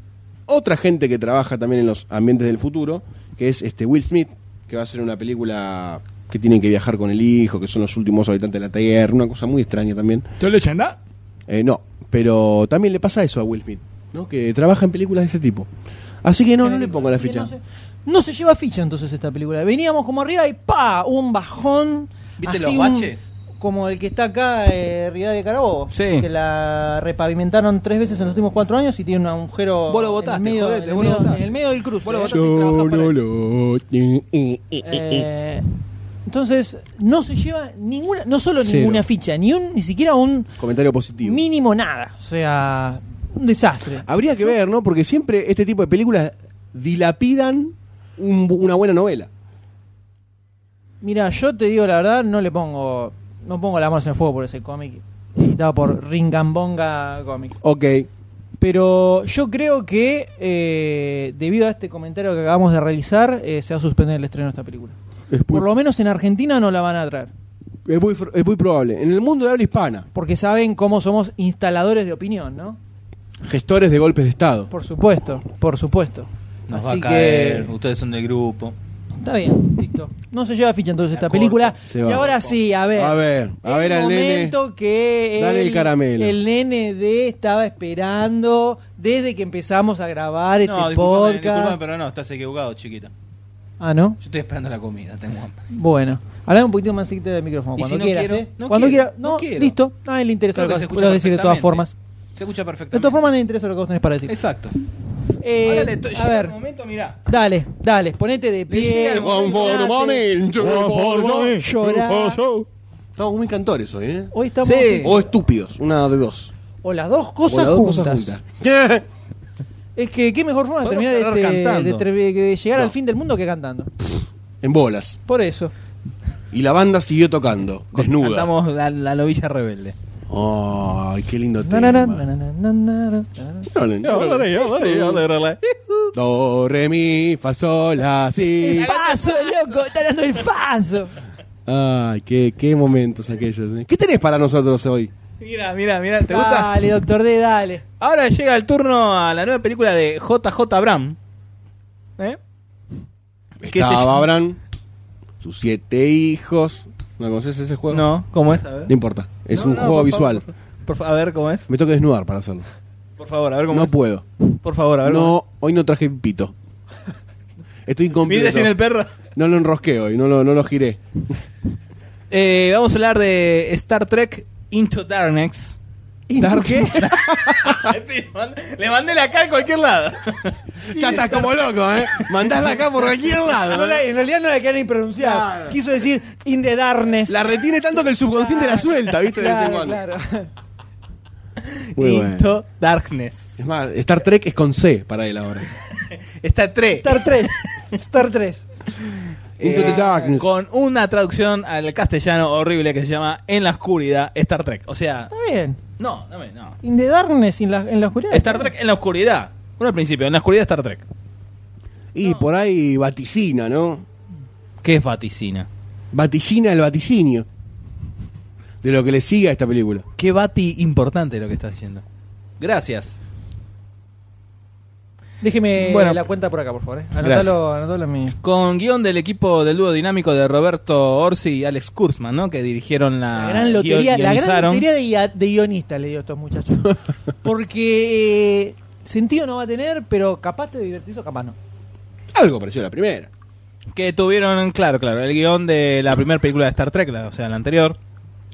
[SPEAKER 3] otra gente que trabaja también en los ambientes del futuro, que es este Will Smith, que va a hacer una película que tienen que viajar con el hijo, que son los últimos habitantes de la Tierra, una cosa muy extraña también.
[SPEAKER 8] ¿Te lo echan, da?
[SPEAKER 3] Eh, no, pero también le pasa eso a Will Smith, ¿no? que trabaja en películas de ese tipo. Así que no, no le pongo la
[SPEAKER 2] Así que
[SPEAKER 3] ficha.
[SPEAKER 2] No se, no se lleva ficha entonces esta película. Veníamos como arriba y ¡pa! Un bajón.
[SPEAKER 5] ¿Viste
[SPEAKER 2] así
[SPEAKER 5] los
[SPEAKER 2] un-
[SPEAKER 5] baches?
[SPEAKER 2] como el que está acá, eh, Rivadavia de Carabobo.
[SPEAKER 5] Sí.
[SPEAKER 2] Que la repavimentaron tres veces en los últimos cuatro años y tiene un agujero
[SPEAKER 5] Vos lo botaste,
[SPEAKER 2] en, el medio,
[SPEAKER 5] jodete,
[SPEAKER 2] en el
[SPEAKER 5] vos lo
[SPEAKER 2] medio-
[SPEAKER 5] botaste.
[SPEAKER 2] en el medio del cruce.
[SPEAKER 5] Vos lo
[SPEAKER 2] ¿eh?
[SPEAKER 5] botaste. trabaja para él.
[SPEAKER 3] lo-
[SPEAKER 2] Eh, entonces, no se lleva ninguna, no solo
[SPEAKER 3] Cero.
[SPEAKER 2] ninguna ficha, ni un, ni siquiera un
[SPEAKER 3] Comentario positivo.
[SPEAKER 2] mínimo nada. O sea, un desastre.
[SPEAKER 3] Habría que ver, ¿no? Porque siempre este tipo de películas dilapidan un bu- una buena novela.
[SPEAKER 2] Mira, yo te digo la verdad, no le pongo no pongo la mano en el fuego por ese cómic editado por Ringambonga Comics.
[SPEAKER 3] Ok.
[SPEAKER 2] Pero yo creo que eh, debido a este comentario que acabamos de realizar, eh, se va a suspender el estreno de esta película.
[SPEAKER 3] Es
[SPEAKER 2] Por
[SPEAKER 3] muy,
[SPEAKER 2] lo menos en Argentina no la van a traer,
[SPEAKER 3] es muy fr- es muy probable. En el mundo de habla hispana,
[SPEAKER 2] porque saben cómo somos instaladores de opinión, ¿no?
[SPEAKER 3] gestores de golpes de Estado.
[SPEAKER 2] Por supuesto, por supuesto.
[SPEAKER 5] Nos
[SPEAKER 2] Así
[SPEAKER 5] va a caer.
[SPEAKER 2] que
[SPEAKER 5] Ustedes son del grupo.
[SPEAKER 2] está bien, listo. No se lleva ficha entonces
[SPEAKER 5] La
[SPEAKER 2] esta
[SPEAKER 5] corto.
[SPEAKER 2] película.
[SPEAKER 3] Se va.
[SPEAKER 2] Y ahora sí, a ver.
[SPEAKER 3] A ver, a ver
[SPEAKER 2] el
[SPEAKER 3] al nene.
[SPEAKER 2] momento que
[SPEAKER 3] Dale el caramelo.
[SPEAKER 2] el nene de estaba esperando desde que empezamos a grabar este
[SPEAKER 5] no, disculpame,
[SPEAKER 2] podcast.
[SPEAKER 5] disculpame, pero no, estás equivocado, chiquita.
[SPEAKER 2] Ah, ¿no?
[SPEAKER 5] Yo estoy esperando la comida, tengo hambre.
[SPEAKER 2] Bueno. Hablá un poquitito más cerquita del micrófono.
[SPEAKER 5] Y
[SPEAKER 2] Cuando
[SPEAKER 5] si no
[SPEAKER 2] quieras,
[SPEAKER 5] quiero,
[SPEAKER 2] ¿eh?
[SPEAKER 5] no
[SPEAKER 2] Cuando
[SPEAKER 5] quiero,
[SPEAKER 2] quieras.
[SPEAKER 5] no
[SPEAKER 2] No,
[SPEAKER 5] quiero.
[SPEAKER 2] listo. A él le interesa
[SPEAKER 5] Creo
[SPEAKER 2] lo
[SPEAKER 5] que
[SPEAKER 2] que
[SPEAKER 5] se
[SPEAKER 2] vas-
[SPEAKER 5] escucha
[SPEAKER 2] puedes decir de todas
[SPEAKER 5] perfectamente.
[SPEAKER 2] formas.
[SPEAKER 5] Se escucha perfectamente.
[SPEAKER 2] De todas formas, le interesa lo que vos tenés para decir.
[SPEAKER 5] Exacto.
[SPEAKER 2] Eh,
[SPEAKER 5] Ahora le to-
[SPEAKER 2] a
[SPEAKER 5] llega el
[SPEAKER 2] ver,
[SPEAKER 5] momento, mirá.
[SPEAKER 2] dale, dale, ponete de
[SPEAKER 5] llega
[SPEAKER 2] pie.
[SPEAKER 5] el momento.
[SPEAKER 2] sentate. Llorá.
[SPEAKER 3] Estamos muy cantores hoy, ¿eh?
[SPEAKER 2] Hoy estamos.
[SPEAKER 5] Sí.
[SPEAKER 3] O estúpidos, una de dos.
[SPEAKER 2] O las dos
[SPEAKER 3] O
[SPEAKER 2] cosas,
[SPEAKER 3] las dos
[SPEAKER 2] juntas.
[SPEAKER 3] cosas juntas.
[SPEAKER 2] Es que qué mejor forma de
[SPEAKER 5] Podemos
[SPEAKER 2] terminar
[SPEAKER 5] cerrar
[SPEAKER 2] este- de,
[SPEAKER 5] cantando.
[SPEAKER 2] tre- de llegar
[SPEAKER 3] No.
[SPEAKER 2] al fin del mundo que cantando.
[SPEAKER 3] en bolas.
[SPEAKER 2] Por eso.
[SPEAKER 3] Y la banda siguió tocando, desnuda.
[SPEAKER 5] Cantamos la, la novilla rebelde.
[SPEAKER 3] Ay, qué lindo
[SPEAKER 2] Na,
[SPEAKER 3] tema.
[SPEAKER 2] na, na, na, na, na, na, na.
[SPEAKER 3] Dale, dale. Do, re, mi, fa, sol, la, si.
[SPEAKER 2] El paso, loco, está dando el paso.
[SPEAKER 3] Ay, qué, qué momentos aquellos. ¿eh? ¿Qué tenés para nosotros hoy?
[SPEAKER 5] Mira, mira, mira, ¿te gusta?
[SPEAKER 2] Dale, doctor D, dale.
[SPEAKER 5] Ahora llega el turno a la nueva película de JJ Abrams. ¿Eh? ¿Qué se
[SPEAKER 3] Estaba
[SPEAKER 5] llama?
[SPEAKER 3] Abraham, sus siete hijos. ¿No conoces ese juego?
[SPEAKER 5] No, ¿cómo es? A ver.
[SPEAKER 3] No importa, es
[SPEAKER 5] No,
[SPEAKER 3] un
[SPEAKER 5] no,
[SPEAKER 3] juego
[SPEAKER 5] por
[SPEAKER 3] visual.
[SPEAKER 5] favor, por- por fa- a ver cómo es.
[SPEAKER 3] Me toca desnudar para hacerlo.
[SPEAKER 5] Por favor, a ver cómo
[SPEAKER 3] No
[SPEAKER 5] es.
[SPEAKER 3] puedo.
[SPEAKER 5] Por favor, a ver. cómo
[SPEAKER 3] No, hoy no traje pito. Estoy
[SPEAKER 5] es. Mire
[SPEAKER 3] incompleto.
[SPEAKER 5] sin el perro.
[SPEAKER 3] No lo enrosqué hoy, no lo, no lo giré.
[SPEAKER 5] Eh, vamos a hablar de Star Trek Into Darkness.
[SPEAKER 3] Dark-
[SPEAKER 5] Sí, man- le mandé la cara a cualquier lado.
[SPEAKER 3] ya estás como loco, ¿eh? Mandásla acá por cualquier
[SPEAKER 2] No
[SPEAKER 3] lado.
[SPEAKER 2] la-
[SPEAKER 3] ¿eh?
[SPEAKER 2] en realidad no la quería ni pronunciar.
[SPEAKER 3] Claro.
[SPEAKER 2] Quiso decir in the darkness.
[SPEAKER 3] La retiene tanto que el subconsciente la suelta, ¿viste? De vez en
[SPEAKER 2] claro,
[SPEAKER 3] cuando.
[SPEAKER 2] claro.
[SPEAKER 3] Muy bueno.
[SPEAKER 5] Into Darkness.
[SPEAKER 3] Es más, Star Trek es con C para él ahora.
[SPEAKER 5] Está 3.
[SPEAKER 2] Star 3. Star 3.
[SPEAKER 3] Into the darkness.
[SPEAKER 5] Con una traducción al castellano horrible que se llama En la oscuridad Star Trek. O sea,
[SPEAKER 2] Está bien.
[SPEAKER 5] no, no, me- no.
[SPEAKER 2] In the darkness, en la, en la oscuridad.
[SPEAKER 5] Star Trek en la oscuridad. Bueno, al principio, en la oscuridad Star Trek.
[SPEAKER 3] Y por ahí vaticina, ¿no?
[SPEAKER 5] ¿Qué es vaticina?
[SPEAKER 3] Vaticina el vaticinio. De lo que le sigue a esta película.
[SPEAKER 5] Qué bati importante lo que estás diciendo. Gracias.
[SPEAKER 2] Déjeme
[SPEAKER 5] Bueno.
[SPEAKER 2] la cuenta por acá, por favor. eh.
[SPEAKER 5] Gracias.
[SPEAKER 2] Anotalo, anotalo en mi.
[SPEAKER 5] Con guión del equipo del dúo dinámico de Roberto Orsi y Alex Kurzman, ¿no? Que dirigieron la.
[SPEAKER 2] La gran lotería, la gran
[SPEAKER 5] Ah, guionizaron.
[SPEAKER 2] lotería de, guia- de guionistas le dio a estos muchachos. Porque eh, sentido no va a tener, pero capaz te divertís o capaz no.
[SPEAKER 3] Algo pareció a la primera.
[SPEAKER 5] Que tuvieron, claro, claro, el guión de la primera película de Star Trek, la- o sea, la anterior,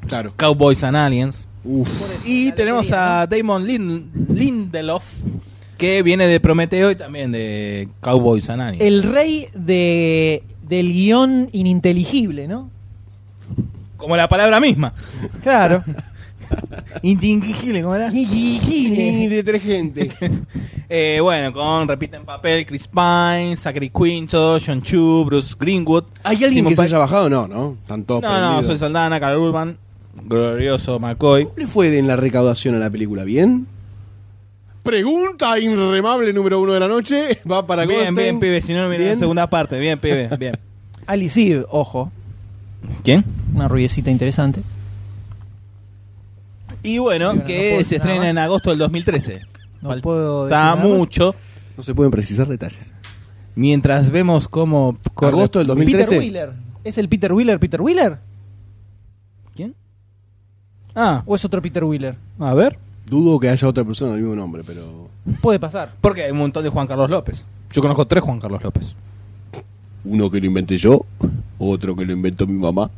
[SPEAKER 3] Claro.
[SPEAKER 5] Cowboys and Aliens.
[SPEAKER 3] Uf.
[SPEAKER 5] Y
[SPEAKER 2] La
[SPEAKER 5] tenemos
[SPEAKER 2] lotería,
[SPEAKER 5] a Damon Lin- Lindelof, que viene de Prometeo y también de Cowboys and Aliens.
[SPEAKER 2] El rey de, del guión ininteligible, ¿no?
[SPEAKER 5] Como la palabra misma.
[SPEAKER 2] Claro.
[SPEAKER 5] Indingigible, ¿cómo era?
[SPEAKER 3] Y detergente.
[SPEAKER 5] Eh, bueno, con Repita en Papel, Chris Pine, Zachary Quinto, John Chu, Bruce Greenwood.
[SPEAKER 3] ¿Hay alguien
[SPEAKER 5] Simon
[SPEAKER 3] que se
[SPEAKER 5] Pegg-
[SPEAKER 3] haya bajado? No, ¿no? Están todos
[SPEAKER 5] No, no,
[SPEAKER 3] prendidos.
[SPEAKER 5] soy Saldana, Carl Urban, glorioso McCoy.
[SPEAKER 3] ¿Cómo le fue en la recaudación a la película? ¿Bien? Pregunta inremable número uno de la noche. Va para
[SPEAKER 5] Bien,
[SPEAKER 3] Goldstein.
[SPEAKER 5] bien, pibe, si no, mira la
[SPEAKER 3] Bien.
[SPEAKER 5] segunda parte. Bien, pibe, bien.
[SPEAKER 2] Alice Eve, ojo.
[SPEAKER 5] ¿Quién?
[SPEAKER 2] Una rubiecita interesante.
[SPEAKER 5] Y bueno,
[SPEAKER 2] Bueno, no
[SPEAKER 5] que
[SPEAKER 2] puedo
[SPEAKER 5] se
[SPEAKER 2] decir nada
[SPEAKER 5] estrena
[SPEAKER 2] más.
[SPEAKER 5] en agosto del 2013.
[SPEAKER 2] No
[SPEAKER 5] Falta
[SPEAKER 2] puedo decir nada más.
[SPEAKER 5] mucho.
[SPEAKER 3] No se pueden precisar detalles.
[SPEAKER 5] Mientras vemos cómo... corre-
[SPEAKER 3] Agosto del 2013.
[SPEAKER 2] Peter Wheeler. ¿Es el Peter Wheeler Peter Wheeler?
[SPEAKER 5] ¿Quién? Ah,
[SPEAKER 2] ¿O es otro Peter Wheeler?
[SPEAKER 5] a ver.
[SPEAKER 3] Dudo que haya otra persona del mismo nombre, pero.
[SPEAKER 2] Puede pasar.
[SPEAKER 5] Porque hay un montón de Juan Carlos López. Yo conozco tres Juan Carlos López.
[SPEAKER 3] Uno que lo inventé yo, otro que lo inventó mi mamá,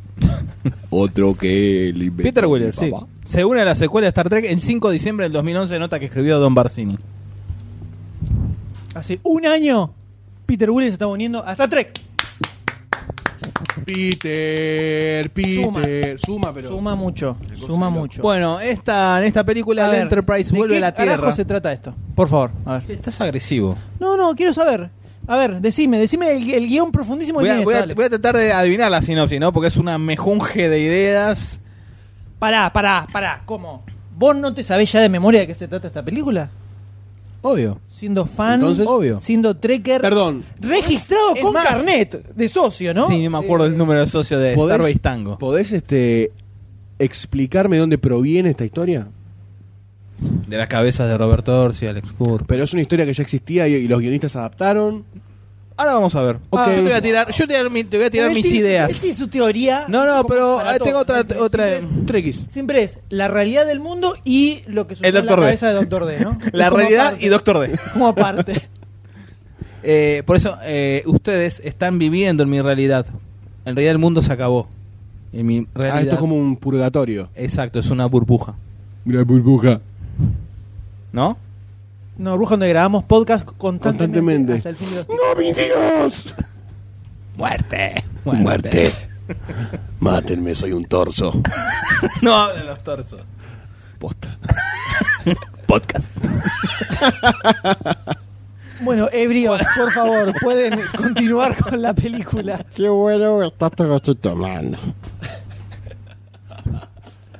[SPEAKER 3] otro que lo inventó
[SPEAKER 5] Peter
[SPEAKER 3] mi
[SPEAKER 5] Wheeler, sí.
[SPEAKER 3] papá.
[SPEAKER 5] Se une a la secuela de Star Trek el 5 de diciembre del 2011, nota que escribió Don Barcini.
[SPEAKER 2] Hace un año Peter Wheeler se está uniendo hasta Trek.
[SPEAKER 3] Peter, Peter. Eh, Suma, pero.
[SPEAKER 2] Suma mucho, suma mucho.
[SPEAKER 5] Bueno, esta, en esta película
[SPEAKER 2] A
[SPEAKER 5] la
[SPEAKER 2] ver,
[SPEAKER 5] Enterprise
[SPEAKER 2] ¿de
[SPEAKER 5] vuelve
[SPEAKER 2] qué
[SPEAKER 5] a la
[SPEAKER 2] carajo
[SPEAKER 5] Tierra.
[SPEAKER 2] se trata esto? Por favor, a ver.
[SPEAKER 5] Estás agresivo.
[SPEAKER 2] No, no, quiero saber. A ver, decime, decime el, el guión profundísimo que
[SPEAKER 5] Voy a,
[SPEAKER 2] tiene
[SPEAKER 5] voy a-
[SPEAKER 2] esto, dale.
[SPEAKER 5] voy a tratar de adivinar la sinopsis, ¿no? Porque es una mejunje de ideas.
[SPEAKER 2] Pará, pará, pará. ¿Cómo? ¿Vos no te sabés ya de memoria de qué se trata esta película?
[SPEAKER 5] Obvio.
[SPEAKER 2] Siendo fan,
[SPEAKER 3] Entonces,
[SPEAKER 5] obvio.
[SPEAKER 2] siendo trekker.
[SPEAKER 3] Perdón.
[SPEAKER 2] Registrado
[SPEAKER 5] Es
[SPEAKER 2] con
[SPEAKER 5] más-
[SPEAKER 2] carnet de socio, ¿no?
[SPEAKER 5] Sí, no Eh, me acuerdo el número de socio de
[SPEAKER 3] ¿Podés-
[SPEAKER 5] Starbase Tango.
[SPEAKER 3] ¿Podés este, explicarme dónde proviene esta historia?
[SPEAKER 5] De las cabezas de Roberto Orsi, Alex Kurp.
[SPEAKER 3] Pero es una historia que ya existía y, y los guionistas adaptaron.
[SPEAKER 5] Ahora vamos a ver.
[SPEAKER 3] Ok.
[SPEAKER 5] Ah, yo te voy a tirar, yo te voy a, dar mi- te voy a tirar
[SPEAKER 2] Él
[SPEAKER 5] mis
[SPEAKER 2] tiene-
[SPEAKER 5] ideas.
[SPEAKER 2] él tiene su teoría.
[SPEAKER 5] No, no,
[SPEAKER 2] como
[SPEAKER 5] pero
[SPEAKER 2] para
[SPEAKER 5] eh, tengo
[SPEAKER 2] todo,
[SPEAKER 5] otra...
[SPEAKER 2] ¿no?
[SPEAKER 5] otra
[SPEAKER 2] Siempre
[SPEAKER 3] Trekis.
[SPEAKER 2] es- Siempre es la realidad del mundo y lo que sucede
[SPEAKER 5] El
[SPEAKER 2] en la
[SPEAKER 5] Dr. D.
[SPEAKER 2] cabeza de Doctor D, ¿no?
[SPEAKER 5] la
[SPEAKER 2] Como
[SPEAKER 5] realidad
[SPEAKER 2] aparte.
[SPEAKER 5] y Doctor D.
[SPEAKER 2] Como aparte.
[SPEAKER 5] Eh, por eso eh, ustedes están viviendo en mi realidad. En realidad el mundo se acabó. En mi realidad.
[SPEAKER 3] Ah, esto es como un purgatorio.
[SPEAKER 5] Exacto, es una burbuja.
[SPEAKER 3] Mira, burbuja.
[SPEAKER 5] ¿No?
[SPEAKER 2] No, Bruja, donde grabamos podcast constantemente.
[SPEAKER 3] Constantemente.
[SPEAKER 2] hasta el fin de los
[SPEAKER 3] ¡No, mi Dios!
[SPEAKER 5] Muerte.
[SPEAKER 3] Muerte. Mátenme, soy un torso.
[SPEAKER 5] no hablen los torsos.
[SPEAKER 3] Posta.
[SPEAKER 5] Podcast.
[SPEAKER 2] Bueno, ebrios, por favor, pueden continuar con la película.
[SPEAKER 3] Qué bueno estás todo estoy tomando.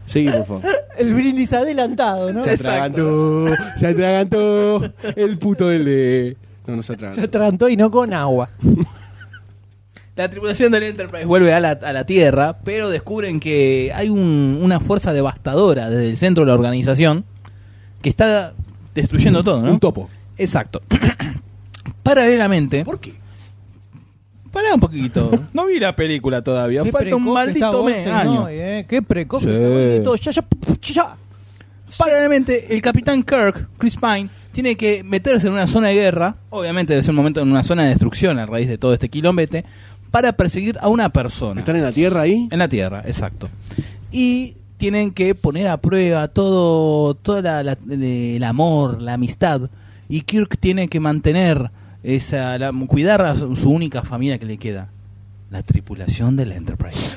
[SPEAKER 3] Sí, por favor.
[SPEAKER 2] El brindis adelantado, ¿no?
[SPEAKER 3] Se atragantó, se atragantó el puto del de... No, no se
[SPEAKER 2] Se
[SPEAKER 3] atragantó.
[SPEAKER 2] atrantó y no con agua.
[SPEAKER 5] La tripulación del Enterprise vuelve a la, a la Tierra, pero descubren que hay un- una fuerza devastadora desde el centro de la organización que está destruyendo todo, ¿no?
[SPEAKER 3] Un topo.
[SPEAKER 5] Exacto. Paralelamente.
[SPEAKER 3] ¿Por qué?
[SPEAKER 5] Pará un poquito. No vi la película todavía.
[SPEAKER 2] Qué
[SPEAKER 5] Falta un
[SPEAKER 2] precoz está
[SPEAKER 5] maldito
[SPEAKER 2] Borges,
[SPEAKER 5] mes, año.
[SPEAKER 2] ¿no? Eh, Qué precoz.
[SPEAKER 5] Sí.
[SPEAKER 2] está Borges. Ya, ya, ya.
[SPEAKER 5] Paralelamente, el capitán Kirk, Chris Pine, tiene que meterse en una zona de guerra, obviamente desde un momento en una zona de destrucción a raíz de todo este quilombete, para perseguir a una persona.
[SPEAKER 3] ¿Están en la tierra ahí?
[SPEAKER 5] En la Tierra, exacto. Y tienen que poner a prueba todo, todo la- la- el amor, la amistad. Y Kirk tiene que mantener, esa, la- cuidar a su, su única familia que le queda. La tripulación de la Enterprise.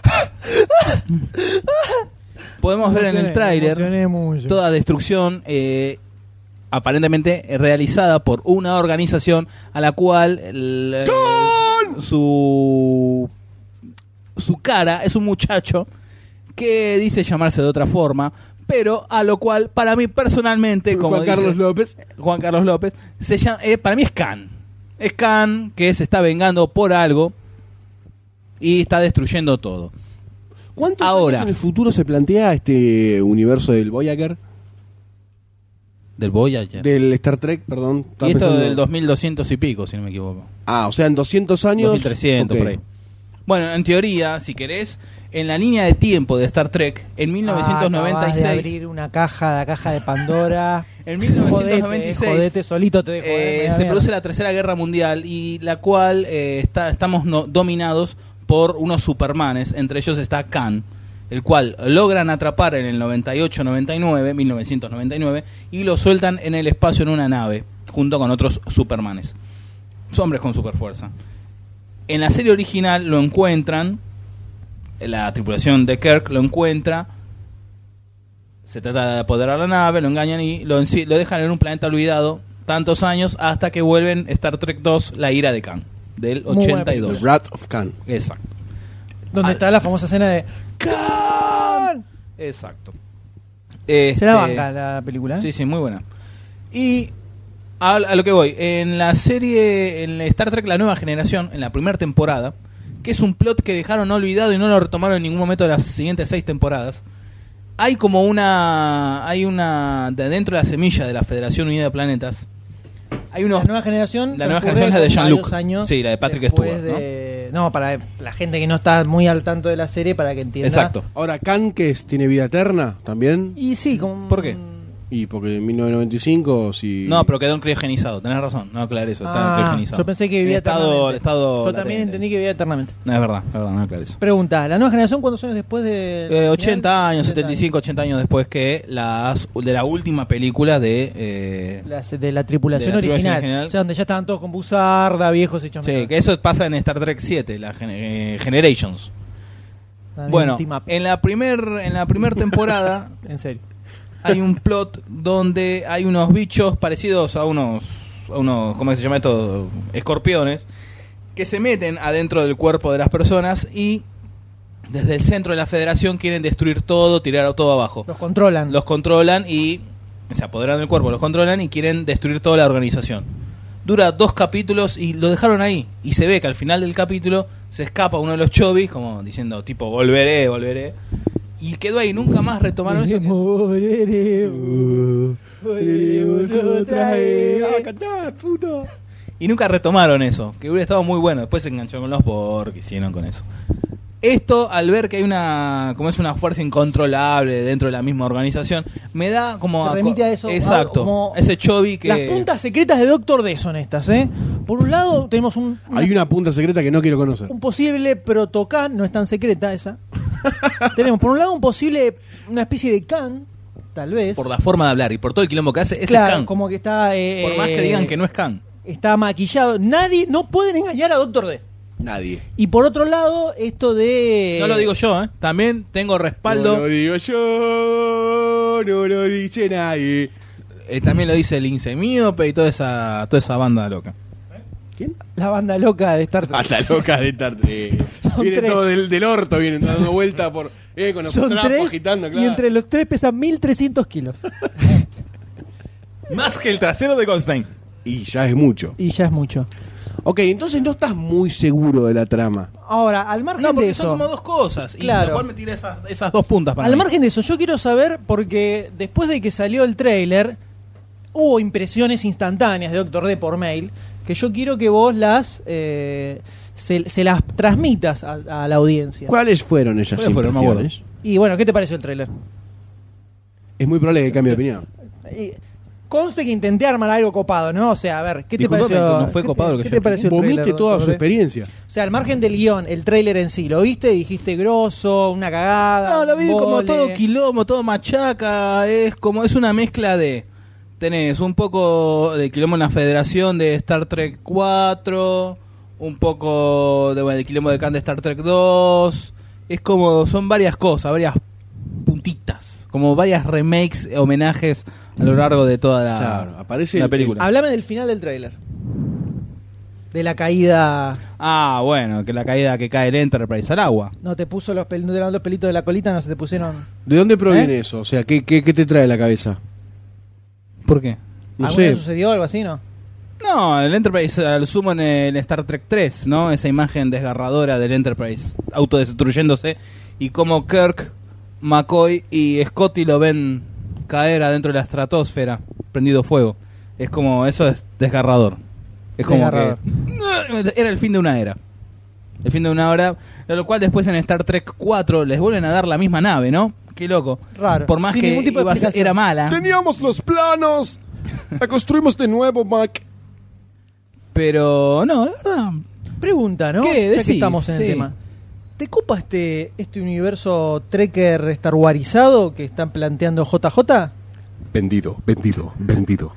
[SPEAKER 5] Podemos ver en el
[SPEAKER 2] Emocioné, emocioné
[SPEAKER 5] tráiler
[SPEAKER 2] mucho.
[SPEAKER 5] toda destrucción eh, aparentemente realizada por una organización a la cual el, eh, su su cara es un muchacho que dice llamarse de otra forma, pero a lo cual para mí personalmente, como
[SPEAKER 3] Juan
[SPEAKER 5] dice
[SPEAKER 3] Carlos López.
[SPEAKER 5] Juan Carlos López, se llama- eh, para mí es Khan. Es Khan que se está vengando por algo y está destruyendo todo.
[SPEAKER 3] ¿Cuántos
[SPEAKER 5] Ahora.
[SPEAKER 3] años en el futuro se plantea este universo del Voyager?
[SPEAKER 5] Del Voyager.
[SPEAKER 3] Del Star Trek, perdón. Estaba
[SPEAKER 5] y esto
[SPEAKER 3] pensando-
[SPEAKER 5] del 2200 y pico, si no me equivoco.
[SPEAKER 3] Ah, o sea, en 200 años...
[SPEAKER 5] 2300
[SPEAKER 3] ok.
[SPEAKER 5] por ahí. Bueno, en teoría, si querés, en la línea de tiempo de Star Trek, en
[SPEAKER 2] Ah, acabas de
[SPEAKER 5] 1996...
[SPEAKER 2] abrir una caja, la caja de Pandora.
[SPEAKER 5] En 1996,
[SPEAKER 2] Jodete, jodete, solito te dejo.
[SPEAKER 5] Eh,
[SPEAKER 2] eh, me da
[SPEAKER 5] se
[SPEAKER 2] miedo.
[SPEAKER 5] produce la tercera guerra mundial y la cual eh, está, estamos no- dominados por unos supermanes, entre ellos está Khan, el cual logran atrapar en el 98-99, 1999, y lo sueltan en el espacio en una nave, junto con otros supermanes. Son hombres con superfuerza. En la serie original lo encuentran, la tripulación de Kirk lo encuentra, se trata de apoderar la nave, lo engañan y lo, enci- lo dejan en un planeta olvidado tantos años hasta que vuelven Star Trek 2, La ira de Khan, del
[SPEAKER 2] Muy buena película.
[SPEAKER 3] The
[SPEAKER 5] 82.
[SPEAKER 3] Wrath of Khan.
[SPEAKER 5] Exacto.
[SPEAKER 2] Donde
[SPEAKER 5] al-
[SPEAKER 2] está la famosa escena de. ¡Can!
[SPEAKER 5] Exacto. Este,
[SPEAKER 2] Se la banca la película. ¿eh?
[SPEAKER 5] Sí, sí, muy buena. Y a, a lo que voy, en la serie, en la Star Trek La Nueva Generación, en la primera temporada, que es un plot que dejaron olvidado y no lo retomaron en ningún momento de las siguientes seis temporadas. Hay como una. Hay una. De dentro de la semilla de la Federación Unida de Planetas. Hay unos.
[SPEAKER 2] La nueva generación.
[SPEAKER 5] La nueva
[SPEAKER 2] transcurre
[SPEAKER 5] generación es la de
[SPEAKER 2] con
[SPEAKER 5] Jean-Luc.
[SPEAKER 2] varios años
[SPEAKER 5] Sí, la de Patrick
[SPEAKER 2] después
[SPEAKER 5] Stewart,
[SPEAKER 2] de- ¿no? para la gente que no está muy al tanto de la serie, para que entienda.
[SPEAKER 5] Exacto.
[SPEAKER 3] Ahora, Khan, que es- tiene vida eterna también.
[SPEAKER 2] Y sí, como.
[SPEAKER 5] ¿Por qué?
[SPEAKER 3] Y porque en 1995, si.
[SPEAKER 5] No, pero quedó en criogenizado. Tenés razón. No, claro, eso. Está
[SPEAKER 2] Ah,
[SPEAKER 5] criogenizado.
[SPEAKER 2] yo pensé que
[SPEAKER 5] En
[SPEAKER 2] vivía
[SPEAKER 5] estado,
[SPEAKER 2] eternamente.
[SPEAKER 5] el estado
[SPEAKER 2] Yo también
[SPEAKER 5] latente.
[SPEAKER 2] entendí que vivía eternamente.
[SPEAKER 5] No, es verdad, es verdad, no, claro, eso.
[SPEAKER 2] Pregunta, ¿la nueva generación cuántos años después de.?
[SPEAKER 5] Eh, 80 años,
[SPEAKER 2] 80
[SPEAKER 5] 75, 80 años después que las, de la última película de... eh,
[SPEAKER 2] Las- de la tripulación
[SPEAKER 5] De la tripulación
[SPEAKER 2] original.
[SPEAKER 5] original.
[SPEAKER 2] O sea, donde ya estaban todos con Buzarda, viejos hechos
[SPEAKER 5] sí,
[SPEAKER 2] menores.
[SPEAKER 5] que eso pasa en Star Trek 7, la gen- eh, Generations.
[SPEAKER 2] La
[SPEAKER 5] Bueno,
[SPEAKER 2] team up,
[SPEAKER 5] en la primer, en la primer temporada
[SPEAKER 2] en serio.
[SPEAKER 5] hay un plot donde hay unos bichos parecidos a unos, a unos ¿cómo se llama esto? Escorpiones, que se meten adentro del cuerpo de las personas y desde el centro de la federación quieren destruir todo, tirar todo abajo.
[SPEAKER 2] Los controlan.
[SPEAKER 5] los controlan y se apoderan del cuerpo, los controlan y quieren destruir toda la organización. Dura dos capítulos y lo dejaron ahí. Y se ve que al final del capítulo se escapa uno de los chovis, como diciendo, tipo, volveré, volveré. Y quedó ahí, nunca más retomaron eso. que-
[SPEAKER 2] Moriremos, moriremos otra vez.
[SPEAKER 3] Ah, cantá, puto.
[SPEAKER 5] Y nunca retomaron eso, que hubiera estado muy bueno. Después se enganchó con los Borg, hicieron con eso. Esto, al ver que hay una, como es una fuerza incontrolable dentro de la misma organización, me da como...
[SPEAKER 2] Te
[SPEAKER 5] co-
[SPEAKER 2] remite a eso,
[SPEAKER 5] Exacto.
[SPEAKER 2] a- como-
[SPEAKER 5] ese chovi que...
[SPEAKER 2] Las puntas secretas de Doctor D son estas, ¿eh? Por un lado tenemos un, un-
[SPEAKER 3] Hay una punta secreta que no quiero conocer.
[SPEAKER 2] un posible protocan, no es tan secreta esa. tenemos por un lado un posible, una especie de can, tal vez.
[SPEAKER 5] por la forma de hablar y por todo el quilombo que hace, es
[SPEAKER 2] claro,
[SPEAKER 5] Khan.
[SPEAKER 2] como que está... eh,
[SPEAKER 5] Por más que digan que no es Khan.
[SPEAKER 2] Está maquillado. Nadie, no pueden engañar a Doctor D.
[SPEAKER 3] Nadie.
[SPEAKER 2] Y por otro lado, esto de...
[SPEAKER 5] No lo digo yo, ¿eh? También tengo respaldo.
[SPEAKER 3] No lo digo yo, no lo dice nadie.
[SPEAKER 5] eh, también lo dice el Insemiope y toda esa, toda esa banda loca.
[SPEAKER 3] ¿Quién?
[SPEAKER 2] La banda loca de Star Trek.
[SPEAKER 3] Hasta loca de estar. eh,
[SPEAKER 2] Son
[SPEAKER 3] viene
[SPEAKER 2] tres.
[SPEAKER 3] todo del, del orto, vienen dando vuelta por. Eh, con los
[SPEAKER 2] Son
[SPEAKER 3] trapos
[SPEAKER 2] tres
[SPEAKER 3] agitando,
[SPEAKER 2] y
[SPEAKER 3] claro.
[SPEAKER 2] entre los tres pesan 1300 kilos.
[SPEAKER 5] Más que el trasero de Goldstein.
[SPEAKER 3] Y ya es mucho.
[SPEAKER 2] y ya es mucho.
[SPEAKER 3] Ok, entonces no estás muy seguro de la trama.
[SPEAKER 2] Ahora, al margen
[SPEAKER 5] No,
[SPEAKER 2] de
[SPEAKER 5] porque
[SPEAKER 2] eso,
[SPEAKER 5] son como dos cosas. Y
[SPEAKER 2] Claro.
[SPEAKER 5] lo cual me tira esas, esas dos puntas para
[SPEAKER 2] al
[SPEAKER 5] mí.
[SPEAKER 2] margen de eso, yo quiero saber porque después de que salió el tráiler hubo impresiones instantáneas de Doctor D por mail que yo quiero que vos las eh, se, se las transmitas a, a la audiencia.
[SPEAKER 3] ¿Cuáles fueron esas
[SPEAKER 5] ¿Cuáles fueron? No me
[SPEAKER 3] impresiones?
[SPEAKER 2] Y bueno, ¿qué te pareció el tráiler?
[SPEAKER 3] es muy probable que cambie de opinión.
[SPEAKER 2] Y Conste que intenté armar algo copado, ¿no? O sea, a ver, ¿qué
[SPEAKER 5] Disculpame,
[SPEAKER 2] te pareció?
[SPEAKER 5] no fue
[SPEAKER 2] qué
[SPEAKER 5] copado
[SPEAKER 2] te-
[SPEAKER 5] lo que
[SPEAKER 2] qué
[SPEAKER 5] yo
[SPEAKER 2] te
[SPEAKER 5] expliqué.
[SPEAKER 2] pareció el
[SPEAKER 3] Vomite
[SPEAKER 2] tráiler,
[SPEAKER 3] toda
[SPEAKER 2] Doctor
[SPEAKER 3] su
[SPEAKER 2] D?
[SPEAKER 3] experiencia.
[SPEAKER 2] O sea, al margen del guión, el tráiler en sí, ¿lo viste? Dijiste grosso, una cagada.
[SPEAKER 5] No, lo vi como
[SPEAKER 2] embole.
[SPEAKER 5] todo quilombo, todo machaca. Es como, es una mezcla de. Tenés un poco de quilombo en la federación de Star Trek 4, un poco de, bueno, de quilombo de Khan de Star Trek 2. Es como, son varias cosas, varias puntitas. Como varias remakes, homenajes a lo largo de toda la,
[SPEAKER 3] Claro, aparece
[SPEAKER 5] la
[SPEAKER 3] el-
[SPEAKER 5] Ah, película.
[SPEAKER 2] Hablame del final del tráiler. De la caída.
[SPEAKER 5] Ah, bueno, que la caída que cae el Enterprise al agua.
[SPEAKER 2] No te puso los, pel- no te eran los pelitos de la colita, no se te pusieron.
[SPEAKER 3] ¿De dónde proviene eso? O sea, ¿qué, qué, qué te trae a la cabeza?
[SPEAKER 5] ¿Por qué?
[SPEAKER 3] No
[SPEAKER 2] ¿Alguna
[SPEAKER 3] sé.
[SPEAKER 2] vez sucedió algo así, no?
[SPEAKER 5] No, el Enterprise al sumo en el Star Trek 3, ¿no? Esa imagen desgarradora del Enterprise autodestruyéndose y como Kirk, McCoy y Scotty lo ven caer adentro de la estratosfera, prendido fuego. Es como, eso es desgarrador. Es como
[SPEAKER 2] Desgarrador.
[SPEAKER 5] que era el fin de una era. El fin de una hora, lo cual después en Star Trek 4 les vuelven a dar la misma nave, ¿no? Qué loco.
[SPEAKER 2] Raro.
[SPEAKER 5] Por más
[SPEAKER 2] Sin
[SPEAKER 5] que
[SPEAKER 2] ningún tipo de
[SPEAKER 5] iba a ser-
[SPEAKER 2] explicación.
[SPEAKER 5] era mala.
[SPEAKER 3] Teníamos los planos. La construimos de nuevo, Mac.
[SPEAKER 5] Pero no, la verdad.
[SPEAKER 2] Pregunta, ¿no?
[SPEAKER 5] ¿Qué?
[SPEAKER 2] Ya
[SPEAKER 5] Decí,
[SPEAKER 2] que estamos en
[SPEAKER 5] sí.
[SPEAKER 2] el tema. ¿Te copa este, este universo trekker Star Warizado que están planteando JJ?
[SPEAKER 3] Vendido, vendido, vendido.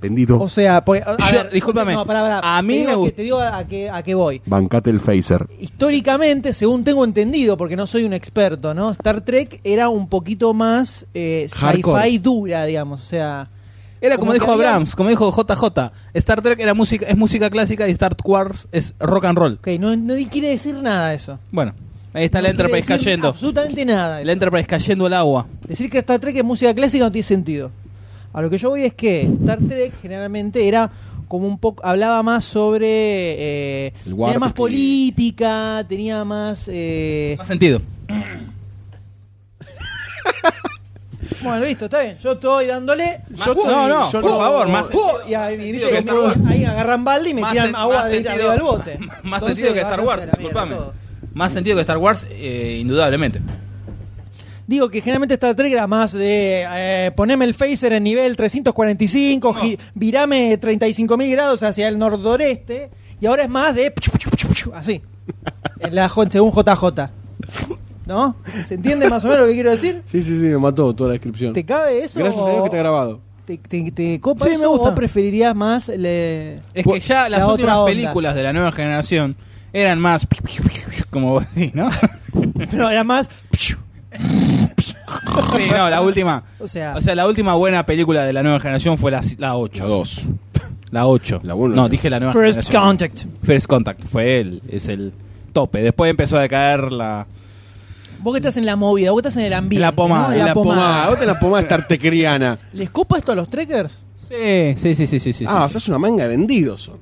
[SPEAKER 3] Vendido.
[SPEAKER 2] O sea, porque, a- a
[SPEAKER 5] Yo-
[SPEAKER 2] ver,
[SPEAKER 5] discúlpame,
[SPEAKER 2] no, pará, pará.
[SPEAKER 5] a mí
[SPEAKER 2] Te digo
[SPEAKER 5] me
[SPEAKER 2] que-
[SPEAKER 5] gust-
[SPEAKER 2] Te digo a qué a qué voy.
[SPEAKER 3] Bancate el phaser.
[SPEAKER 2] históricamente, según tengo entendido, porque no soy un experto, ¿no? Star Trek era un poquito más eh,
[SPEAKER 3] Hardcore.
[SPEAKER 2] sci-fi dura, digamos, o sea...
[SPEAKER 5] Era como,
[SPEAKER 2] Como que
[SPEAKER 5] dijo
[SPEAKER 2] había-
[SPEAKER 5] Abrams, como dijo JJ, Star Trek era música, es música clásica y Star Wars es rock and roll.
[SPEAKER 2] Ok, no, no quiere decir nada eso.
[SPEAKER 5] Bueno, ahí está
[SPEAKER 2] No
[SPEAKER 5] la Enterprise
[SPEAKER 2] quiere decir
[SPEAKER 5] cayendo.
[SPEAKER 2] Absolutamente nada.
[SPEAKER 5] La Enterprise cayendo al agua.
[SPEAKER 2] Decir que Star Trek es música clásica no tiene sentido. A lo que yo voy es que Star Trek generalmente era como un poco hablaba más sobre eh,
[SPEAKER 3] El
[SPEAKER 2] tenía
[SPEAKER 3] warp
[SPEAKER 2] más
[SPEAKER 3] que-
[SPEAKER 2] política, tenía más eh,
[SPEAKER 5] Más sentido.
[SPEAKER 2] bueno listo está bien, yo estoy dándole
[SPEAKER 3] Yo
[SPEAKER 5] no, no,
[SPEAKER 3] yo
[SPEAKER 5] por favor, más-
[SPEAKER 2] y ahí, y viste,
[SPEAKER 5] que Star Wars.
[SPEAKER 2] ahí agarran balde y metían
[SPEAKER 5] sen-
[SPEAKER 2] agua de,
[SPEAKER 5] sentido-
[SPEAKER 2] arriba del bote.
[SPEAKER 5] más
[SPEAKER 2] Entonces,
[SPEAKER 5] sentido que
[SPEAKER 2] vas
[SPEAKER 5] Star
[SPEAKER 2] a
[SPEAKER 5] Wars,
[SPEAKER 2] hacer la mierda
[SPEAKER 5] disculpame.
[SPEAKER 2] todo.
[SPEAKER 5] Más sentido que Star Wars, eh, indudablemente.
[SPEAKER 2] Digo que generalmente Star Trek era más de eh, poneme el phaser en nivel 345, gi- virame 35.000 grados hacia el nordoreste, y ahora es más de pchu, pchu, pchu, pchu, así, en la, jo- según JJ. ¿No? ¿Se entiende más o menos lo que quiero decir?
[SPEAKER 3] Sí, sí, sí, me mató toda la descripción.
[SPEAKER 2] ¿Te cabe eso?
[SPEAKER 3] Gracias a
[SPEAKER 2] o-
[SPEAKER 3] Dios que está grabado.
[SPEAKER 2] ¿Te, te- te copa
[SPEAKER 5] Sí, me
[SPEAKER 2] eso o
[SPEAKER 5] gusta.
[SPEAKER 2] preferirías más le-
[SPEAKER 5] Es que ya las
[SPEAKER 2] la otra
[SPEAKER 5] últimas
[SPEAKER 2] onda.
[SPEAKER 5] películas de la nueva generación eran más. Como vos decís, ¿no?
[SPEAKER 2] No, era más... pchu,
[SPEAKER 5] Sí, no, la última.
[SPEAKER 2] O sea,
[SPEAKER 5] O sea, la última buena película de la nueva generación fue la, la 8.
[SPEAKER 3] 2.
[SPEAKER 5] La 8.
[SPEAKER 3] La uno,
[SPEAKER 5] no,
[SPEAKER 3] la-
[SPEAKER 5] dije la nueva
[SPEAKER 2] First
[SPEAKER 5] generación.
[SPEAKER 2] Contact.
[SPEAKER 5] First Contact. Fue él, es el tope. Después empezó a decaer la.
[SPEAKER 2] Vos que estás en la movida, vos que estás en el ambiente.
[SPEAKER 5] La pomada.
[SPEAKER 2] ¿no?
[SPEAKER 5] En
[SPEAKER 3] La,
[SPEAKER 2] Ah, La pomada.
[SPEAKER 3] pomada, vos te la pomada tartecriana.
[SPEAKER 2] ¿Les copa esto a los trekkers?
[SPEAKER 5] Sí, sí, sí, sí, sí. sí,
[SPEAKER 3] ah,
[SPEAKER 5] sí.
[SPEAKER 3] sos una manga de vendidos son.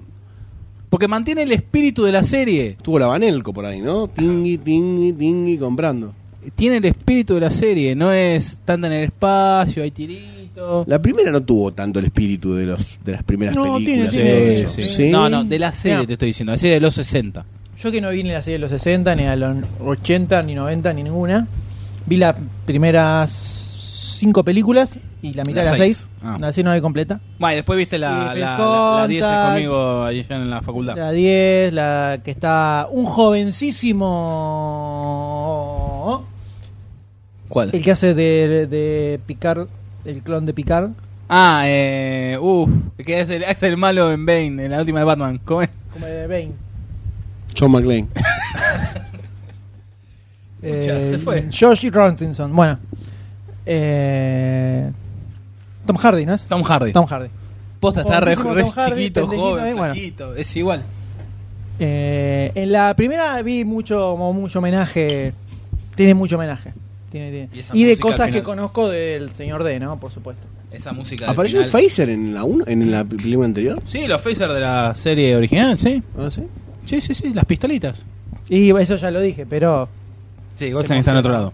[SPEAKER 5] Porque mantiene el espíritu de la serie.
[SPEAKER 3] Tuvo la Banelco por ahí, ¿no? Tingui, tingui, tingui, comprando.
[SPEAKER 5] Tiene el espíritu de la serie. No es tanta en el espacio, hay tirito.
[SPEAKER 3] La primera no tuvo tanto el espíritu de los de las primeras
[SPEAKER 2] No, tiene-
[SPEAKER 3] películas. y todo
[SPEAKER 2] tiene
[SPEAKER 3] eso.
[SPEAKER 2] eso.
[SPEAKER 3] Sí.
[SPEAKER 5] No, no, de la serie
[SPEAKER 2] No.
[SPEAKER 5] te estoy diciendo. La serie de los 60.
[SPEAKER 2] Yo que no vi ni la serie de los 60, ni a los 80, ni 90, ni ninguna. Vi las primeras cinco películas y la mitad
[SPEAKER 5] Las
[SPEAKER 2] de las
[SPEAKER 5] seis.
[SPEAKER 2] seis.
[SPEAKER 5] Ah.
[SPEAKER 2] La seis no vi completa.
[SPEAKER 5] Bueno, y después viste la,
[SPEAKER 2] Y
[SPEAKER 5] la,
[SPEAKER 2] First
[SPEAKER 5] la- la 10
[SPEAKER 2] Contact.
[SPEAKER 5] conmigo allí en la facultad.
[SPEAKER 2] La 10, la que está un jovencísimo.
[SPEAKER 5] ¿Cuál?
[SPEAKER 2] El que hace de, de Picard, el clon de Picard.
[SPEAKER 5] Ah, eh. Uff, que es el, es el malo en Bane, en la última de Batman. ¿Cómo es?
[SPEAKER 2] Como de Bane.
[SPEAKER 3] John McClane.
[SPEAKER 5] Escucha, se fue.
[SPEAKER 2] George Rontinson. Bueno. Eh, Tom Hardy, ¿no es?
[SPEAKER 5] Tom Hardy.
[SPEAKER 2] Tom Hardy.
[SPEAKER 5] Posta está re,
[SPEAKER 2] Jovencísimo
[SPEAKER 5] re
[SPEAKER 2] Tom Hardy,
[SPEAKER 5] chiquito,
[SPEAKER 2] pendejito,
[SPEAKER 5] joven,
[SPEAKER 2] eh, bueno.
[SPEAKER 5] flaquito, Es igual.
[SPEAKER 2] Eh, en la primera vi mucho, mo- mucho homenaje. Tiene mucho homenaje. Tiene- tiene.
[SPEAKER 5] Y esa
[SPEAKER 2] Y, de
[SPEAKER 5] música al
[SPEAKER 2] cosas que
[SPEAKER 5] final.
[SPEAKER 2] conozco del señor D, ¿no? Por supuesto.
[SPEAKER 5] Esa música. del
[SPEAKER 3] ¿Apareció el
[SPEAKER 5] final.
[SPEAKER 3] Phaser en la uno- en la película anterior?
[SPEAKER 5] Sí, los Phaser de la serie original, sí.
[SPEAKER 3] Ah, sí.
[SPEAKER 5] Sí, sí, sí, las pistolitas.
[SPEAKER 2] Y eso ya lo dije, pero
[SPEAKER 5] Sí, Golsen está en otro lado.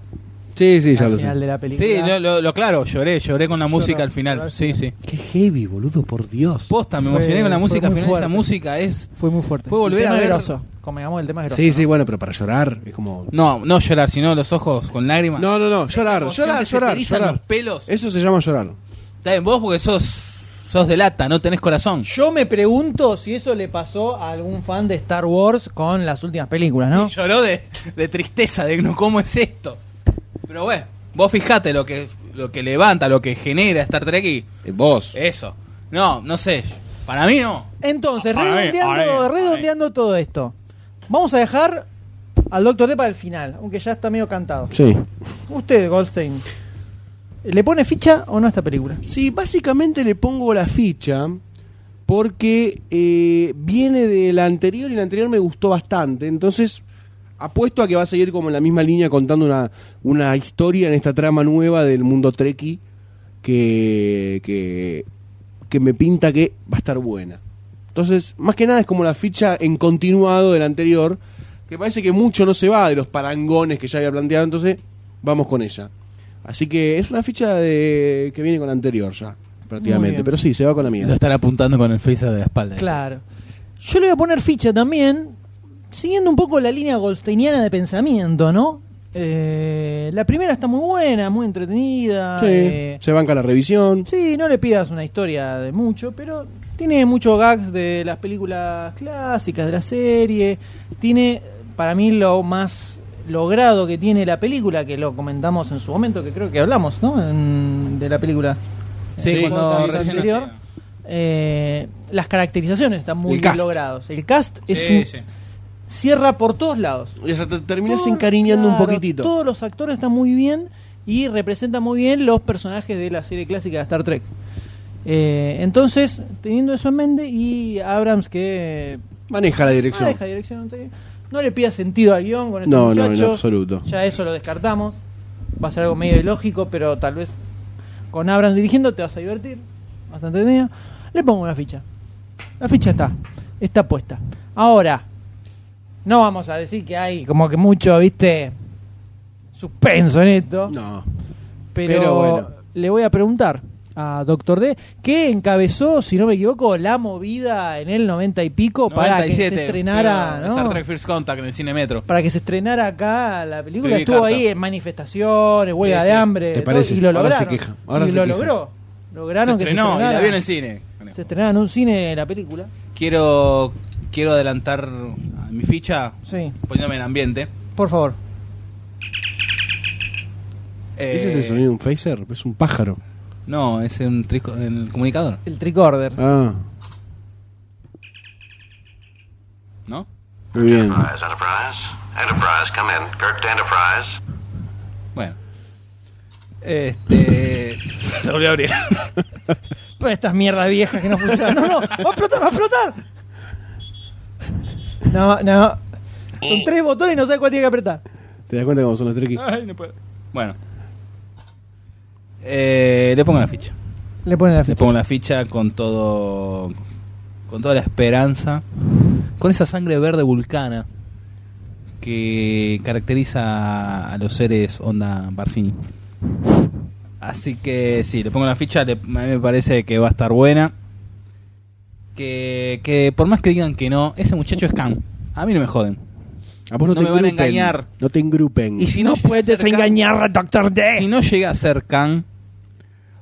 [SPEAKER 3] Sí, sí, ya
[SPEAKER 2] al
[SPEAKER 3] lo
[SPEAKER 2] final
[SPEAKER 3] sé.
[SPEAKER 2] de la película.
[SPEAKER 5] Sí, lo, lo- lo claro, lloré, lloré con la música
[SPEAKER 2] Llorar,
[SPEAKER 5] al final.
[SPEAKER 2] llorar,
[SPEAKER 5] Sí, sí.
[SPEAKER 3] Qué heavy, boludo, por Dios.
[SPEAKER 5] Posta, me
[SPEAKER 2] Fue-
[SPEAKER 5] emocioné con la
[SPEAKER 2] fue
[SPEAKER 5] música al
[SPEAKER 2] muy
[SPEAKER 5] final. Esa
[SPEAKER 2] fuerte.
[SPEAKER 5] música es.
[SPEAKER 2] Fue muy fuerte.
[SPEAKER 5] Fue volver
[SPEAKER 2] El
[SPEAKER 5] a
[SPEAKER 2] tema es
[SPEAKER 5] ver-
[SPEAKER 2] grosso. Como digamos, el tema es grosso.
[SPEAKER 3] Sí, sí,
[SPEAKER 2] ¿no?
[SPEAKER 3] bueno, pero para llorar es como
[SPEAKER 5] No, no llorar, sino los ojos con lágrimas.
[SPEAKER 3] No, no, no,
[SPEAKER 5] Esa
[SPEAKER 3] llorar,
[SPEAKER 5] emoción
[SPEAKER 3] llorar,
[SPEAKER 5] que se
[SPEAKER 3] llorar,
[SPEAKER 5] te erizan
[SPEAKER 3] llorar.
[SPEAKER 5] los pelos.
[SPEAKER 3] Eso se llama llorar.
[SPEAKER 5] Está bien, vos porque sos, sos de lata, no tenés corazón.
[SPEAKER 2] Yo me pregunto si eso le pasó a algún fan de Star Wars con las últimas películas, ¿no?
[SPEAKER 5] Y lloró de, de tristeza, de no, ¿cómo es esto? Pero bueno, vos fijate lo que, lo que levanta, lo que genera Star Trek y
[SPEAKER 3] Eh, Vos.
[SPEAKER 5] eso. No, no sé, para mí no.
[SPEAKER 2] Entonces,
[SPEAKER 5] A ver,
[SPEAKER 2] redondeando,
[SPEAKER 5] a ver,
[SPEAKER 2] redondeando todo esto, vamos a dejar al Doctor D para el final, aunque ya está medio cantado.
[SPEAKER 3] Sí.
[SPEAKER 2] Usted, Goldstein, ¿le pone ficha o no a esta película?
[SPEAKER 3] Sí, básicamente le pongo la ficha porque eh, viene de la anterior y la anterior me gustó bastante. Entonces, apuesto a que va a seguir como en la misma línea contando una, una historia en esta trama nueva del mundo Treki que, que, que me pinta que va a estar buena. Entonces, más que nada es como la ficha en continuado del anterior, que parece que mucho no se va de los parangones que ya había planteado, entonces vamos con ella. Así que es una ficha de que viene con la anterior ya,
[SPEAKER 2] Muy
[SPEAKER 3] prácticamente,
[SPEAKER 2] bien.
[SPEAKER 3] pero sí, se va con la mía.
[SPEAKER 5] estar apuntando con el phaser de la espalda.
[SPEAKER 2] Claro. Yo le voy a poner ficha también, siguiendo un poco la línea goldsteiniana de pensamiento, ¿no? Eh, la primera está muy buena, muy entretenida.
[SPEAKER 3] Sí,
[SPEAKER 2] eh,
[SPEAKER 3] se banca la revisión.
[SPEAKER 2] Sí, no le pidas una historia de mucho, pero tiene muchos gags de las películas clásicas, de la serie. Tiene, para mí, lo más logrado que tiene la película, que lo comentamos en su momento, que creo que hablamos, ¿no? En- de la película.
[SPEAKER 5] Sí,
[SPEAKER 2] En el
[SPEAKER 5] cuando
[SPEAKER 2] podcast
[SPEAKER 5] recién
[SPEAKER 2] anterior.
[SPEAKER 5] hacía.
[SPEAKER 2] Eh, las caracterizaciones están muy
[SPEAKER 3] El cast.
[SPEAKER 2] logrados. El cast es
[SPEAKER 5] Sí,
[SPEAKER 2] un-
[SPEAKER 5] sí.
[SPEAKER 2] cierra por todos lados.
[SPEAKER 3] Y hasta te terminas
[SPEAKER 2] Todos,
[SPEAKER 3] encariñando un
[SPEAKER 2] claro,
[SPEAKER 3] poquitito.
[SPEAKER 2] Todos los actores están muy bien y representan muy bien los personajes de la serie clásica de Star Trek. Eh, entonces, teniendo eso en mente y Abrams que
[SPEAKER 3] Maneja la
[SPEAKER 2] ah,
[SPEAKER 3] dirección.
[SPEAKER 2] deja dirección, no sé qué, no le pida sentido al guión con estos
[SPEAKER 3] No, no, en
[SPEAKER 2] muchachos.
[SPEAKER 3] absoluto.
[SPEAKER 2] Ya eso lo descartamos. Va a ser algo medio ilógico, pero tal vez con Abrams dirigiendo te vas a divertir. Bastante entretenido. Le pongo una ficha. La ficha está, está puesta. Ahora, no vamos a decir que hay como que mucho, viste, suspenso en esto.
[SPEAKER 3] No.
[SPEAKER 2] Pero,
[SPEAKER 3] Pero bueno.
[SPEAKER 2] le voy a preguntar a Doctor D, que encabezó, si no me equivoco, la movida en el 90 y pico para que se
[SPEAKER 5] 97,
[SPEAKER 2] estrenara,
[SPEAKER 5] pero
[SPEAKER 2] ¿no?
[SPEAKER 5] Star Trek First Contact en el cine metro.
[SPEAKER 2] Para que se estrenara acá la película.
[SPEAKER 5] Escribí
[SPEAKER 2] Estuvo
[SPEAKER 5] carta.
[SPEAKER 2] ahí en manifestaciones, huelga
[SPEAKER 5] Sí,
[SPEAKER 2] de
[SPEAKER 5] sí.
[SPEAKER 2] hambre.
[SPEAKER 3] ¿Te
[SPEAKER 2] todo,
[SPEAKER 3] parece?
[SPEAKER 2] Y lo
[SPEAKER 3] Ahora
[SPEAKER 2] lograron.
[SPEAKER 3] se queja, ahora
[SPEAKER 2] y
[SPEAKER 3] se
[SPEAKER 2] lo
[SPEAKER 3] queja.
[SPEAKER 2] logró.
[SPEAKER 5] Se
[SPEAKER 2] Lograron que
[SPEAKER 5] estrenó
[SPEAKER 2] se
[SPEAKER 5] y la
[SPEAKER 2] estrenara.
[SPEAKER 5] vi en el cine.
[SPEAKER 2] Se estrenara en un cine la película.
[SPEAKER 5] Quiero, quiero adelantar a mi ficha
[SPEAKER 2] Sí.
[SPEAKER 5] poniéndome en ambiente.
[SPEAKER 2] Por favor.
[SPEAKER 5] Eh,
[SPEAKER 3] ¿Ese es el sonido de un phaser? Es un pájaro.
[SPEAKER 5] No, es un trisco- en el comunicador,
[SPEAKER 2] El tricorder.
[SPEAKER 3] Ah,
[SPEAKER 5] ¿no?
[SPEAKER 3] muy bien.
[SPEAKER 9] Enterprise, Enterprise, Enterprise, come in. Kirk to Enterprise.
[SPEAKER 5] Bueno. Este. Se volvió a abrir.
[SPEAKER 2] Pero Pues estas mierdas viejas que no funcionan. No, no, va a explotar, va a explotar. No, no. Son tres botones y no sabes cuál tiene que apretar.
[SPEAKER 3] ¿Te das cuenta cómo son los trekkies?
[SPEAKER 5] Ay, no puedo. Bueno. Eh, le pongo la ficha.
[SPEAKER 2] Le ponen la
[SPEAKER 5] Le
[SPEAKER 2] ficha.
[SPEAKER 5] pongo la ficha con todo. Con toda la esperanza. Con esa sangre verde vulcana. Que caracteriza a los seres onda Barcini. Así que sí, le pongo la ficha. le- a mí me parece que va a estar buena. Que, que por más que digan que no, ese muchacho es Khan. A mí no me joden.
[SPEAKER 3] A vos no,
[SPEAKER 5] No
[SPEAKER 3] te
[SPEAKER 5] me van a
[SPEAKER 3] engrupen.
[SPEAKER 5] engañar.
[SPEAKER 3] No te engrupen.
[SPEAKER 5] Y si no,
[SPEAKER 2] puedes engañar a Doctor D.
[SPEAKER 5] si no llega a ser Khan,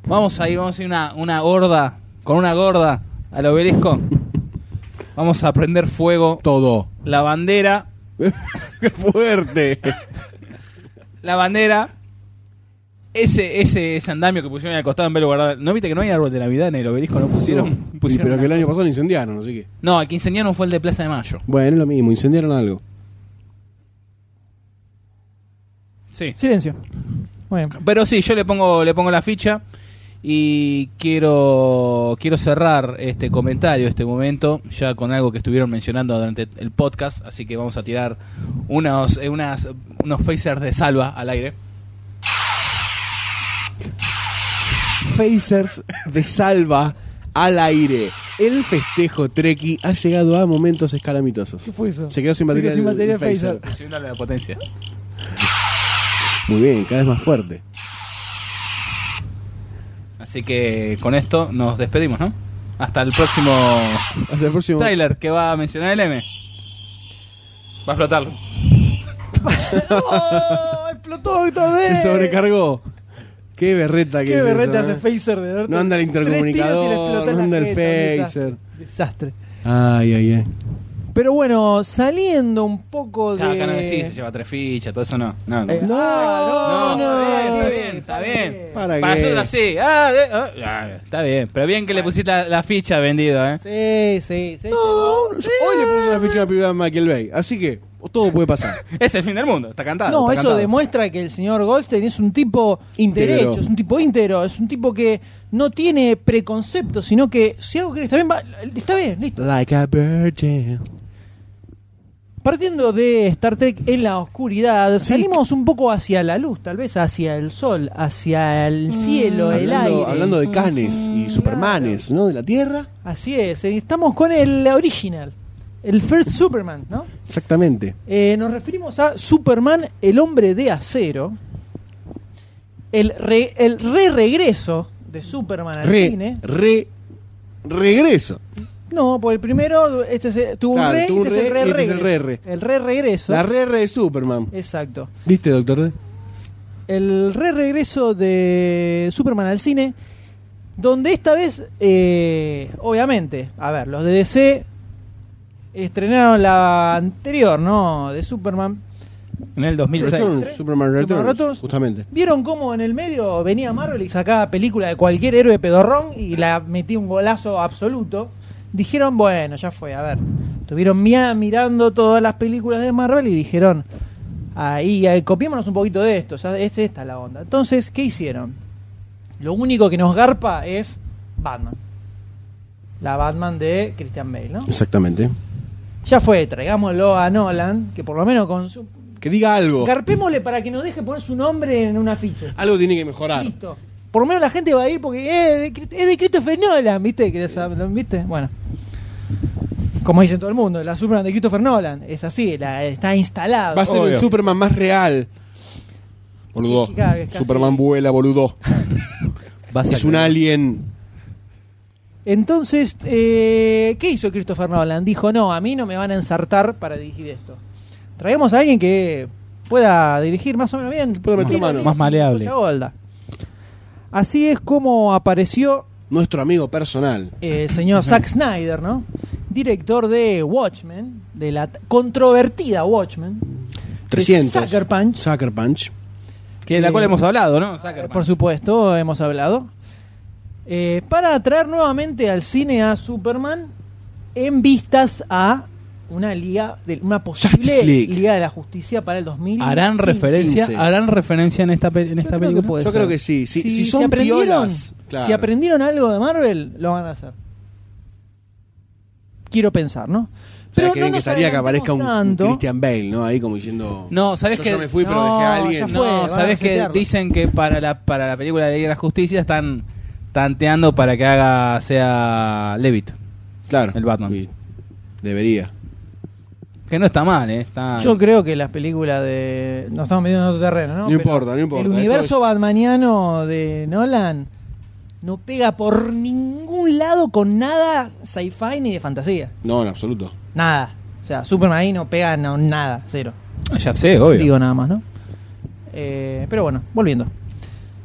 [SPEAKER 5] vamos a ir, vamos a ir una, una gorda, con una gorda al obelisco. Vamos a prender fuego.
[SPEAKER 3] Todo.
[SPEAKER 5] La bandera,
[SPEAKER 3] ¡Qué fuerte!
[SPEAKER 5] la bandera. Ese, ese, ese andamio que pusieron al costado en vez de guardar. ¿No viste que no hay árbol de Navidad en el obelisco? ¿No pusieron?
[SPEAKER 3] No.
[SPEAKER 5] pusieron
[SPEAKER 3] Y pero
[SPEAKER 5] una
[SPEAKER 3] que el año
[SPEAKER 5] cosa.
[SPEAKER 3] pasado lo incendiaron, así que.
[SPEAKER 5] No, el que incendiaron fue el de Plaza de Mayo.
[SPEAKER 3] Bueno, es lo mismo, incendiaron algo.
[SPEAKER 5] Sí.
[SPEAKER 2] Silencio. Muy bien.
[SPEAKER 5] Pero sí, yo le pongo, le pongo la ficha y quiero, quiero cerrar este comentario, este momento, ya con algo que estuvieron mencionando durante el podcast, así que vamos a tirar unos, eh, unas, unos phasers de salva al aire.
[SPEAKER 3] Phasers de salva al aire. El festejo Treki ha llegado a momentos escalamitosos.
[SPEAKER 2] ¿Qué fue eso?
[SPEAKER 3] Se quedó sin batería.
[SPEAKER 2] Se quedó sin
[SPEAKER 3] el- el
[SPEAKER 2] batería el phaser.
[SPEAKER 5] Presionale la potencia.
[SPEAKER 3] Muy bien, cada vez más fuerte.
[SPEAKER 5] Así que con esto nos despedimos, ¿no? Hasta el próximo
[SPEAKER 3] Hasta el próximo.
[SPEAKER 5] trailer que va a mencionar el M. Va a explotarlo.
[SPEAKER 2] ¡Oh! ¡Explotó Doctor D!
[SPEAKER 3] Se sobrecargó. Eh. Qué berreta que
[SPEAKER 2] ¡Qué
[SPEAKER 3] es
[SPEAKER 2] berreta
[SPEAKER 3] eso,
[SPEAKER 2] hace
[SPEAKER 3] ¿eh?
[SPEAKER 2] phaser de Doctor
[SPEAKER 3] No anda el
[SPEAKER 2] Tres tiros y le
[SPEAKER 3] intercomunicador,
[SPEAKER 2] explotó en
[SPEAKER 3] no
[SPEAKER 2] la
[SPEAKER 3] anda el
[SPEAKER 2] jeta, un
[SPEAKER 3] phaser.
[SPEAKER 2] Desastre.
[SPEAKER 3] eh. Ay, ay, ay.
[SPEAKER 2] Pero bueno, saliendo un poco de.
[SPEAKER 5] Cada acá no decís, se lleva tres fichas, todo eso no. No, no.
[SPEAKER 2] Eh,
[SPEAKER 3] No,
[SPEAKER 2] ah,
[SPEAKER 5] No, está bien, está bien, está bien.
[SPEAKER 3] ¿Para
[SPEAKER 5] Para
[SPEAKER 3] qué?
[SPEAKER 5] nosotros sí. Ah, eh, ah, ah, está bien, pero bien que le pusiste la, la ficha vendido, ¿eh?
[SPEAKER 2] Sí, sí, sí.
[SPEAKER 3] No, yo- hoy le puse una ficha a la película de Michael Bay, así que todo puede pasar.
[SPEAKER 5] Es el fin del mundo, está cantado.
[SPEAKER 2] No,
[SPEAKER 5] está
[SPEAKER 2] eso
[SPEAKER 5] cantado.
[SPEAKER 2] demuestra que el señor Goldstein es un tipo
[SPEAKER 3] Íntegro.
[SPEAKER 2] derecho, es un tipo íntegro, es un tipo que no tiene preconceptos, sino que si algo crees está bien, va- está bien, listo.
[SPEAKER 3] Like a virgin.
[SPEAKER 2] Partiendo de Star Trek en la oscuridad, salimos un poco hacia la luz, tal vez hacia el sol, hacia el cielo, el aire.
[SPEAKER 3] Mm, Hablando, hablando de canes y supermanes, ¿no? De la Tierra.
[SPEAKER 2] Así es, eh, estamos con el original, el First Superman, ¿no?
[SPEAKER 3] Exactamente.
[SPEAKER 2] Eh, nos referimos a Superman, el hombre de acero. El, re, el re-regreso de Superman al
[SPEAKER 3] Re,
[SPEAKER 2] cine.
[SPEAKER 3] re, regreso.
[SPEAKER 2] No, por el primero este se- tuvo
[SPEAKER 3] Claro,
[SPEAKER 2] un re,
[SPEAKER 3] tuvo un
[SPEAKER 2] este es
[SPEAKER 3] re y este
[SPEAKER 2] el
[SPEAKER 3] es el
[SPEAKER 2] re-regreso.
[SPEAKER 3] re-re.
[SPEAKER 2] El re-regreso.
[SPEAKER 3] La re, re de Superman.
[SPEAKER 2] Eh. Exacto.
[SPEAKER 3] ¿Viste, doctor? D?
[SPEAKER 2] El re-regreso de Superman al cine. Donde esta vez, eh, obviamente, a ver, los de DC estrenaron la anterior, ¿no? De Superman.
[SPEAKER 5] En el 2006.
[SPEAKER 3] Returns, Superman Returns,
[SPEAKER 2] Superman Returns.
[SPEAKER 3] Justamente.
[SPEAKER 2] ¿Vieron cómo en el medio venía Marvel y sacaba película de cualquier héroe pedorrón y la metía un golazo absoluto? Dijeron, bueno, ya fue, a ver. Estuvieron mia- mirando todas las películas de Marvel y dijeron, ahí, ahí, copiémonos un poquito de esto, ya es esta la onda. Entonces, ¿qué hicieron? Lo único que nos garpa es Batman. La Batman de Christian Bale, ¿no?
[SPEAKER 3] Exactamente.
[SPEAKER 2] Ya fue, traigámoslo a Nolan, que por lo menos con su...
[SPEAKER 3] Que diga algo.
[SPEAKER 2] Garpémosle para que nos deje poner su nombre en una ficha.
[SPEAKER 3] Algo tiene que mejorar.
[SPEAKER 2] Listo. Por lo menos la gente va a ir porque eh, es de, Cri- es de Christopher Nolan, ¿viste? Que ya saben, ¿Viste? Bueno. Como dice todo el mundo, la Superman de Christopher Nolan. Es así, la- está instalado.
[SPEAKER 3] Va a ser
[SPEAKER 2] Obvio.
[SPEAKER 3] el Superman más real. Boludo.
[SPEAKER 2] Sí, claro, es casi-
[SPEAKER 3] Superman vuela, boludo.
[SPEAKER 5] Vas a
[SPEAKER 3] Es un
[SPEAKER 5] creer.
[SPEAKER 3] alien.
[SPEAKER 2] Entonces, eh, ¿qué hizo Christopher Nolan? Dijo, no, a mí no me van a ensartar para dirigir esto. Traigamos a alguien que pueda dirigir más o menos bien.
[SPEAKER 3] pueda meter
[SPEAKER 2] Tira
[SPEAKER 3] mano.
[SPEAKER 2] el-
[SPEAKER 5] Más maleable.
[SPEAKER 2] Chabolda. Así es como apareció
[SPEAKER 3] Nuestro amigo personal.
[SPEAKER 2] el Eh, señor Zack Snyder, ¿no? Director de Watchmen, de la t- controvertida Watchmen. de
[SPEAKER 3] 300.
[SPEAKER 2] Sucker Punch.
[SPEAKER 3] Sucker Punch.
[SPEAKER 5] Que de la cual
[SPEAKER 2] Eh,
[SPEAKER 5] hemos hablado, ¿no? Zuckerman.
[SPEAKER 2] Por supuesto, hemos hablado. Eh, para traer nuevamente al cine a Superman en vistas a una liga, de, una posible
[SPEAKER 3] Justice League.
[SPEAKER 2] Liga de la Justicia para el 2000.
[SPEAKER 5] harán referencia,
[SPEAKER 3] 15.
[SPEAKER 5] harán referencia en esta pe- en esta película.
[SPEAKER 3] Yo creo que sí. Si, si son
[SPEAKER 2] aprendieron,
[SPEAKER 3] piolas. claro.
[SPEAKER 2] si aprendieron algo de Marvel, lo van a hacer. Quiero pensar, ¿no?
[SPEAKER 3] O sea,
[SPEAKER 2] Pero
[SPEAKER 3] que
[SPEAKER 2] no
[SPEAKER 3] bien que
[SPEAKER 2] nos
[SPEAKER 3] estaría que aparezca un, un
[SPEAKER 2] adelantemos tanto.
[SPEAKER 3] Christian Bale, ¿no? Ahí como diciendo.
[SPEAKER 5] No, ¿sabes
[SPEAKER 3] yo
[SPEAKER 5] que-
[SPEAKER 3] ya me fui, pero
[SPEAKER 2] No,
[SPEAKER 3] dejé a
[SPEAKER 2] ya
[SPEAKER 3] alguien.
[SPEAKER 2] fue.
[SPEAKER 5] No,
[SPEAKER 2] van a
[SPEAKER 5] sabes que
[SPEAKER 2] resetearlo.
[SPEAKER 5] dicen que para la para la película de la Liga de la Justicia están tanteando para que haga sea Levitt,
[SPEAKER 3] Claro.
[SPEAKER 5] el Batman.
[SPEAKER 3] Y debería.
[SPEAKER 5] que no está mal, eh, está
[SPEAKER 2] Yo creo que las películas de. Nos estamos metiendo en otro terreno, ¿no?
[SPEAKER 3] No,
[SPEAKER 2] Pero
[SPEAKER 3] importa, no importa.
[SPEAKER 2] El
[SPEAKER 3] Esto
[SPEAKER 2] universo
[SPEAKER 3] es-
[SPEAKER 2] batmaniano de Nolan no pega por ningún lado con nada sci-fi ni de fantasía.
[SPEAKER 3] No, en absoluto.
[SPEAKER 2] Nada. O sea, Superman ahí no pega no, nada, cero.
[SPEAKER 5] Ah, ya sé, obvio.
[SPEAKER 2] Digo nada más, ¿no? Eh, pero bueno, volviendo.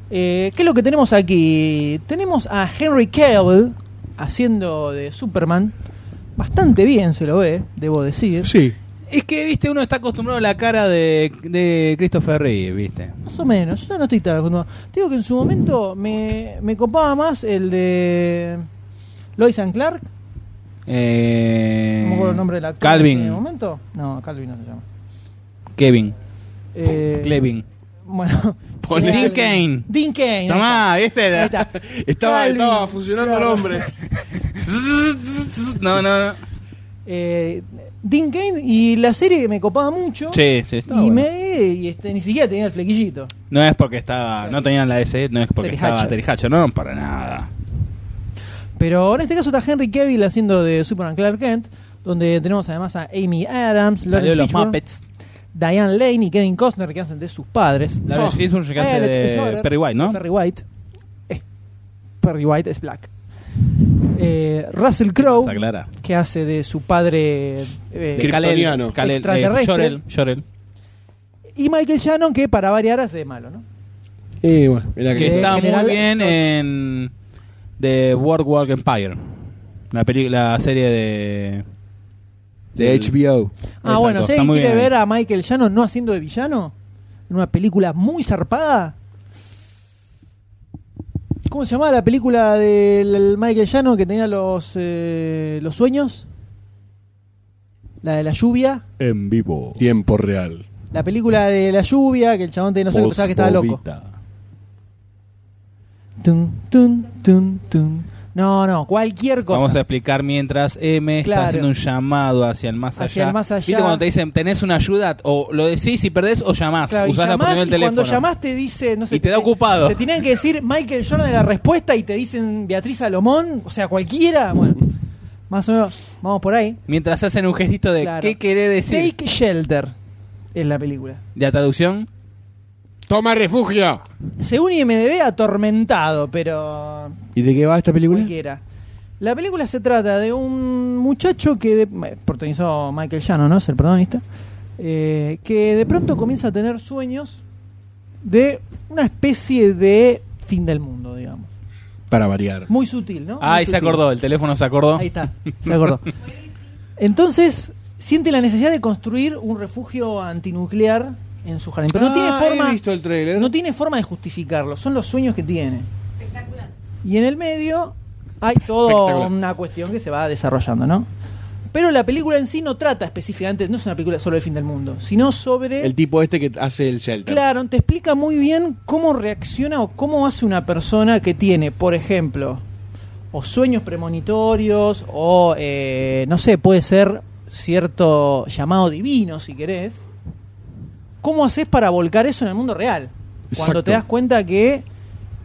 [SPEAKER 2] Eh, ¿Qué es lo que tenemos aquí? Tenemos a Henry Cavill haciendo de Superman. Bastante bien se lo ve, debo decir.
[SPEAKER 3] Sí.
[SPEAKER 5] es que viste uno está acostumbrado a la cara de, de Christopher Reeve, viste.
[SPEAKER 2] Más o menos, yo no estoy tan acostumbrado. Te digo que en su momento me, me copaba más el de Lois and Clark.
[SPEAKER 5] Eh,
[SPEAKER 2] No me acuerdo el nombre del actor en ese
[SPEAKER 5] Calvin,
[SPEAKER 2] momento. No, Calvin no se llama.
[SPEAKER 5] Kevin,
[SPEAKER 2] Eh,
[SPEAKER 5] Clevin.
[SPEAKER 2] Bueno.
[SPEAKER 3] Ponele.
[SPEAKER 2] era el-
[SPEAKER 5] Dean Cain.
[SPEAKER 2] Dean Cain.
[SPEAKER 5] Tomá, viste.
[SPEAKER 2] Ahí está.
[SPEAKER 3] Estaba,
[SPEAKER 2] Calvin.
[SPEAKER 3] estaba fusionando
[SPEAKER 2] Claro.
[SPEAKER 3] nombres.
[SPEAKER 5] No, no, no.
[SPEAKER 2] Eh, Dean Cain y la serie que me copaba mucho.
[SPEAKER 5] Sí, sí, está
[SPEAKER 2] y
[SPEAKER 5] bueno.
[SPEAKER 2] me y este, ni siquiera tenía el flequillito.
[SPEAKER 5] No es porque estaba, no tenían la S, no es porque
[SPEAKER 2] Terry
[SPEAKER 5] estaba
[SPEAKER 2] Hatcher.
[SPEAKER 5] Terry Hatcher, no, para nada.
[SPEAKER 2] Pero en este caso está Henry Cavill haciendo de Superman Clark Kent, donde tenemos además a Amy Adams,
[SPEAKER 5] Salió de
[SPEAKER 2] Lawrence
[SPEAKER 5] los
[SPEAKER 2] Fishburne,
[SPEAKER 5] Muppets.
[SPEAKER 2] Diane Lane y Kevin Costner que hacen de sus padres. Oh,
[SPEAKER 5] Lawrence Fishburne que hace
[SPEAKER 2] Elliot
[SPEAKER 5] de
[SPEAKER 2] Schroeder,
[SPEAKER 5] Perry White, ¿no?
[SPEAKER 2] Perry White. Eh, Perry White es black. Eh, Russell Crowe
[SPEAKER 5] Se aclara.
[SPEAKER 2] que hace de su padre. eh,
[SPEAKER 3] Cri- Kryptoniano.
[SPEAKER 5] Kalel, Kalel, eh,
[SPEAKER 2] Extraterrestre.
[SPEAKER 5] Jorel, Jorel.
[SPEAKER 2] y Michael Shannon que para variar hace malo, ¿no?
[SPEAKER 3] Eh, bueno, mirá
[SPEAKER 5] Que
[SPEAKER 2] Eh,
[SPEAKER 5] está
[SPEAKER 2] General
[SPEAKER 5] muy bien
[SPEAKER 2] Zod.
[SPEAKER 5] en The World War Empire. La peli- la serie de
[SPEAKER 3] De HBO.
[SPEAKER 2] Ah,
[SPEAKER 5] Exacto,
[SPEAKER 2] bueno, si
[SPEAKER 5] está
[SPEAKER 2] alguien
[SPEAKER 5] muy
[SPEAKER 2] quiere
[SPEAKER 5] bien.
[SPEAKER 2] ver a Michael Shannon no haciendo de villano en una película muy zarpada. ¿Cómo se llamaba la película del el Michael Shannon que tenía los, eh, los sueños? La de la lluvia.
[SPEAKER 5] en vivo.
[SPEAKER 3] Tiempo real.
[SPEAKER 2] La película de la lluvia que el chabón tenía los sueños y pensaba que estaba loco. Tun, tun, tun, tun. No, no, cualquier cosa.
[SPEAKER 5] Vamos a explicar mientras M
[SPEAKER 2] Claro.
[SPEAKER 5] está haciendo un llamado hacia el más allá.
[SPEAKER 2] Hacia el más allá.
[SPEAKER 5] Viste cuando te dicen, tenés una ayuda, o lo decís y perdés o llamás.
[SPEAKER 2] Claro, y
[SPEAKER 5] usás la
[SPEAKER 2] llamás
[SPEAKER 5] opción del
[SPEAKER 2] y
[SPEAKER 5] teléfono.
[SPEAKER 2] cuando llamás te dice, no sé,
[SPEAKER 5] Y te da ocupado.
[SPEAKER 2] Te tenían que decir Michael Jordan de la respuesta y te dicen Beatriz Salomón, o sea, cualquiera, bueno, más o menos, vamos por ahí.
[SPEAKER 5] Mientras hacen un gestito de,
[SPEAKER 2] Claro.
[SPEAKER 5] ¿qué querés decir?
[SPEAKER 2] Take Shelter es la película.
[SPEAKER 5] De la traducción.
[SPEAKER 3] ¡Toma refugio!
[SPEAKER 2] Según IMDB, atormentado, pero
[SPEAKER 3] ¿Y de qué va esta película?
[SPEAKER 2] cualquiera. La película se trata de un muchacho que de- eh, protagonizó Michael Shannon, ¿no? Es el protagonista. eh, que de pronto comienza a tener sueños de una especie de fin del mundo, digamos.
[SPEAKER 3] Para variar.
[SPEAKER 2] Muy sutil, ¿no?
[SPEAKER 5] Ah,
[SPEAKER 2] Muy
[SPEAKER 5] ahí se
[SPEAKER 2] sutil.
[SPEAKER 5] acordó, el teléfono se acordó.
[SPEAKER 2] Ahí está, se acordó. Entonces, siente la necesidad de construir un refugio antinuclear en su jardín. Pero no tiene
[SPEAKER 3] Ah, He
[SPEAKER 2] forma.
[SPEAKER 3] visto el trailer.
[SPEAKER 2] No tiene forma de justificarlo, son los sueños que tiene. Y en el medio hay toda
[SPEAKER 3] Espectacular.
[SPEAKER 2] una cuestión que se va desarrollando, ¿no? Pero la película en sí no trata específicamente, no es una película sobre el fin del mundo, sino sobre...
[SPEAKER 3] El tipo este que hace el shelter.
[SPEAKER 2] Claro, te explica muy bien cómo reacciona o cómo hace una persona que tiene, por ejemplo, o sueños premonitorios, o eh, no sé, puede ser cierto llamado divino, si querés. ¿Cómo haces para volcar eso en el mundo real? Cuando
[SPEAKER 3] Exacto.
[SPEAKER 2] te das cuenta que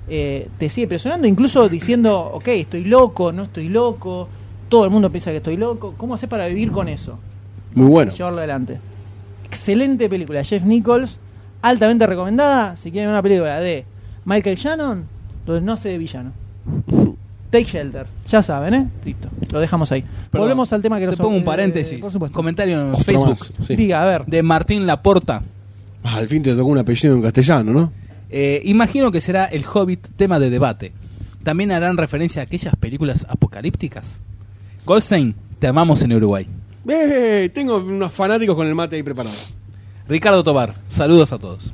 [SPEAKER 2] eh, te sigue presionando, incluso diciendo, ok, estoy loco, no estoy loco, Todo el mundo piensa que estoy loco. ¿Cómo haces para vivir con eso?
[SPEAKER 3] Muy bueno.
[SPEAKER 2] Llevarlo adelante. Excelente película. Jeff Nichols, altamente recomendada. Si quieren una película de Michael Shannon, donde no hace de villano. Take Shelter. Ya saben, ¿eh? Listo. Lo dejamos ahí.
[SPEAKER 5] Perdón.
[SPEAKER 2] Volvemos al tema que
[SPEAKER 5] Te
[SPEAKER 2] nos
[SPEAKER 5] pongo un
[SPEAKER 2] eh,
[SPEAKER 5] paréntesis.
[SPEAKER 2] por supuesto.
[SPEAKER 5] Comentario en
[SPEAKER 3] Ostras,
[SPEAKER 5] Facebook
[SPEAKER 3] más, sí.
[SPEAKER 2] Diga, a ver.
[SPEAKER 5] de Martín Laporta.
[SPEAKER 3] Ah, al fin te tocó un apellido en castellano, ¿no?
[SPEAKER 5] Eh, imagino que será el Hobbit tema de debate. También harán referencia a aquellas películas apocalípticas. Goldstein, te amamos en Uruguay.
[SPEAKER 3] Eh, tengo unos fanáticos con el mate ahí preparado.
[SPEAKER 5] Ricardo Tobar, saludos a todos.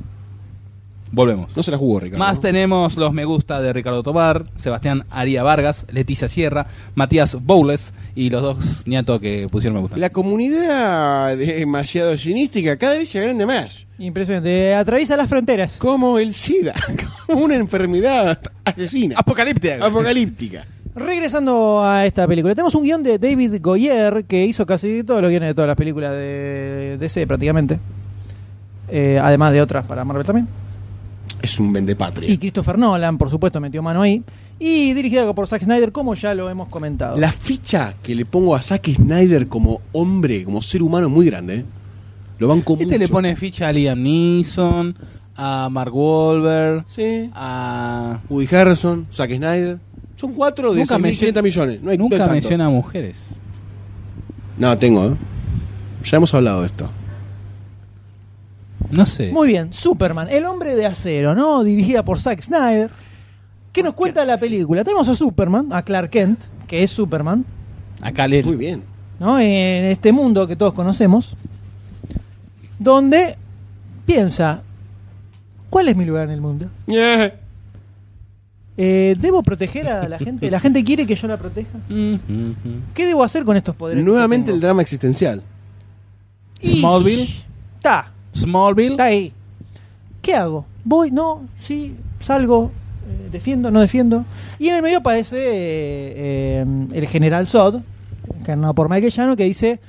[SPEAKER 5] Volvemos.
[SPEAKER 3] No se la jugó, Ricardo.
[SPEAKER 5] Más
[SPEAKER 3] ¿no?
[SPEAKER 5] tenemos los me gusta de Ricardo Tobar, Sebastián Aría Vargas, Leticia Sierra, Matías Bowles y los dos nietos que pusieron me gusta.
[SPEAKER 3] La comunidad demasiado ginística cada vez se agrande más.
[SPEAKER 2] Impresionante. Eh, Atraviesa las fronteras.
[SPEAKER 3] Como el SIDA, como una enfermedad asesina,
[SPEAKER 2] Ah,
[SPEAKER 5] Apocalíptica.
[SPEAKER 3] apocalíptica.
[SPEAKER 2] Regresando a esta película, tenemos un guión de David Goyer que hizo casi todos los guiones de todas las películas de DC prácticamente. Eh, además de otras para Marvel también.
[SPEAKER 3] Es un vendepatria.
[SPEAKER 2] Y Christopher Nolan, por supuesto, metió mano ahí. Y dirigida por Zack Snyder, como ya lo hemos comentado.
[SPEAKER 3] La ficha que le pongo a Zack Snyder como hombre, como ser humano, es muy grande. ¿eh? Lo banco
[SPEAKER 5] Este le
[SPEAKER 3] mucho.
[SPEAKER 5] pone ficha a Liam Neeson, a Mark Wahlberg,
[SPEAKER 3] Sí.
[SPEAKER 5] a...
[SPEAKER 3] Woody Harrison, Zack Snyder. Son cuatro de
[SPEAKER 5] Nunca
[SPEAKER 3] 6.500
[SPEAKER 5] menciona-
[SPEAKER 3] millones. No hay no
[SPEAKER 5] Nunca
[SPEAKER 3] es tanto.
[SPEAKER 5] menciona a mujeres.
[SPEAKER 3] No, tengo, ¿eh? Ya hemos hablado de esto.
[SPEAKER 5] No sé.
[SPEAKER 2] Muy bien, Superman, el hombre de acero, ¿no? Dirigida por Zack Snyder. ¿Qué nos cuenta la película? Tenemos a Superman, a Clark Kent, que es Superman,
[SPEAKER 5] Acá le
[SPEAKER 3] Muy bien.
[SPEAKER 2] ¿no? En este mundo que todos conocemos, donde piensa, ¿cuál es mi lugar en el mundo? Eh, ¿Debo proteger a la gente? ¿La gente quiere que yo la proteja?
[SPEAKER 5] Mm-hmm.
[SPEAKER 2] ¿Qué debo hacer con estos poderes? que
[SPEAKER 3] Nuevamente el
[SPEAKER 2] tengo?
[SPEAKER 3] drama existencial.
[SPEAKER 2] Y-
[SPEAKER 5] Smallville.
[SPEAKER 2] Está,
[SPEAKER 5] Smallville.
[SPEAKER 2] está ahí. ¿Qué hago? ¿Voy? ¿No? ¿Sí? ¿Salgo? Eh, ¿Defiendo? ¿No defiendo? Y en el medio aparece eh, eh, el general Sod, encarnado por Michael Llano, que dice,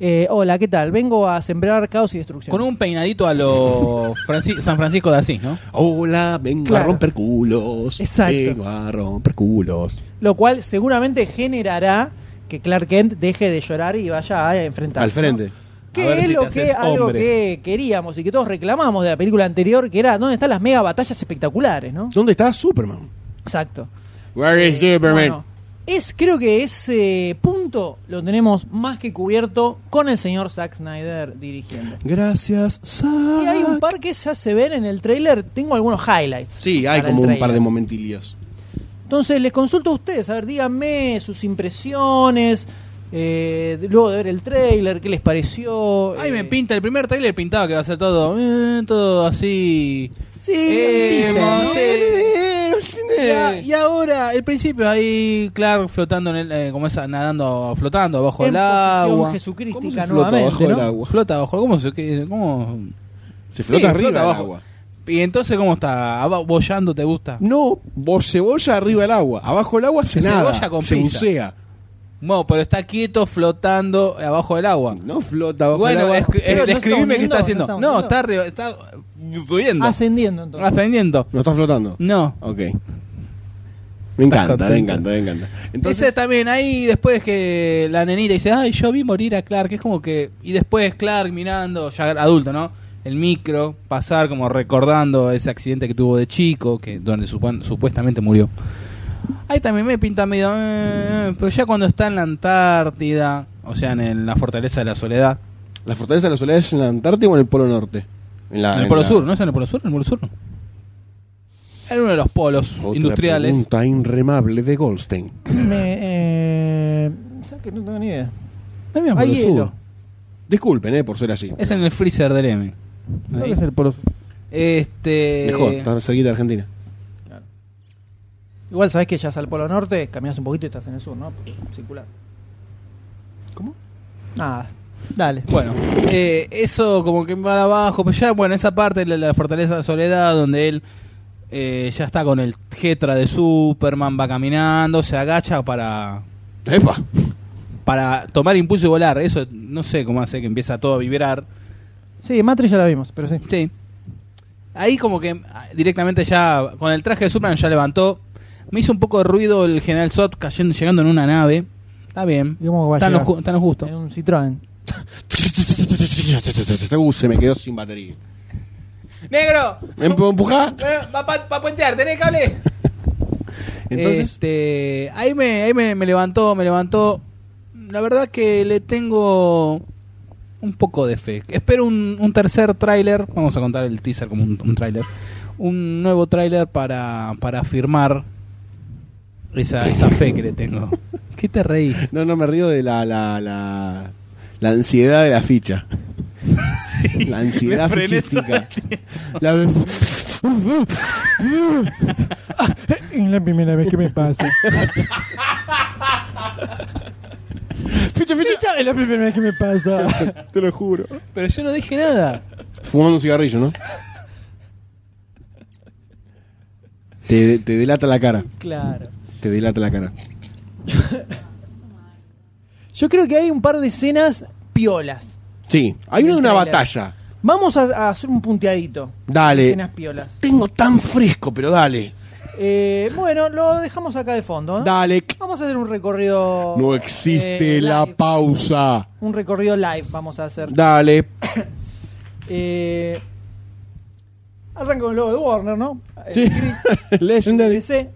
[SPEAKER 2] eh, hola, ¿qué tal? Vengo a sembrar caos y destrucción.
[SPEAKER 5] Con un peinadito a lo Franci- San Francisco de Asís, ¿no?
[SPEAKER 3] Hola, vengo
[SPEAKER 2] Claro.
[SPEAKER 3] a romper culos.
[SPEAKER 2] Exacto.
[SPEAKER 3] Vengo a romper culos.
[SPEAKER 2] Lo cual seguramente generará que Clark Kent deje de llorar y vaya a enfrentar.
[SPEAKER 3] Al frente.
[SPEAKER 5] A ver
[SPEAKER 2] Que es
[SPEAKER 5] si
[SPEAKER 2] lo
[SPEAKER 5] te
[SPEAKER 2] que,
[SPEAKER 5] haces
[SPEAKER 2] algo
[SPEAKER 5] hombre.
[SPEAKER 2] que queríamos y que todos reclamamos de la película anterior, que era dónde están las mega batallas espectaculares, ¿no?
[SPEAKER 3] ¿Dónde está Superman?
[SPEAKER 2] Exacto.
[SPEAKER 3] Where is
[SPEAKER 2] Eh,
[SPEAKER 3] Superman?
[SPEAKER 2] bueno, es, creo que ese punto lo tenemos más que cubierto con el señor Zack Snyder dirigiendo.
[SPEAKER 3] Gracias, Zack.
[SPEAKER 2] Y hay un par que ya se ven en el tráiler, tengo algunos highlights.
[SPEAKER 3] Sí, hay
[SPEAKER 2] para el
[SPEAKER 3] como un par
[SPEAKER 2] tráiler.
[SPEAKER 3] de momentillos.
[SPEAKER 2] Entonces les consulto a ustedes, a ver, díganme sus impresiones, eh, de- luego de ver el trailer, qué les pareció.
[SPEAKER 5] Ay,
[SPEAKER 2] eh,
[SPEAKER 5] me pinta, el primer trailer pintaba que va a ser todo, eh, todo así.
[SPEAKER 3] Sí,
[SPEAKER 5] Eh,
[SPEAKER 2] dicen, ¿no?
[SPEAKER 5] sí. Y, a- y ahora, el principio, ahí Clark flotando en el, eh, como esa, nadando, flotando bajo
[SPEAKER 2] en
[SPEAKER 5] el
[SPEAKER 2] posición
[SPEAKER 5] agua.
[SPEAKER 3] ¿Cómo
[SPEAKER 2] jesucrística
[SPEAKER 3] se flota
[SPEAKER 2] nuevamente,
[SPEAKER 3] abajo del
[SPEAKER 2] ¿no?
[SPEAKER 3] agua?
[SPEAKER 5] Flota bajo, ¿cómo se, qué- cómo?
[SPEAKER 3] Se
[SPEAKER 5] Sí,
[SPEAKER 3] flota arriba del
[SPEAKER 5] abajo.
[SPEAKER 3] agua.
[SPEAKER 5] Y entonces, ¿cómo está? Aba- ¿Boyando te gusta?
[SPEAKER 3] No, vos cebolla arriba del agua. Abajo del agua se
[SPEAKER 5] Cebolla
[SPEAKER 3] nada.
[SPEAKER 5] con
[SPEAKER 3] se
[SPEAKER 5] pizza.
[SPEAKER 3] bucea.
[SPEAKER 5] No, pero está quieto flotando eh, abajo del agua.
[SPEAKER 3] No flota abajo del
[SPEAKER 5] Bueno,
[SPEAKER 3] agua.
[SPEAKER 5] es-
[SPEAKER 2] Pero no
[SPEAKER 5] es-
[SPEAKER 2] está
[SPEAKER 5] describime qué
[SPEAKER 2] hundiendo,
[SPEAKER 5] está haciendo.
[SPEAKER 2] no Ah, está
[SPEAKER 5] No,
[SPEAKER 2] hundiendo.
[SPEAKER 5] está arriba, está subiendo.
[SPEAKER 2] Ascendiendo entonces.
[SPEAKER 5] Ascendiendo.
[SPEAKER 3] No está flotando.
[SPEAKER 5] No.
[SPEAKER 3] Ok. Me encanta, me
[SPEAKER 5] contento.
[SPEAKER 3] encanta, me encanta.
[SPEAKER 5] Entonces,
[SPEAKER 3] Entonces,
[SPEAKER 5] también ahí después que la nenita dice, ay, yo vi morir a Clark, es como que... Y después Clark mirando, ya adulto, ¿no? El micro, pasar como recordando ese accidente que tuvo de chico, que donde supu- supuestamente murió. Ahí también me pinta medio... "Eh", pero ya cuando está en la Antártida, o sea, en, el- la Fortaleza de la Soledad.
[SPEAKER 3] ¿la fortaleza de la soledad es en la Antártida o en el Polo Norte? la-
[SPEAKER 5] en el Polo
[SPEAKER 3] la-
[SPEAKER 5] Sur, ¿no es en el Polo Sur? En el Polo Sur. no. Era uno de los polos
[SPEAKER 3] Otra
[SPEAKER 5] industriales.
[SPEAKER 3] pregunta inremable de Goldstein.
[SPEAKER 2] Me, eh, ¿Sabes que no tengo ni idea?
[SPEAKER 5] No había un
[SPEAKER 2] Hay
[SPEAKER 5] Polo Sur.
[SPEAKER 2] hielo.
[SPEAKER 3] Disculpen, eh, por ser así.
[SPEAKER 5] Es en el freezer del M.
[SPEAKER 2] Creo
[SPEAKER 5] Ahí.
[SPEAKER 2] que es el Polo Sur.
[SPEAKER 5] Este.
[SPEAKER 3] Mejor, está cerquita de Argentina.
[SPEAKER 2] Igual sabes que ya al Polo Norte, caminas un poquito y estás en el sur, ¿no? Circular.
[SPEAKER 3] ¿Cómo?
[SPEAKER 2] Nada. Dale.
[SPEAKER 5] Bueno, eh, eso como que va abajo, pero ya, bueno, esa parte de la fortaleza de Soledad, donde él eh, ya está con el Getra de Superman, va caminando, se agacha para,
[SPEAKER 3] ¡Epa!
[SPEAKER 5] para tomar impulso y volar. Eso no sé cómo hace que empieza todo a vibrar.
[SPEAKER 2] Sí, Matrix ya la vimos, pero sí.
[SPEAKER 5] Sí. Ahí como que ah, directamente ya, con el traje de Superman ya levantó. Me hizo un poco de ruido el general Zod cayendo, llegando en una nave. Está bien.
[SPEAKER 2] Digamos que va a
[SPEAKER 5] Están los,
[SPEAKER 2] llegar.
[SPEAKER 5] ju- están los justos.
[SPEAKER 2] En un Citroën.
[SPEAKER 3] Uh, se me quedó sin batería.
[SPEAKER 5] ¡Negro!
[SPEAKER 3] ¿Me empu- empuja?
[SPEAKER 5] Va para puentear, tenés cable.
[SPEAKER 3] Entonces,
[SPEAKER 5] Este, ahí me, ahí me, me levantó, me levantó. La verdad que le tengo un poco de fe. Espero un, un tercer tráiler. Vamos a contar el teaser como un, un tráiler. Un nuevo tráiler para, para afirmar esa, esa fe que le tengo. ¿Qué te reís?
[SPEAKER 3] no, no me río de la, la, la, la ansiedad de la ficha. la ansiedad
[SPEAKER 5] me frené
[SPEAKER 3] fichística. La
[SPEAKER 2] Es la primera vez que me pasa.
[SPEAKER 3] ficha, ficha,
[SPEAKER 2] es la primera vez que me pasa.
[SPEAKER 3] te lo juro.
[SPEAKER 5] Pero yo no dije nada.
[SPEAKER 3] Fumando un cigarrillo, ¿no? Te, te delata la cara.
[SPEAKER 2] Claro.
[SPEAKER 3] Te delata la cara.
[SPEAKER 2] Yo creo que hay un par de escenas piolas.
[SPEAKER 3] Sí, hay una de una
[SPEAKER 2] Trailer.
[SPEAKER 3] batalla.
[SPEAKER 2] Vamos a, a hacer un punteadito.
[SPEAKER 3] Dale.
[SPEAKER 2] Escenas piolas.
[SPEAKER 3] Tengo tan fresco, pero dale.
[SPEAKER 2] Eh, bueno, lo dejamos acá de fondo. ¿no?
[SPEAKER 3] Dale.
[SPEAKER 2] Vamos a hacer un recorrido.
[SPEAKER 3] No existe
[SPEAKER 2] eh,
[SPEAKER 3] la
[SPEAKER 2] live.
[SPEAKER 3] pausa.
[SPEAKER 2] Un recorrido live vamos a hacer.
[SPEAKER 3] Dale.
[SPEAKER 2] Eh, arranco con el logo de Warner, ¿no? El
[SPEAKER 3] Sí.
[SPEAKER 2] gris, el de
[SPEAKER 3] Legendary.
[SPEAKER 2] DC,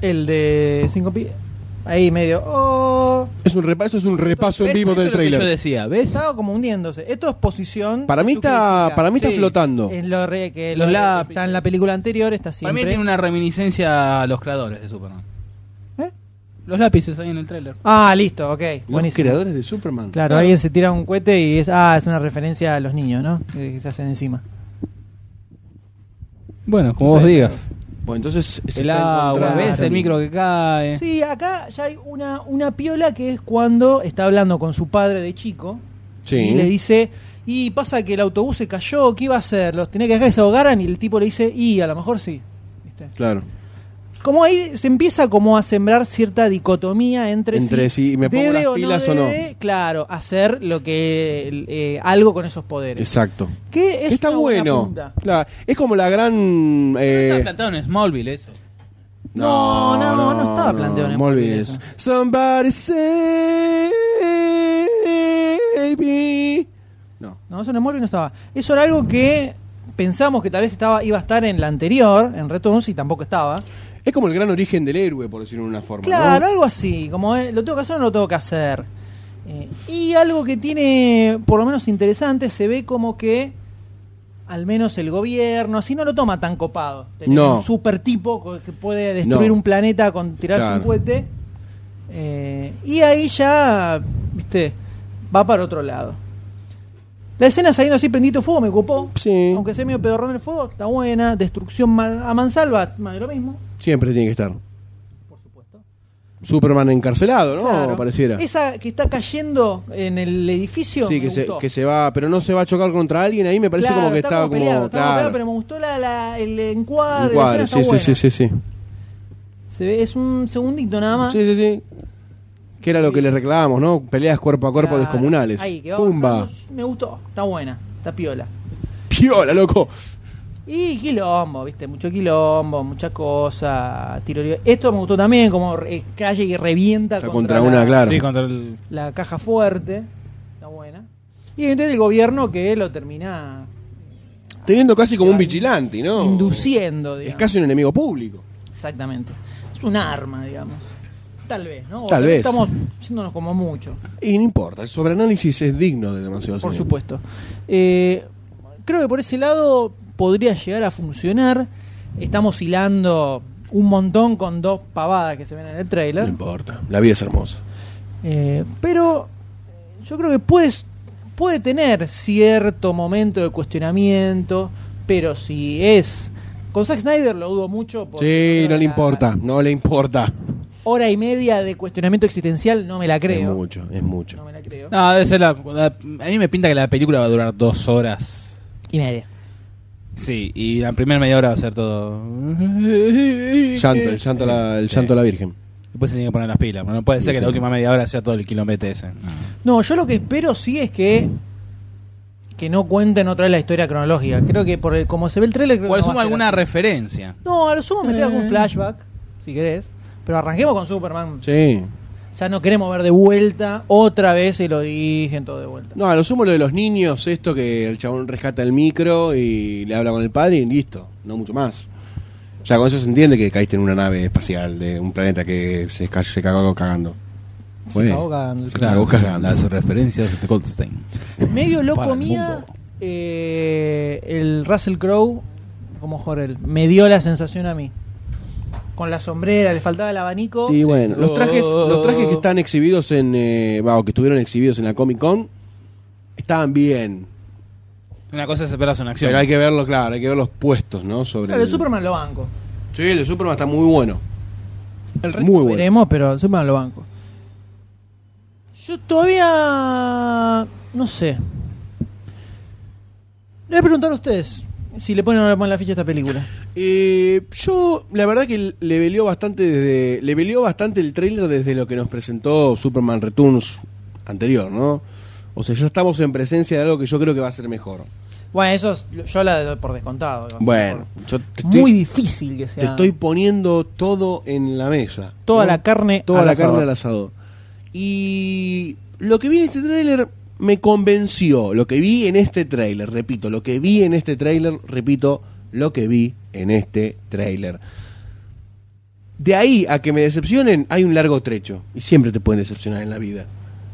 [SPEAKER 2] el de 5 pi. Ahí medio. Oh,
[SPEAKER 3] Es un repaso, es un repaso en
[SPEAKER 5] ¿Ves?
[SPEAKER 3] vivo
[SPEAKER 5] Eso
[SPEAKER 3] del
[SPEAKER 5] es lo que Yo
[SPEAKER 3] trailer.
[SPEAKER 5] decía, ¿ves?
[SPEAKER 2] estaba como hundiéndose. Esto es posición.
[SPEAKER 3] Para
[SPEAKER 2] de
[SPEAKER 3] mí
[SPEAKER 2] su
[SPEAKER 3] está,
[SPEAKER 2] crítica.
[SPEAKER 3] para mí está
[SPEAKER 5] Sí.
[SPEAKER 3] flotando.
[SPEAKER 2] Es lo re- que
[SPEAKER 5] Los
[SPEAKER 2] lo-
[SPEAKER 5] lápices.
[SPEAKER 2] está en la película anterior, está
[SPEAKER 5] Para
[SPEAKER 2] siempre.
[SPEAKER 5] mí tiene una reminiscencia a los creadores de Superman.
[SPEAKER 2] ¿Eh?
[SPEAKER 5] Los lápices ahí en el tráiler.
[SPEAKER 2] Ah, listo, ok.
[SPEAKER 3] Los
[SPEAKER 2] Buenísimo.
[SPEAKER 3] creadores de Superman.
[SPEAKER 2] Claro,
[SPEAKER 5] Claro.
[SPEAKER 2] alguien se tira un cohete y es, ah, es una referencia a los niños, ¿no? Eh, Que, que se hacen encima.
[SPEAKER 5] Bueno, como
[SPEAKER 2] Sí.
[SPEAKER 5] vos digas.
[SPEAKER 3] Bueno, entonces se
[SPEAKER 5] El
[SPEAKER 3] está
[SPEAKER 5] agua,
[SPEAKER 3] encontrando-
[SPEAKER 5] ves el micro que cae.
[SPEAKER 2] Sí, acá ya hay una, una piola que es cuando está hablando con su padre de chico
[SPEAKER 3] Sí.
[SPEAKER 2] y le dice, y pasa que el autobús se cayó, ¿qué iba a hacer? ¿Los tenía que dejar que se ahogaran? Y el tipo le dice, y a lo mejor sí. ¿Viste?
[SPEAKER 3] Claro.
[SPEAKER 2] Como ahí se empieza como a sembrar cierta dicotomía entre,
[SPEAKER 3] Entre sí, ¿me pongo
[SPEAKER 2] debe
[SPEAKER 3] las pilas o no?
[SPEAKER 2] debe, Claro, hacer lo que eh, algo con esos poderes.
[SPEAKER 3] Exacto.
[SPEAKER 2] Que es
[SPEAKER 3] está
[SPEAKER 2] una buena
[SPEAKER 3] bueno.
[SPEAKER 2] punta.
[SPEAKER 3] La- es como la gran. eh,
[SPEAKER 5] Está plantado en Smallville eso.
[SPEAKER 2] No, no, no, no estaba planteado en el móvil
[SPEAKER 3] Smallville
[SPEAKER 2] eso.
[SPEAKER 3] es, Somebody save me. No.
[SPEAKER 2] No, eso en el móvil no estaba. Eso era algo que pensamos que tal vez estaba, iba a estar en la anterior, en Returns, y tampoco estaba.
[SPEAKER 3] Es como el gran origen del héroe, por decirlo de una forma.
[SPEAKER 2] Claro,
[SPEAKER 3] ¿no?
[SPEAKER 2] algo así, como eh, lo tengo que hacer o no lo tengo que hacer. Eh, y algo que tiene, por lo menos interesante, se ve como que al menos el gobierno, así no lo toma tan copado. Tener
[SPEAKER 3] No.
[SPEAKER 2] un super tipo co- que puede destruir
[SPEAKER 3] No.
[SPEAKER 2] un planeta con tirarse
[SPEAKER 3] Claro.
[SPEAKER 2] un cohete. Eh, y ahí ya, viste, va para otro lado. La escena saliendo así prendito fuego me ocupó.
[SPEAKER 3] Sí.
[SPEAKER 2] Aunque sea medio pedorrón el fuego, está buena. Destrucción ma- a mansalva, más de lo mismo,
[SPEAKER 3] Siempre tiene que estar.
[SPEAKER 2] por supuesto.
[SPEAKER 3] Superman encarcelado, ¿no?
[SPEAKER 2] Claro.
[SPEAKER 3] Pareciera.
[SPEAKER 2] Esa que está cayendo en el edificio.
[SPEAKER 3] Sí,
[SPEAKER 2] me
[SPEAKER 3] que se,
[SPEAKER 2] gustó.
[SPEAKER 3] que se va, pero no se va a chocar contra alguien. Ahí me parece
[SPEAKER 2] Claro,
[SPEAKER 3] como que
[SPEAKER 2] está
[SPEAKER 3] estaba como.
[SPEAKER 2] peleado, está como
[SPEAKER 3] claro.
[SPEAKER 2] peleado, pero me gustó la- la- el encuadre.
[SPEAKER 3] Encuadre,
[SPEAKER 2] la escena
[SPEAKER 3] sí,
[SPEAKER 2] está
[SPEAKER 3] sí, sí,
[SPEAKER 2] buena.
[SPEAKER 3] sí, sí.
[SPEAKER 2] Se ve- es un segundito nada más.
[SPEAKER 3] Sí, sí, sí. Que era lo que le reclamábamos, ¿no? Peleas cuerpo a cuerpo
[SPEAKER 2] Claro.
[SPEAKER 3] descomunales.
[SPEAKER 2] Ahí, que va
[SPEAKER 3] Pumba.
[SPEAKER 2] bajando, Me gustó, está buena, está piola.
[SPEAKER 3] Piola, loco.
[SPEAKER 2] Y quilombo, viste, mucho quilombo, mucha cosa. Tiro libre. Esto me gustó también, como re- calle y revienta
[SPEAKER 3] Está
[SPEAKER 2] contra,
[SPEAKER 3] contra
[SPEAKER 2] la-
[SPEAKER 3] una, claro.
[SPEAKER 5] Sí, contra el.
[SPEAKER 2] la caja fuerte. Está buena. Y evidentemente el gobierno que lo termina
[SPEAKER 3] Teniendo casi como un vigilante, ¿no?
[SPEAKER 2] induciendo,
[SPEAKER 3] Es
[SPEAKER 2] digamos.
[SPEAKER 3] casi un enemigo público.
[SPEAKER 2] Exactamente. Es un arma, digamos. Tal vez, ¿no? O
[SPEAKER 3] Tal vez.
[SPEAKER 2] Estamos yéndonos como mucho,
[SPEAKER 3] Y no importa, el sobreanálisis es digno de demasiado
[SPEAKER 2] por
[SPEAKER 3] cine.
[SPEAKER 2] supuesto. Eh, creo que por ese lado podría llegar a funcionar. Estamos hilando un montón con dos pavadas que se ven en el
[SPEAKER 3] No
[SPEAKER 2] trailer.
[SPEAKER 3] importa, la vida es hermosa.
[SPEAKER 2] Eh, pero eh, yo creo que puedes, puede tener cierto momento de cuestionamiento, pero si es... Con Zack Snyder lo dudo mucho. porque
[SPEAKER 3] Sí,
[SPEAKER 2] creo
[SPEAKER 3] no
[SPEAKER 2] que
[SPEAKER 3] le
[SPEAKER 2] la
[SPEAKER 3] importa, no le importa.
[SPEAKER 2] Hora y media de cuestionamiento existencial no me la creo.
[SPEAKER 3] Es mucho, es
[SPEAKER 2] No
[SPEAKER 3] mucho.
[SPEAKER 2] me la creo.
[SPEAKER 5] No, debe ser la, la- A mí me pinta que la película va a durar dos horas.
[SPEAKER 2] Y media.
[SPEAKER 5] Sí, y la primera media hora va a ser todo.
[SPEAKER 3] Llanto, el llanto, a la, el
[SPEAKER 5] Sí.
[SPEAKER 3] llanto a la Virgen.
[SPEAKER 5] Después se tiene que poner las pilas. No puede ser
[SPEAKER 3] Sí,
[SPEAKER 5] que la
[SPEAKER 3] sí.
[SPEAKER 5] última media hora sea todo el kilómetro ese.
[SPEAKER 2] No, yo lo que espero sí es que que no cuenten otra vez la historia cronológica. Creo que por el, como se ve el trailer creo
[SPEAKER 5] O
[SPEAKER 2] que
[SPEAKER 5] le
[SPEAKER 2] no va
[SPEAKER 5] sumo
[SPEAKER 2] a ser
[SPEAKER 5] alguna Eh.
[SPEAKER 2] así.
[SPEAKER 5] referencia.
[SPEAKER 2] No, a lo sumo meter algún flashback, si querés. Pero arranquemos con Superman.
[SPEAKER 3] Sí.
[SPEAKER 2] ya no queremos ver de vuelta otra vez el origen, todo de vuelta.
[SPEAKER 3] No, a lo sumo lo de los niños, esto que el chabón rescata el micro y le habla con el padre y listo, no mucho más. O sea, con eso se entiende que caíste en una nave espacial de un planeta que se, ca- se cagó cagando. Fue-
[SPEAKER 2] cagó cagando.
[SPEAKER 3] se cagó cagando.
[SPEAKER 5] las referencias de Goldstein.
[SPEAKER 2] Medio lo
[SPEAKER 5] Para el
[SPEAKER 2] comía
[SPEAKER 5] mundo.
[SPEAKER 2] eh, el Russell Crowe como Jorel. Me dio la sensación a mí. Con la sombrera, le faltaba el abanico.
[SPEAKER 3] Sí, bueno, los
[SPEAKER 5] Oh.
[SPEAKER 3] trajes, los trajes que están exhibidos en, eh, va, o que estuvieron exhibidos en la Comic Con, estaban bien.
[SPEAKER 5] Una cosa es esperar una acción.
[SPEAKER 3] Pero hay que verlo, claro, hay que ver los puestos, ¿no? Sobre
[SPEAKER 2] Claro, el Superman lo banco.
[SPEAKER 3] Sí, el de Superman está muy bueno.
[SPEAKER 5] El resto
[SPEAKER 3] Muy bueno.
[SPEAKER 2] Veremos, pero el Superman lo banco. Yo todavía. No sé. Le voy a preguntar a ustedes si le ponen o no le ponen la ficha a esta película.
[SPEAKER 3] Eh, yo, la verdad que le velió bastante desde. Le velió bastante el trailer desde lo que nos presentó Superman Returns anterior, ¿no? O sea, ya estamos en presencia de algo que yo creo que va a ser mejor.
[SPEAKER 2] Bueno, eso es- yo la doy por descontado.
[SPEAKER 3] Bueno, yo te estoy,
[SPEAKER 2] Muy difícil que sea.
[SPEAKER 3] te estoy poniendo todo en la mesa.
[SPEAKER 2] Toda
[SPEAKER 3] ¿no?
[SPEAKER 2] la carne
[SPEAKER 3] Toda
[SPEAKER 2] al
[SPEAKER 3] la
[SPEAKER 2] asador.
[SPEAKER 3] carne al asador. Y lo que vi en este tráiler me convenció. Lo que vi en este tráiler, repito, lo que vi en este tráiler, repito, lo que vi en este tráiler. De ahí a que me decepcionen, hay un largo trecho. Y siempre te pueden decepcionar en la vida.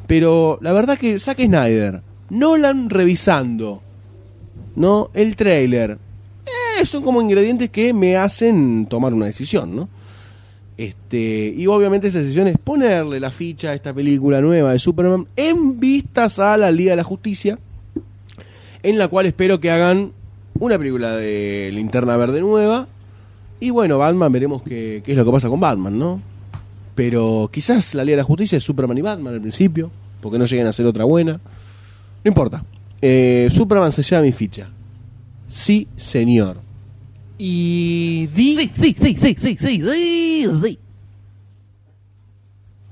[SPEAKER 3] Pero la verdad que Zack Snyder, Nolan revisando, ¿no? El tráiler. eh, son como ingredientes que me hacen tomar una decisión, ¿no? Este, y obviamente esa decisión es ponerle la ficha a esta película nueva de Superman en vistas a la Liga de la Justicia, en la cual espero que hagan una película de Linterna Verde nueva. Y bueno, Batman, veremos qué, qué es lo que pasa con Batman, ¿no? Pero quizás la Liga de la Justicia es Superman y Batman al principio, porque no lleguen a ser otra buena. No importa. Eh, Superman se lleva mi ficha. Sí, señor.
[SPEAKER 2] Y di.
[SPEAKER 1] Sí, sí, sí, sí, sí, sí, sí, sí.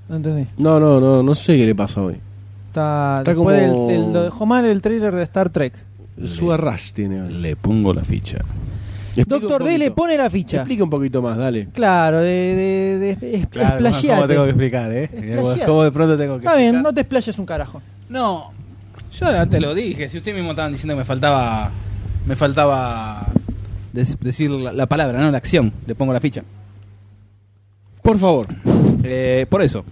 [SPEAKER 2] No entendí.
[SPEAKER 3] No, no, no, no sé qué le pasa hoy.
[SPEAKER 2] Está,
[SPEAKER 3] Está
[SPEAKER 2] después
[SPEAKER 3] como-
[SPEAKER 2] del- del- lo dejó mal el trailer de Star Trek.
[SPEAKER 3] Su arrash tiene hoy.
[SPEAKER 5] Le pongo la ficha.
[SPEAKER 3] Explica un
[SPEAKER 2] Doctor D le
[SPEAKER 3] poquito.
[SPEAKER 2] pone la ficha.
[SPEAKER 3] Explica un poquito más, dale.
[SPEAKER 2] Claro, de, de, de, es- explayate.
[SPEAKER 5] ¿Cómo tengo que explicar, eh?
[SPEAKER 2] Explayate.
[SPEAKER 5] ¿Cómo de pronto tengo que
[SPEAKER 2] Está bien, no
[SPEAKER 5] explicar?
[SPEAKER 2] te explayes un carajo.
[SPEAKER 5] No, yo ya te lo dije. Si ustedes mismos estaban diciendo que me faltaba. Me faltaba. des- decir la, la palabra, ¿no? La acción. Le pongo la ficha.
[SPEAKER 3] Por favor.
[SPEAKER 5] Eh, por eso.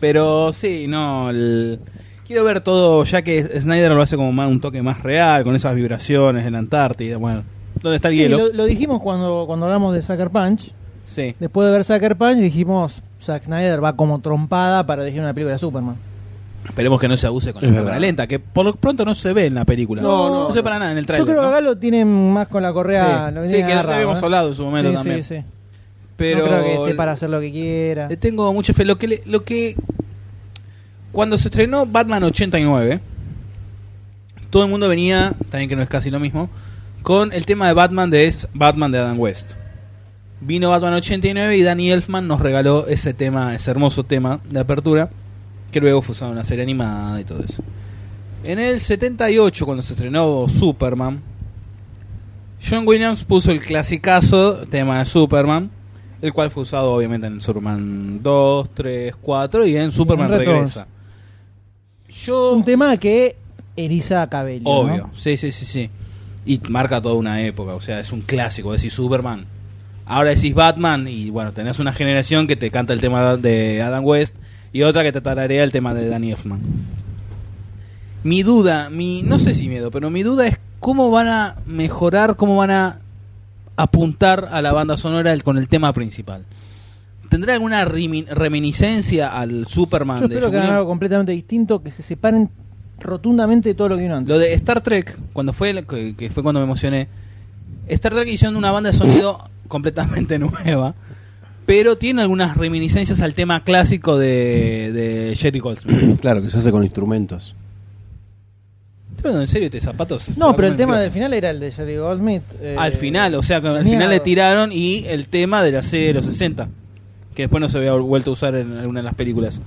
[SPEAKER 5] Pero sí, no. el- Quiero ver todo, ya que Snyder lo hace como más, un toque más real, con esas vibraciones en la Antártida. Bueno, ¿dónde está el
[SPEAKER 2] Sí,
[SPEAKER 5] hielo?
[SPEAKER 2] lo, lo dijimos cuando, cuando hablamos de Sucker Punch.
[SPEAKER 5] Sí.
[SPEAKER 2] Después de ver Sucker Punch dijimos, Zack Snyder va como trompada para dirigir una película de Superman.
[SPEAKER 5] Esperemos que no se abuse con la
[SPEAKER 3] Es
[SPEAKER 5] cámara
[SPEAKER 3] verdad.
[SPEAKER 5] lenta, que por lo pronto no se ve en la película.
[SPEAKER 3] No, no,
[SPEAKER 5] No se ve para nada en el trailer.
[SPEAKER 2] Yo creo que acá lo tienen más con la correa. lo
[SPEAKER 5] Sí,
[SPEAKER 2] tienen
[SPEAKER 5] que lo
[SPEAKER 2] agarrado,
[SPEAKER 5] habíamos
[SPEAKER 2] Ah, ¿no?
[SPEAKER 5] hablado en su momento
[SPEAKER 2] Sí,
[SPEAKER 5] también.
[SPEAKER 2] sí, sí.
[SPEAKER 5] Pero
[SPEAKER 2] No creo que esté para hacer lo que quiera.
[SPEAKER 5] le tengo mucha fe. Lo que, le- lo que. Cuando se estrenó Batman 89, todo el mundo venía, también que no es casi lo mismo, con el tema de Batman de este, Batman de Adam West. Vino Batman 89 y Danny Elfman nos regaló ese tema, ese hermoso tema de apertura, que luego fue usado en una serie animada y todo eso. En el 78, cuando se estrenó Superman, John Williams puso el clasicazo tema de Superman, el cual fue usado obviamente en Superman 2, 3, 4 y en Superman
[SPEAKER 2] Returns.
[SPEAKER 5] Regresa. Yo
[SPEAKER 2] Un tema que eriza cabello. ¿no?
[SPEAKER 5] Obvio, sí, sí, sí, sí. Y marca toda una época, o sea, es un clásico. Decís Superman, ahora decís Batman, y bueno, tenés una generación que te canta el tema de Adam West y otra que te tararea el tema de Danny Elfman. Mi duda, mi no sé si miedo, pero mi duda es cómo van a mejorar, cómo van a apuntar a la banda sonora el- con el tema principal. ¿Tendrá alguna remi- reminiscencia al Superman
[SPEAKER 2] Yo
[SPEAKER 5] de
[SPEAKER 2] espero que
[SPEAKER 5] John
[SPEAKER 2] hagan
[SPEAKER 5] Williams?
[SPEAKER 2] algo completamente distinto, que se separen rotundamente de todo lo que vino antes.
[SPEAKER 5] Lo de Star Trek, cuando fue el- que, que fue cuando me emocioné. Star Trek hicieron una banda de sonido completamente nueva, pero tiene algunas reminiscencias al tema clásico de, de Jerry Goldsmith.
[SPEAKER 3] Claro, que se hace con instrumentos.
[SPEAKER 5] Bueno, en serio, te zapatos. se va
[SPEAKER 2] No, pero el
[SPEAKER 5] con
[SPEAKER 2] tema del
[SPEAKER 5] micrófono.
[SPEAKER 2] final era el de Jerry Goldsmith. eh,
[SPEAKER 5] Al final, o sea, que al
[SPEAKER 2] mierda.
[SPEAKER 5] final le tiraron y el tema de la serie de los 60, que después no se había vuelto a usar en alguna de las películas.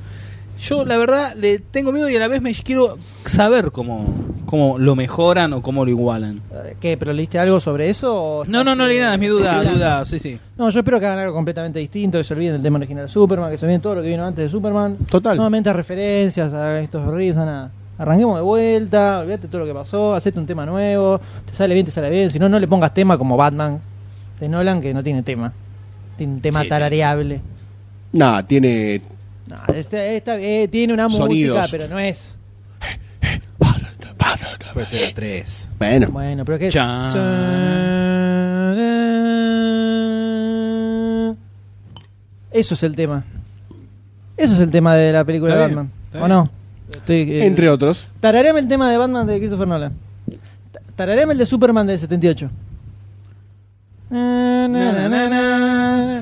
[SPEAKER 5] Yo, la verdad, le tengo miedo y a la vez me quiero saber cómo, cómo lo mejoran o cómo lo igualan.
[SPEAKER 2] Eh, ¿Qué? ¿Pero leíste algo sobre eso? o
[SPEAKER 5] No, no, no leí nada, es mi duda, duda, sí, sí.
[SPEAKER 2] No, yo espero que hagan algo completamente distinto, que se olviden del tema original de Superman, que se olviden todo lo que vino antes de Superman.
[SPEAKER 3] Total.
[SPEAKER 2] Nuevamente referencias a estos riffs, a nada. Arranquemos de vuelta, olvídate todo lo que pasó, hacete un tema nuevo, te sale bien, te sale bien, si no, no le pongas tema como Batman de Nolan, que no tiene tema. Tiene un tema
[SPEAKER 5] Sí.
[SPEAKER 2] tarareable.
[SPEAKER 3] Nah, tiene.
[SPEAKER 2] No, esta- esta- eh, tiene una
[SPEAKER 3] Sonidos.
[SPEAKER 2] música, pero no es.
[SPEAKER 5] Puede ser la 3.
[SPEAKER 3] Bueno,
[SPEAKER 2] Bueno, pero que es.
[SPEAKER 5] Chan.
[SPEAKER 2] Chan. Eso es el tema. Eso es el tema de la película de
[SPEAKER 5] Está
[SPEAKER 2] Batman.
[SPEAKER 5] bien, está
[SPEAKER 2] ¿O
[SPEAKER 5] bien.
[SPEAKER 2] no? Estoy, eh,
[SPEAKER 3] entre otros.
[SPEAKER 2] Tarareame el tema de Batman de Christopher Nolan. Ta- Tarareame el de Superman del 78. Na, na, na, na, na. Na,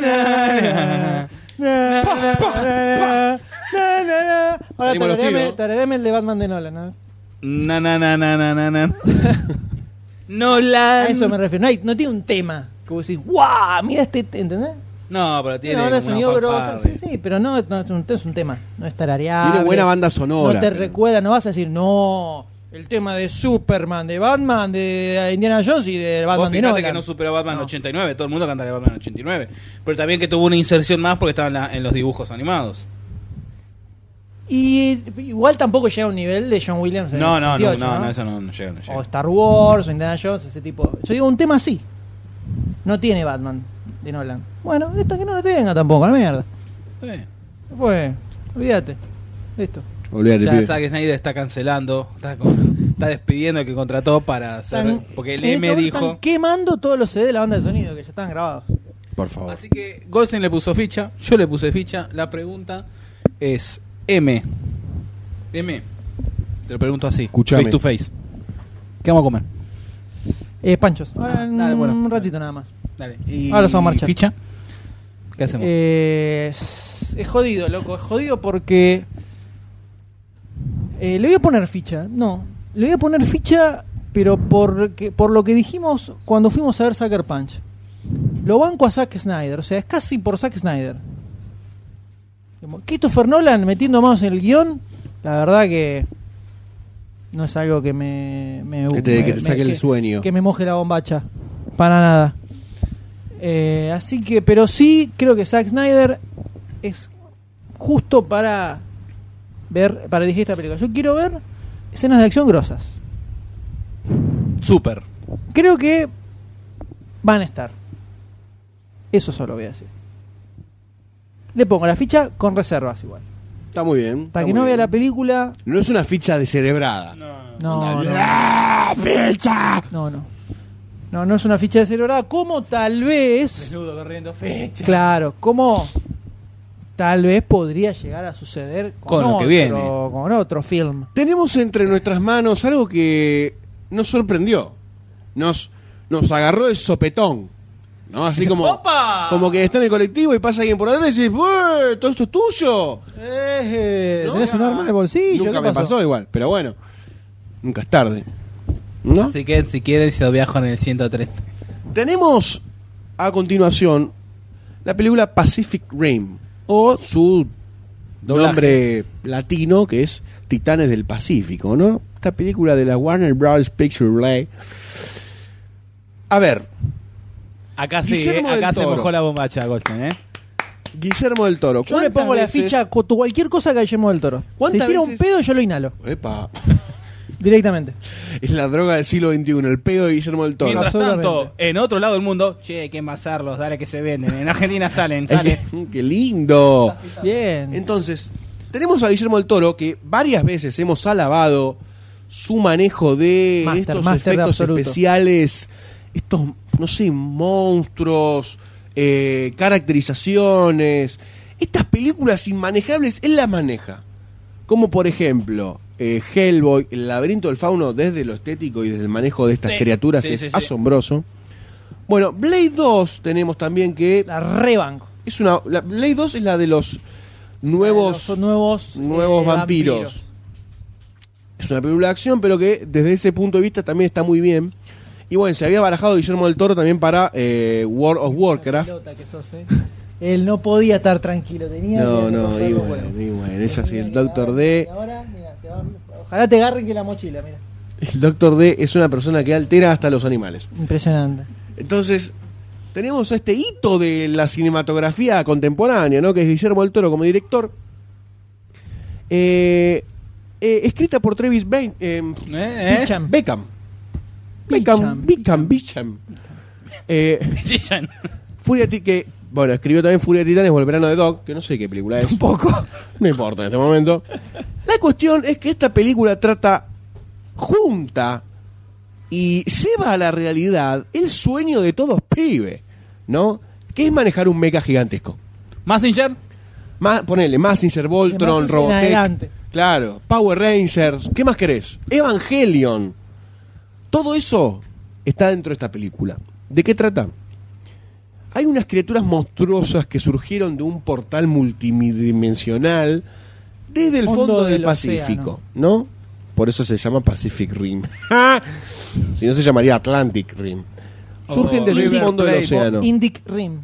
[SPEAKER 2] na, na. Na, na, na, na, na. Ahora
[SPEAKER 3] Salimos los
[SPEAKER 2] tarareame,
[SPEAKER 3] tiros.
[SPEAKER 2] tarareame el de Batman de Nolan. ¿no?
[SPEAKER 5] Na, na, na, na, na, na, na.
[SPEAKER 2] A
[SPEAKER 5] Nolan.
[SPEAKER 2] eso me refiero. No, hay- no tiene un tema. Que vos decís, ¡guau! Mira este, ¿entendés?
[SPEAKER 5] No, pero
[SPEAKER 2] Tiene
[SPEAKER 5] tiene
[SPEAKER 2] una banda de
[SPEAKER 5] como
[SPEAKER 2] sonido
[SPEAKER 5] una
[SPEAKER 2] grosa.
[SPEAKER 5] fanfarria.
[SPEAKER 2] Sí, sí, pero no, no, es un- es un tema. No es tarareable.
[SPEAKER 3] Tiene buena banda
[SPEAKER 2] No
[SPEAKER 3] sonora.
[SPEAKER 2] te recuerda, no vas a decir, no, el tema de Superman, de Batman, de Indiana Jones y de
[SPEAKER 5] Vos
[SPEAKER 2] Batman de
[SPEAKER 5] fijate
[SPEAKER 2] Nolan.
[SPEAKER 5] que no superó Batman
[SPEAKER 2] No.
[SPEAKER 5] 89, todo el mundo canta de Batman 89. Pero también que tuvo una inserción más porque estaba en, la- en los dibujos animados.
[SPEAKER 2] Y igual tampoco llega a un nivel de John Williams. en
[SPEAKER 5] No,
[SPEAKER 2] el
[SPEAKER 5] no, no,
[SPEAKER 2] 78,
[SPEAKER 5] no, no, eso no, no llega, no llega.
[SPEAKER 2] O Star Wars, o Indiana Jones, ese tipo. Yo digo, un tema así. No tiene Batman de Nolan. Bueno, esto que no lo tenga tampoco, la mierda.
[SPEAKER 5] Sí.
[SPEAKER 2] Pues, olvídate. Listo.
[SPEAKER 3] Olvídate,
[SPEAKER 5] Ya
[SPEAKER 3] pibe.
[SPEAKER 5] Zack Snyder está cancelando, está, con- está despidiendo al que contrató para hacer.
[SPEAKER 2] Están-
[SPEAKER 5] porque el
[SPEAKER 2] en
[SPEAKER 5] M
[SPEAKER 2] este momento
[SPEAKER 5] dijo.
[SPEAKER 2] Están quemando todos los CD de la banda de sonido que ya están grabados.
[SPEAKER 3] Por favor.
[SPEAKER 5] Así que Golsen le puso ficha, yo le puse ficha. La pregunta es: M. M. Te lo pregunto así:
[SPEAKER 3] Escuchame.
[SPEAKER 5] Face to face. ¿Qué vamos a comer?
[SPEAKER 2] Eh, Panchos. Ahora,
[SPEAKER 5] Ah, dale, bueno.
[SPEAKER 2] un ratito nada más.
[SPEAKER 5] Dale. Y
[SPEAKER 2] Ahora se va a marchar.
[SPEAKER 5] ¿Ficha? ¿Qué hacemos?
[SPEAKER 2] Eh, es es jodido, loco. Es jodido porque. eh, le voy a poner ficha. No. Le voy a poner ficha, pero porque, por lo que dijimos cuando fuimos a ver Sucker Punch. Lo banco a Zack Snyder. O sea, es casi por Zack Snyder. Como Christopher Nolan metiendo manos en el guión. La verdad que. No es algo que me. me-
[SPEAKER 3] Que te- que te
[SPEAKER 2] me-
[SPEAKER 3] saque el sueño.
[SPEAKER 2] Que me moje la bombacha. Para nada. Eh, así que, pero sí, creo que Zack Snyder es justo para ver, para dirigir esta película. Yo quiero ver escenas de acción grosas.
[SPEAKER 5] Super.
[SPEAKER 2] Creo que van a estar. Eso solo voy a decir. Le pongo la ficha con reservas igual.
[SPEAKER 3] Está muy bien.
[SPEAKER 2] Hasta
[SPEAKER 3] está
[SPEAKER 2] que
[SPEAKER 3] muy
[SPEAKER 2] no vea
[SPEAKER 3] bien.
[SPEAKER 2] la película,
[SPEAKER 3] No es una ficha descerebrada.
[SPEAKER 2] no, no.
[SPEAKER 3] ¡Ah, ficha!
[SPEAKER 2] No, no. No, no es una ficha de celular. Como tal vez.
[SPEAKER 5] Desnudo corriendo ficha.
[SPEAKER 2] Claro, como tal vez podría llegar a suceder
[SPEAKER 5] Con lo que
[SPEAKER 2] otro-
[SPEAKER 5] viene.
[SPEAKER 2] Con otro film.
[SPEAKER 3] Tenemos entre nuestras manos algo que nos sorprendió. Nos, nos agarró de sopetón. ¿No? Así como.
[SPEAKER 5] ¡Opa!
[SPEAKER 3] Como que está en el colectivo y pasa alguien por atrás y decís, "Bueh, ¿Todo esto es tuyo? Eh, ¿No?
[SPEAKER 2] Tenés un arma en el bolsillo.
[SPEAKER 3] Nunca
[SPEAKER 2] ¿qué
[SPEAKER 3] me pasó igual, pero bueno. Nunca es tarde. ¿No?
[SPEAKER 5] Así que si quieren, se viajo en el 103.
[SPEAKER 3] Tenemos a continuación la película Pacific Rim o su
[SPEAKER 5] Doblaje.
[SPEAKER 3] nombre latino que es Titanes del Pacífico, ¿no? Esta película de la Warner Bros. Picture Play. A ver,
[SPEAKER 5] Acá sí,
[SPEAKER 3] Guillermo
[SPEAKER 5] eh, acá
[SPEAKER 3] del
[SPEAKER 5] se
[SPEAKER 3] Toro.
[SPEAKER 5] mojó la bombacha, Golden, ¿eh?
[SPEAKER 3] Guillermo del Toro.
[SPEAKER 2] Yo le
[SPEAKER 3] ¿cuántas
[SPEAKER 2] pongo la
[SPEAKER 3] veces-
[SPEAKER 2] ficha con tu- cualquier cosa que Guillermo del Toro. Si
[SPEAKER 3] ¿Cuántas
[SPEAKER 2] tira un
[SPEAKER 3] veces-
[SPEAKER 2] pedo, yo lo inhalo.
[SPEAKER 3] Epa,
[SPEAKER 2] Directamente.
[SPEAKER 3] es la droga del siglo XXI, el pedo de Guillermo del Toro.
[SPEAKER 5] Mientras
[SPEAKER 2] Absolutamente.
[SPEAKER 5] tanto, en otro lado del mundo, che, hay que envasarlos, dale que se venden. En Argentina salen,
[SPEAKER 3] Es que-
[SPEAKER 5] salen.
[SPEAKER 3] ¡Qué lindo!
[SPEAKER 2] Bien.
[SPEAKER 3] Entonces, tenemos a Guillermo del Toro que varias veces hemos alabado su manejo de
[SPEAKER 2] Máster,
[SPEAKER 3] estos
[SPEAKER 2] máster de
[SPEAKER 3] efectos
[SPEAKER 2] absoluto.
[SPEAKER 3] especiales, estos, no sé, monstruos, eh, caracterizaciones. Estas películas inmanejables, él las maneja. Como por ejemplo, eh, Hellboy, El laberinto del fauno, desde lo estético y desde el manejo de estas
[SPEAKER 5] Sí,
[SPEAKER 3] criaturas,
[SPEAKER 5] sí,
[SPEAKER 3] es
[SPEAKER 5] sí, sí.
[SPEAKER 3] asombroso. Bueno, Blade 2 tenemos también que...
[SPEAKER 2] La rebanco.
[SPEAKER 3] Es una. La, Blade 2 es la de los nuevos.
[SPEAKER 2] Los nuevos.
[SPEAKER 3] nuevos
[SPEAKER 2] eh,
[SPEAKER 3] vampiros. Es una película de acción, pero que desde ese punto de vista también está muy bien. Y bueno, se había barajado Guillermo del Toro también para eh, World of Warcraft.
[SPEAKER 2] Pelota que sos, eh. Él no podía estar tranquilo, tenía
[SPEAKER 3] No,
[SPEAKER 2] que
[SPEAKER 3] no,
[SPEAKER 2] recogerlo,
[SPEAKER 3] y bueno,
[SPEAKER 2] bueno.
[SPEAKER 3] y bueno, es así. El
[SPEAKER 2] Tenía que
[SPEAKER 3] Doctor
[SPEAKER 2] agarrar,
[SPEAKER 3] D,
[SPEAKER 2] y ahora, mira, te va- ojalá te agarren que la mochila, mira.
[SPEAKER 3] el Doctor D es una persona que altera hasta los animales.
[SPEAKER 2] Impresionante.
[SPEAKER 3] Entonces, tenemos a este hito de la cinematografía contemporánea, ¿no? Que es Guillermo del Toro como director. Eh, eh, escrita por Travis Bain- eh,
[SPEAKER 5] ¿Eh?
[SPEAKER 2] Picham.
[SPEAKER 3] Beckham.
[SPEAKER 2] Bicham,
[SPEAKER 3] Beckham. Beckham. Eh, Bicham.
[SPEAKER 5] Chillan.
[SPEAKER 3] Furia Ti- que bueno, escribió también Furia de Titanes o El verano de Doc, que no sé qué película es. Un poco. No importa en este momento. La cuestión es que esta película trata junta y lleva a la realidad el sueño de todos pibes, ¿no? Que es manejar un meca gigantesco.
[SPEAKER 5] Mazinger.
[SPEAKER 3] Más, ponele, Massinger, Voltron,
[SPEAKER 2] Mazinger en adelante.
[SPEAKER 3] Robotech. Claro, Power Rangers, ¿qué más querés? Evangelion. Todo eso está dentro de esta película. ¿De qué trata? Hay unas criaturas monstruosas que surgieron de un portal multidimensional desde el fondo,
[SPEAKER 2] Fondo
[SPEAKER 3] del,
[SPEAKER 2] del
[SPEAKER 3] Pacífico, ¿no? Por eso se llama Pacific Rim. si no se llamaría Atlantic Rim. Surgen
[SPEAKER 5] O
[SPEAKER 3] desde el
[SPEAKER 5] River
[SPEAKER 3] fondo del
[SPEAKER 5] Plate,
[SPEAKER 3] océano.
[SPEAKER 2] Indic Rim.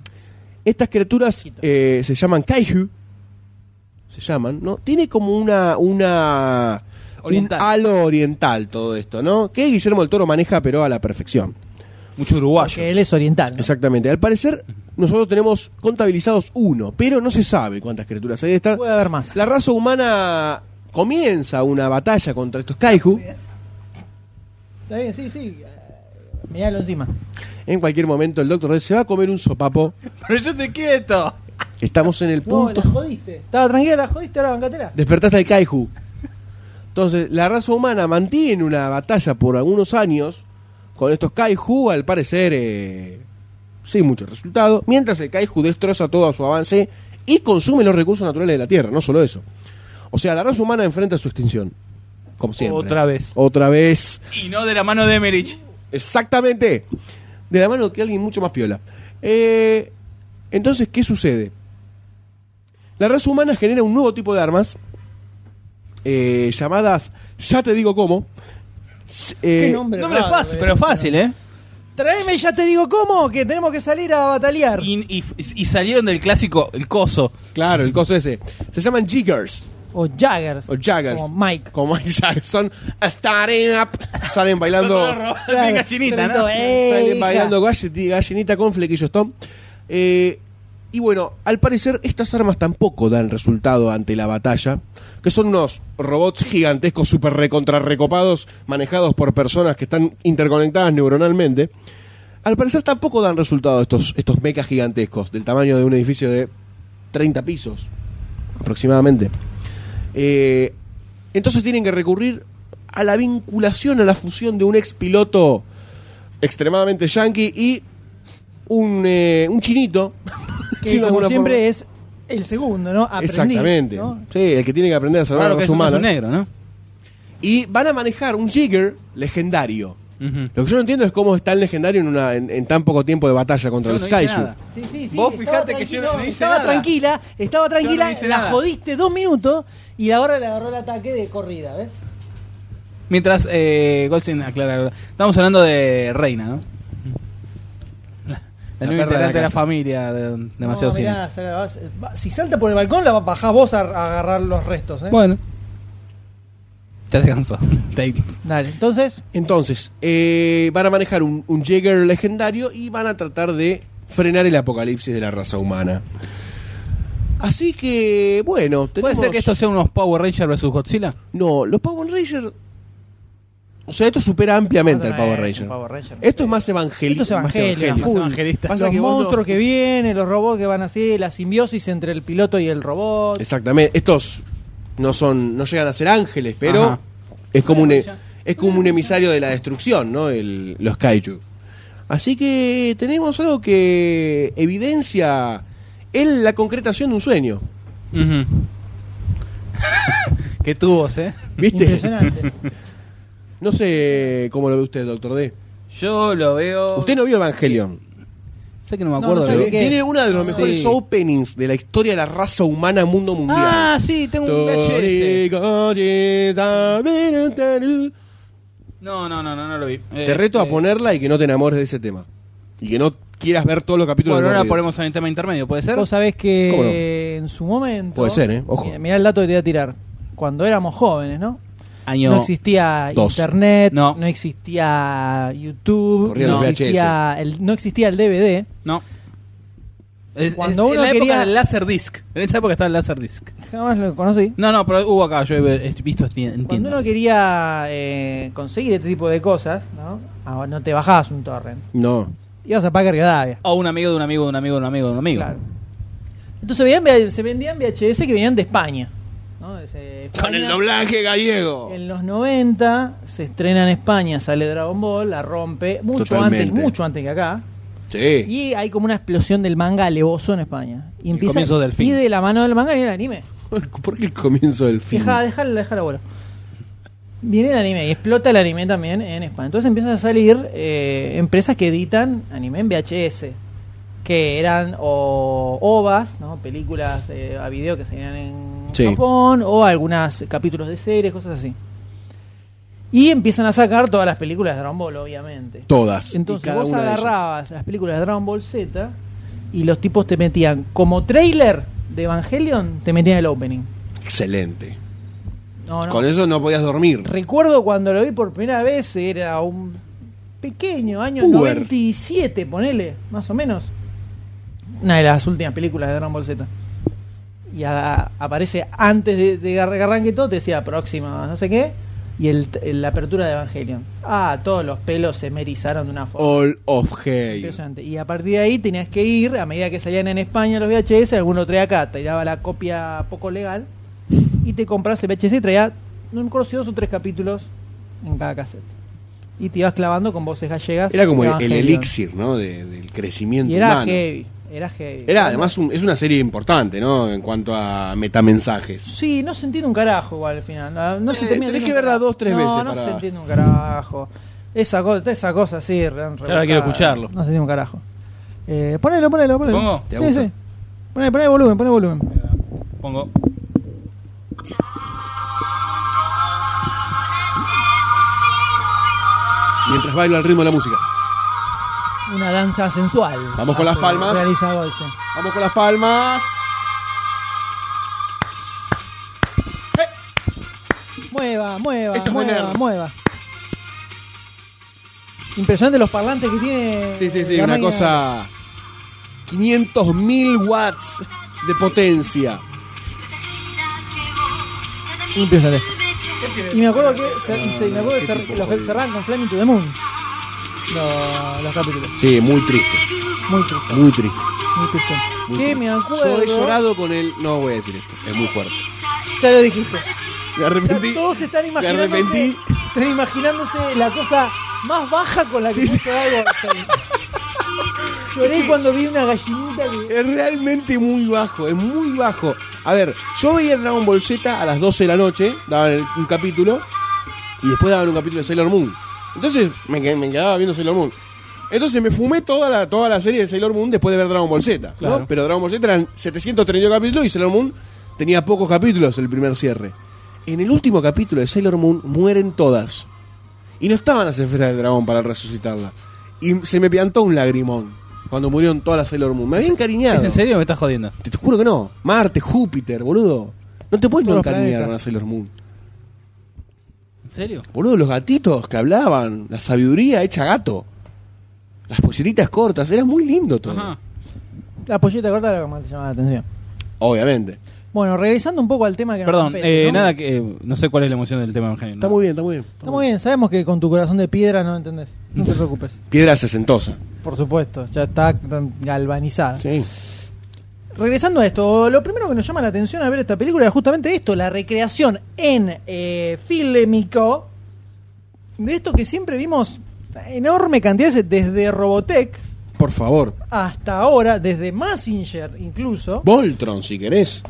[SPEAKER 3] Estas criaturas eh, se llaman kaiju. Se llaman, ¿no? Tiene como una. una
[SPEAKER 5] Oriental.
[SPEAKER 3] Un halo oriental todo esto, ¿no? Que Guillermo del Toro maneja, pero a la perfección.
[SPEAKER 5] Mucho uruguayo.
[SPEAKER 2] Que él es oriental. ¿no?
[SPEAKER 3] Exactamente. Al parecer, nosotros tenemos contabilizados uno, pero no se sabe cuántas criaturas hay de estar.
[SPEAKER 2] Puede haber más.
[SPEAKER 3] La raza humana comienza una batalla contra estos kaiju.
[SPEAKER 2] Está bien, sí, sí. Miralo Eh, encima.
[SPEAKER 3] En cualquier momento, el doctor D se va a comer un sopapo.
[SPEAKER 5] Pero yo te quieto.
[SPEAKER 3] Estamos en el
[SPEAKER 2] No, la
[SPEAKER 3] punto.
[SPEAKER 2] jodiste. Estaba tranquila, la jodiste, ahora bancatela.
[SPEAKER 3] Despertaste al kaiju. Entonces, la raza humana mantiene una batalla por algunos años con estos kaiju, al parecer, eh, sin mucho resultado, mientras el kaiju destroza todo a su avance y consume los recursos naturales de la Tierra, no solo eso. O sea, la raza humana enfrenta su extinción, como siempre.
[SPEAKER 5] Otra vez.
[SPEAKER 3] Otra vez.
[SPEAKER 5] Y no de la mano de Emerich.
[SPEAKER 3] Exactamente. De la mano que alguien mucho más piola. Eh, entonces, ¿qué sucede? La raza humana genera un nuevo tipo de armas eh, llamadas, ya te digo cómo. S- eh,
[SPEAKER 5] No me lo es fácil, pero es fácil, ¿eh?
[SPEAKER 2] Traeme y ya te digo cómo, que tenemos que salir a batalear.
[SPEAKER 5] Y, y- y salieron del clásico, el coso.
[SPEAKER 3] Claro, el coso ese. Se llaman jiggers
[SPEAKER 2] O Jaggers.
[SPEAKER 3] o jaggers.
[SPEAKER 2] Como Mike.
[SPEAKER 3] Como Jaggers. Son starting up. Salen bailando.
[SPEAKER 5] Bien gallinita, ¿no?
[SPEAKER 2] eh.
[SPEAKER 3] salen bailando gallet- gallinita con flequillos Tom. Eh, y bueno, al parecer estas armas tampoco dan resultado ante la batalla, que son unos robots gigantescos super recontra recopados manejados por personas que están interconectadas neuronalmente. Al parecer tampoco dan resultado estos estos mechas gigantescos del tamaño de un edificio de 30 pisos aproximadamente. Eh, entonces tienen que recurrir a la vinculación, a la fusión de un ex piloto extremadamente yankee y un, eh, un chinito.
[SPEAKER 2] Que
[SPEAKER 3] Sí, de
[SPEAKER 2] como
[SPEAKER 3] alguna
[SPEAKER 2] siempre
[SPEAKER 3] forma.
[SPEAKER 2] es el segundo, ¿no? Aprendí,
[SPEAKER 3] Exactamente.
[SPEAKER 2] ¿no?
[SPEAKER 3] Sí, el que tiene que aprender a salvar
[SPEAKER 5] Claro
[SPEAKER 3] a
[SPEAKER 5] que
[SPEAKER 3] los
[SPEAKER 5] eso no es un
[SPEAKER 3] humanos.
[SPEAKER 5] negro, ¿no?
[SPEAKER 3] Y van a manejar un Jigger legendario.
[SPEAKER 5] Ujú.
[SPEAKER 3] Lo que yo no entiendo es cómo es tan legendario en, una, en, en tan poco tiempo de batalla contra
[SPEAKER 5] Yo
[SPEAKER 3] los
[SPEAKER 5] no hice
[SPEAKER 3] Kaiju.
[SPEAKER 5] nada.
[SPEAKER 2] Sí, sí, sí.
[SPEAKER 5] Vos
[SPEAKER 2] estaba
[SPEAKER 5] fijate que yo
[SPEAKER 2] tranquilo,
[SPEAKER 5] no hice
[SPEAKER 2] Estaba
[SPEAKER 5] nada.
[SPEAKER 2] tranquila, estaba tranquila,
[SPEAKER 5] no hice
[SPEAKER 2] la
[SPEAKER 5] nada.
[SPEAKER 2] jodiste dos minutos y ahora le agarró el ataque de corrida, ¿ves?
[SPEAKER 5] Mientras eh, Goldstein aclara algo. Estamos hablando de Reina, ¿no? La,
[SPEAKER 3] La
[SPEAKER 5] nueva
[SPEAKER 3] perra de la
[SPEAKER 5] integrante de la,
[SPEAKER 3] casa.
[SPEAKER 5] familia de Demasiado
[SPEAKER 2] No,
[SPEAKER 5] Cine.
[SPEAKER 2] mirá, se la vas- va- si salta por el balcón, la bajás vos a, a agarrar los restos, ¿eh?
[SPEAKER 5] Bueno. Ya se cansó. Está ahí.
[SPEAKER 2] Dale, entonces,
[SPEAKER 3] Entonces, eh, van a manejar un, un Jaeger legendario y van a tratar de frenar el apocalipsis de la raza humana. Así que, bueno,
[SPEAKER 5] ¿Puede
[SPEAKER 3] tenemos-
[SPEAKER 5] ser que estos sean unos Power Rangers versus Godzilla?
[SPEAKER 3] No, los Power Rangers... O sea, esto supera ampliamente
[SPEAKER 2] No, no
[SPEAKER 3] al Power
[SPEAKER 2] es
[SPEAKER 3] Ranger.
[SPEAKER 2] un Power Ranger.
[SPEAKER 3] Esto es más evangélico.
[SPEAKER 2] Esto es evangelio, a
[SPEAKER 5] más
[SPEAKER 2] full.
[SPEAKER 5] evangelista.
[SPEAKER 3] Pasa
[SPEAKER 2] los
[SPEAKER 3] que vos no-
[SPEAKER 2] monstruos que vienen, los robots que van así, la simbiosis entre el piloto y el robot.
[SPEAKER 3] Exactamente. Estos no son, no llegan a ser ángeles, pero
[SPEAKER 5] Ajá.
[SPEAKER 3] es como un e- es como un emisario de la destrucción, ¿no? El- los kaiju. Así que tenemos algo que evidencia el- la concretación de un sueño.
[SPEAKER 5] Ujú. Qué tubos, ¿eh?
[SPEAKER 3] ¿Viste?
[SPEAKER 2] Impresionante.
[SPEAKER 3] No sé cómo lo ve usted, doctor D.
[SPEAKER 5] Yo lo veo.
[SPEAKER 3] Usted no vio Evangelion.
[SPEAKER 5] Sé que no me
[SPEAKER 2] No,
[SPEAKER 5] acuerdo.
[SPEAKER 2] no
[SPEAKER 5] de-
[SPEAKER 2] sabía qué
[SPEAKER 3] Tiene
[SPEAKER 2] es?
[SPEAKER 3] uno de los mejores
[SPEAKER 5] Sí.
[SPEAKER 3] openings de la historia de la raza humana mundo mundial.
[SPEAKER 5] Ah, sí, tengo un VHS. No, no, no, no, no lo vi. Este,
[SPEAKER 2] Este,
[SPEAKER 3] Te reto a ponerla y que no te enamores de ese tema. Y que no quieras ver todos los capítulos de
[SPEAKER 5] Bueno, ahora
[SPEAKER 3] corrido.
[SPEAKER 5] ponemos en el tema intermedio, ¿puede ser?
[SPEAKER 2] Vos sabés que
[SPEAKER 3] ¿Cómo no?
[SPEAKER 2] en su momento.
[SPEAKER 3] Puede ser, ¿eh? Ojo.
[SPEAKER 2] Mirá, mirá el dato que te voy a tirar. Cuando éramos jóvenes, ¿no?
[SPEAKER 5] Año.
[SPEAKER 2] No existía
[SPEAKER 3] Dos.
[SPEAKER 2] internet, no.
[SPEAKER 5] No.
[SPEAKER 2] existía YouTube,
[SPEAKER 3] Corría
[SPEAKER 2] no
[SPEAKER 5] los
[SPEAKER 2] existía, el, no existía el DVD.
[SPEAKER 5] No. Es,
[SPEAKER 2] Cuando
[SPEAKER 5] es- en
[SPEAKER 2] uno
[SPEAKER 5] la
[SPEAKER 2] quería-
[SPEAKER 5] época del Laserdisc. En esa época estaba el Laserdisc.
[SPEAKER 2] Jamás lo conocí.
[SPEAKER 5] No, no, pero hubo acá, yo he he visto esti- en
[SPEAKER 2] Cuando
[SPEAKER 5] tiendas.
[SPEAKER 2] uno quería eh, conseguir este tipo de cosas, ¿no? Ah, no te bajabas un torrent.
[SPEAKER 3] No.
[SPEAKER 2] Ibas a Parque Rivadavia.
[SPEAKER 5] O un amigo de un amigo de un amigo de un amigo de un amigo.
[SPEAKER 2] Claro. Entonces veían- se vendían VHS que venían de España. ¿no? Ese-
[SPEAKER 3] Con el
[SPEAKER 2] España-
[SPEAKER 3] doblaje gallego.
[SPEAKER 2] En los 90 se estrena en España, sale Dragon Ball, la rompe, mucho
[SPEAKER 3] Totalmente.
[SPEAKER 2] antes, mucho antes que acá.
[SPEAKER 3] Sí.
[SPEAKER 2] Y hay como una explosión del manga alevoso en España. Y empieza
[SPEAKER 5] comienzo del fin.
[SPEAKER 2] y de la mano del manga viene el anime.
[SPEAKER 3] ¿Por qué el comienzo del fin?
[SPEAKER 2] Deja, déjala, déjala, bueno. Viene el anime y explota el anime también en España. Entonces empiezan a salir eh, empresas que editan anime en VHS, que eran o OVAs, ¿no? películas eh, a video que salían en
[SPEAKER 3] Sí.
[SPEAKER 2] Japón, o algunos capítulos de series, cosas así. Y empiezan a sacar todas las películas de Dragon Ball, obviamente.
[SPEAKER 3] Todas. y
[SPEAKER 2] Entonces
[SPEAKER 3] cada
[SPEAKER 2] vos
[SPEAKER 3] una de ellas.
[SPEAKER 2] agarrabas las películas de Dragon Ball Z y los tipos te metían como trailer de Evangelion, te metían el opening.
[SPEAKER 3] Excelente.
[SPEAKER 2] No, no.
[SPEAKER 3] Con eso no podías dormir.
[SPEAKER 2] Recuerdo cuando lo vi por primera vez, era un pequeño, año
[SPEAKER 3] Puber.
[SPEAKER 2] 97, ponele, más o menos. Una de las últimas películas de Dragon Ball Z. Y a- aparece antes de, de que arranque todo, te decía próxima, no sé qué. Y el, el- la apertura de Evangelion. Ah, todos los pelos se merizaron de una forma.
[SPEAKER 3] All of Hell.
[SPEAKER 2] Impresionante. Y a partir de ahí tenías que ir, a medida que salían en España los VHS, alguno traía acá, tiraba la copia poco legal y te compras el VHS y traía, no me acuerdo si dos o tres capítulos en cada cassette. Y te ibas clavando con voces gallegas.
[SPEAKER 3] Era como
[SPEAKER 2] de
[SPEAKER 3] el, el
[SPEAKER 2] Evangelion.
[SPEAKER 3] elixir, ¿no? De- del crecimiento
[SPEAKER 2] Y era
[SPEAKER 3] humano.
[SPEAKER 2] heavy, era heavy.
[SPEAKER 3] Era además un- es una serie importante, ¿no? En cuanto a metamensajes.
[SPEAKER 2] Sí, no se entiende un carajo igual al final. No, no se
[SPEAKER 3] Eh,
[SPEAKER 2] termina
[SPEAKER 3] tenés
[SPEAKER 2] entendiendo
[SPEAKER 3] que
[SPEAKER 2] un
[SPEAKER 3] verla
[SPEAKER 2] carajo.
[SPEAKER 3] dos, tres
[SPEAKER 2] No,
[SPEAKER 3] veces
[SPEAKER 2] No
[SPEAKER 3] para-
[SPEAKER 2] se entiende un carajo. Esa, cosa esa cosa así. Ahora
[SPEAKER 5] quiero escucharlo.
[SPEAKER 2] No se entiende un carajo. Eh, ponelo, ponelo, ponelo.
[SPEAKER 5] ¿Pongo?
[SPEAKER 3] ¿Te
[SPEAKER 2] Sí,
[SPEAKER 3] gusta?
[SPEAKER 2] sí. Poné, poné volumen, poné volumen.
[SPEAKER 5] Pongo.
[SPEAKER 3] Mientras baila el ritmo de la música.
[SPEAKER 2] Una danza sensual.
[SPEAKER 3] Vamos con las
[SPEAKER 2] Hace-
[SPEAKER 3] palmas.
[SPEAKER 2] Realiza Goldstein.
[SPEAKER 3] Vamos con las palmas.
[SPEAKER 2] Mueva, mueva,
[SPEAKER 3] Esto es de
[SPEAKER 2] mueva,
[SPEAKER 3] nerd.
[SPEAKER 2] mueva. Impresionante los parlantes que tiene.
[SPEAKER 3] Sí, sí, sí,
[SPEAKER 2] la
[SPEAKER 3] una
[SPEAKER 2] máquina.
[SPEAKER 3] cosa. 500.000 watts de potencia.
[SPEAKER 2] Impresionante. Y me acuerdo que, se- se- me acuerdo que se- los que cerraban con Flaming to the Moon. Los, los capítulos.
[SPEAKER 3] Sí, muy triste.
[SPEAKER 2] Muy triste,
[SPEAKER 3] Muy triste.
[SPEAKER 2] muy triste.
[SPEAKER 3] muy
[SPEAKER 2] Que
[SPEAKER 3] triste.
[SPEAKER 2] me
[SPEAKER 3] Yo
[SPEAKER 2] acuerdo.
[SPEAKER 3] he llorado con él. No voy a decir esto. Es muy fuerte.
[SPEAKER 2] Ya lo dijiste.
[SPEAKER 3] Me
[SPEAKER 2] Ya
[SPEAKER 3] arrepentí.
[SPEAKER 2] todos están
[SPEAKER 3] me
[SPEAKER 2] imaginándose.
[SPEAKER 3] arrepentí.
[SPEAKER 2] Están imaginándose la cosa más baja con la que
[SPEAKER 3] Sí, sí.
[SPEAKER 2] puso algo. Lloré cuando vi una gallinita que.
[SPEAKER 3] Es realmente muy bajo, es muy bajo. A ver, yo veía Dragon Ball Z a las 12 de la noche, daban el- un capítulo, y después daban un capítulo de Sailor Moon. Entonces me, qued- me quedaba viendo Sailor Moon. Entonces me fumé toda la, toda la serie de Sailor Moon después de ver Dragon Ball Z. ¿no? Pero Dragon Ball Z eran 732 capítulos y Sailor Moon tenía pocos capítulos el primer cierre. En el último capítulo de Sailor Moon mueren todas. Y no estaban las esferas del dragón para resucitarla. Y se me piantó un lagrimón cuando murieron todas las Sailor Moon. Me había encariñado.
[SPEAKER 5] ¿Es en serio o me estás jodiendo?
[SPEAKER 3] Te, te juro que no. Marte, Júpiter, boludo. No te puedes no
[SPEAKER 2] Todos los
[SPEAKER 3] encariñar
[SPEAKER 2] planetas.
[SPEAKER 3] con las Sailor Moon.
[SPEAKER 5] ¿En serio?
[SPEAKER 3] Boludo, los gatitos que hablaban, la sabiduría hecha gato. Las polleritas cortas, era muy lindo todo.
[SPEAKER 5] Ajá.
[SPEAKER 2] La pollita corta era lo que más te llamaba la atención.
[SPEAKER 3] Obviamente.
[SPEAKER 2] Bueno, regresando un poco al tema que nos
[SPEAKER 5] Perdón,
[SPEAKER 2] compete,
[SPEAKER 5] eh,
[SPEAKER 2] ¿no?
[SPEAKER 5] nada que. eh, no sé cuál es la emoción del tema en general.
[SPEAKER 3] Está muy bien, está muy bien.
[SPEAKER 2] Está muy bien, sabemos que con tu corazón de piedra no entendés. No te preocupes.
[SPEAKER 3] Piedra sesentosa.
[SPEAKER 2] Por supuesto, ya está galvanizada.
[SPEAKER 3] Sí.
[SPEAKER 2] Regresando a esto, lo primero que nos llama la atención al ver esta película era justamente esto, la recreación en eh, fílmico de esto que siempre vimos enorme cantidad de- desde Robotech
[SPEAKER 3] Por favor.
[SPEAKER 2] hasta ahora, desde Massinger incluso. Eh,
[SPEAKER 3] Voltron, si querés.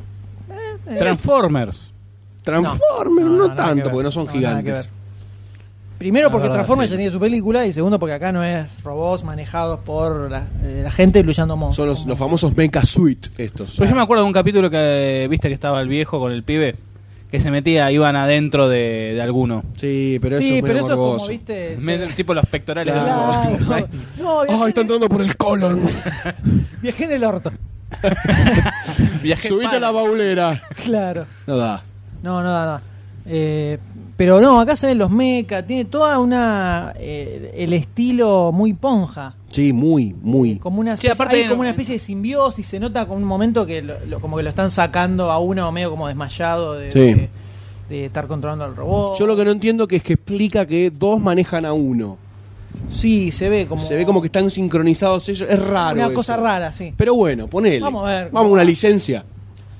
[SPEAKER 5] Transformers.
[SPEAKER 3] Transformers, no,
[SPEAKER 2] No, no, nada que
[SPEAKER 3] tanto,
[SPEAKER 2] ver.
[SPEAKER 3] porque no son
[SPEAKER 2] No, nada que
[SPEAKER 3] gigantes.
[SPEAKER 2] Primero
[SPEAKER 5] La
[SPEAKER 2] porque
[SPEAKER 5] verdad,
[SPEAKER 2] Transformers
[SPEAKER 5] sí.
[SPEAKER 2] ya tiene su película y segundo porque acá no es robots manejados por la, eh, la gente incluyendo monstruos.
[SPEAKER 3] Son los, los famosos Mecha Suite estos.
[SPEAKER 5] Pues Pero yo me acuerdo de un capítulo que eh, viste que estaba el viejo con el pibe. que se metía, iban adentro de, de alguno.
[SPEAKER 3] Sí, pero eso
[SPEAKER 2] sí,
[SPEAKER 3] es muy
[SPEAKER 2] pero eso es como,
[SPEAKER 3] morboso.
[SPEAKER 2] viste...
[SPEAKER 5] Me-
[SPEAKER 2] se-
[SPEAKER 5] tipo los pectorales. de
[SPEAKER 2] Claro.
[SPEAKER 5] alguno.
[SPEAKER 2] No, viajé,
[SPEAKER 3] ¡Ay, está
[SPEAKER 2] en,
[SPEAKER 3] entrando por el colon!
[SPEAKER 2] viajé en el orto.
[SPEAKER 5] Viajé
[SPEAKER 3] ¡Subite a
[SPEAKER 5] para-
[SPEAKER 3] la baulera!
[SPEAKER 2] Claro.
[SPEAKER 3] No da.
[SPEAKER 2] No, no, no. no. Eh, pero no, acá se ven los mechas, tiene toda una... eh, el estilo muy ponja.
[SPEAKER 3] Sí, muy, muy.
[SPEAKER 2] Como una
[SPEAKER 5] Sí,
[SPEAKER 2] especie,
[SPEAKER 5] aparte
[SPEAKER 2] hay
[SPEAKER 5] de-
[SPEAKER 2] como una especie de simbiosis, se nota con un momento que lo- lo- como que lo están sacando a uno medio como desmayado de,
[SPEAKER 3] Sí.
[SPEAKER 2] de- de estar controlando al robot.
[SPEAKER 3] Yo lo que no entiendo que es que explica que dos manejan a uno.
[SPEAKER 2] Sí, se ve como...
[SPEAKER 3] Se ve como que están sincronizados ellos. Es raro.
[SPEAKER 2] Una
[SPEAKER 3] eso.
[SPEAKER 2] cosa rara, sí.
[SPEAKER 3] Pero bueno, ponele.
[SPEAKER 2] Vamos a ver.
[SPEAKER 3] Vamos, una licencia.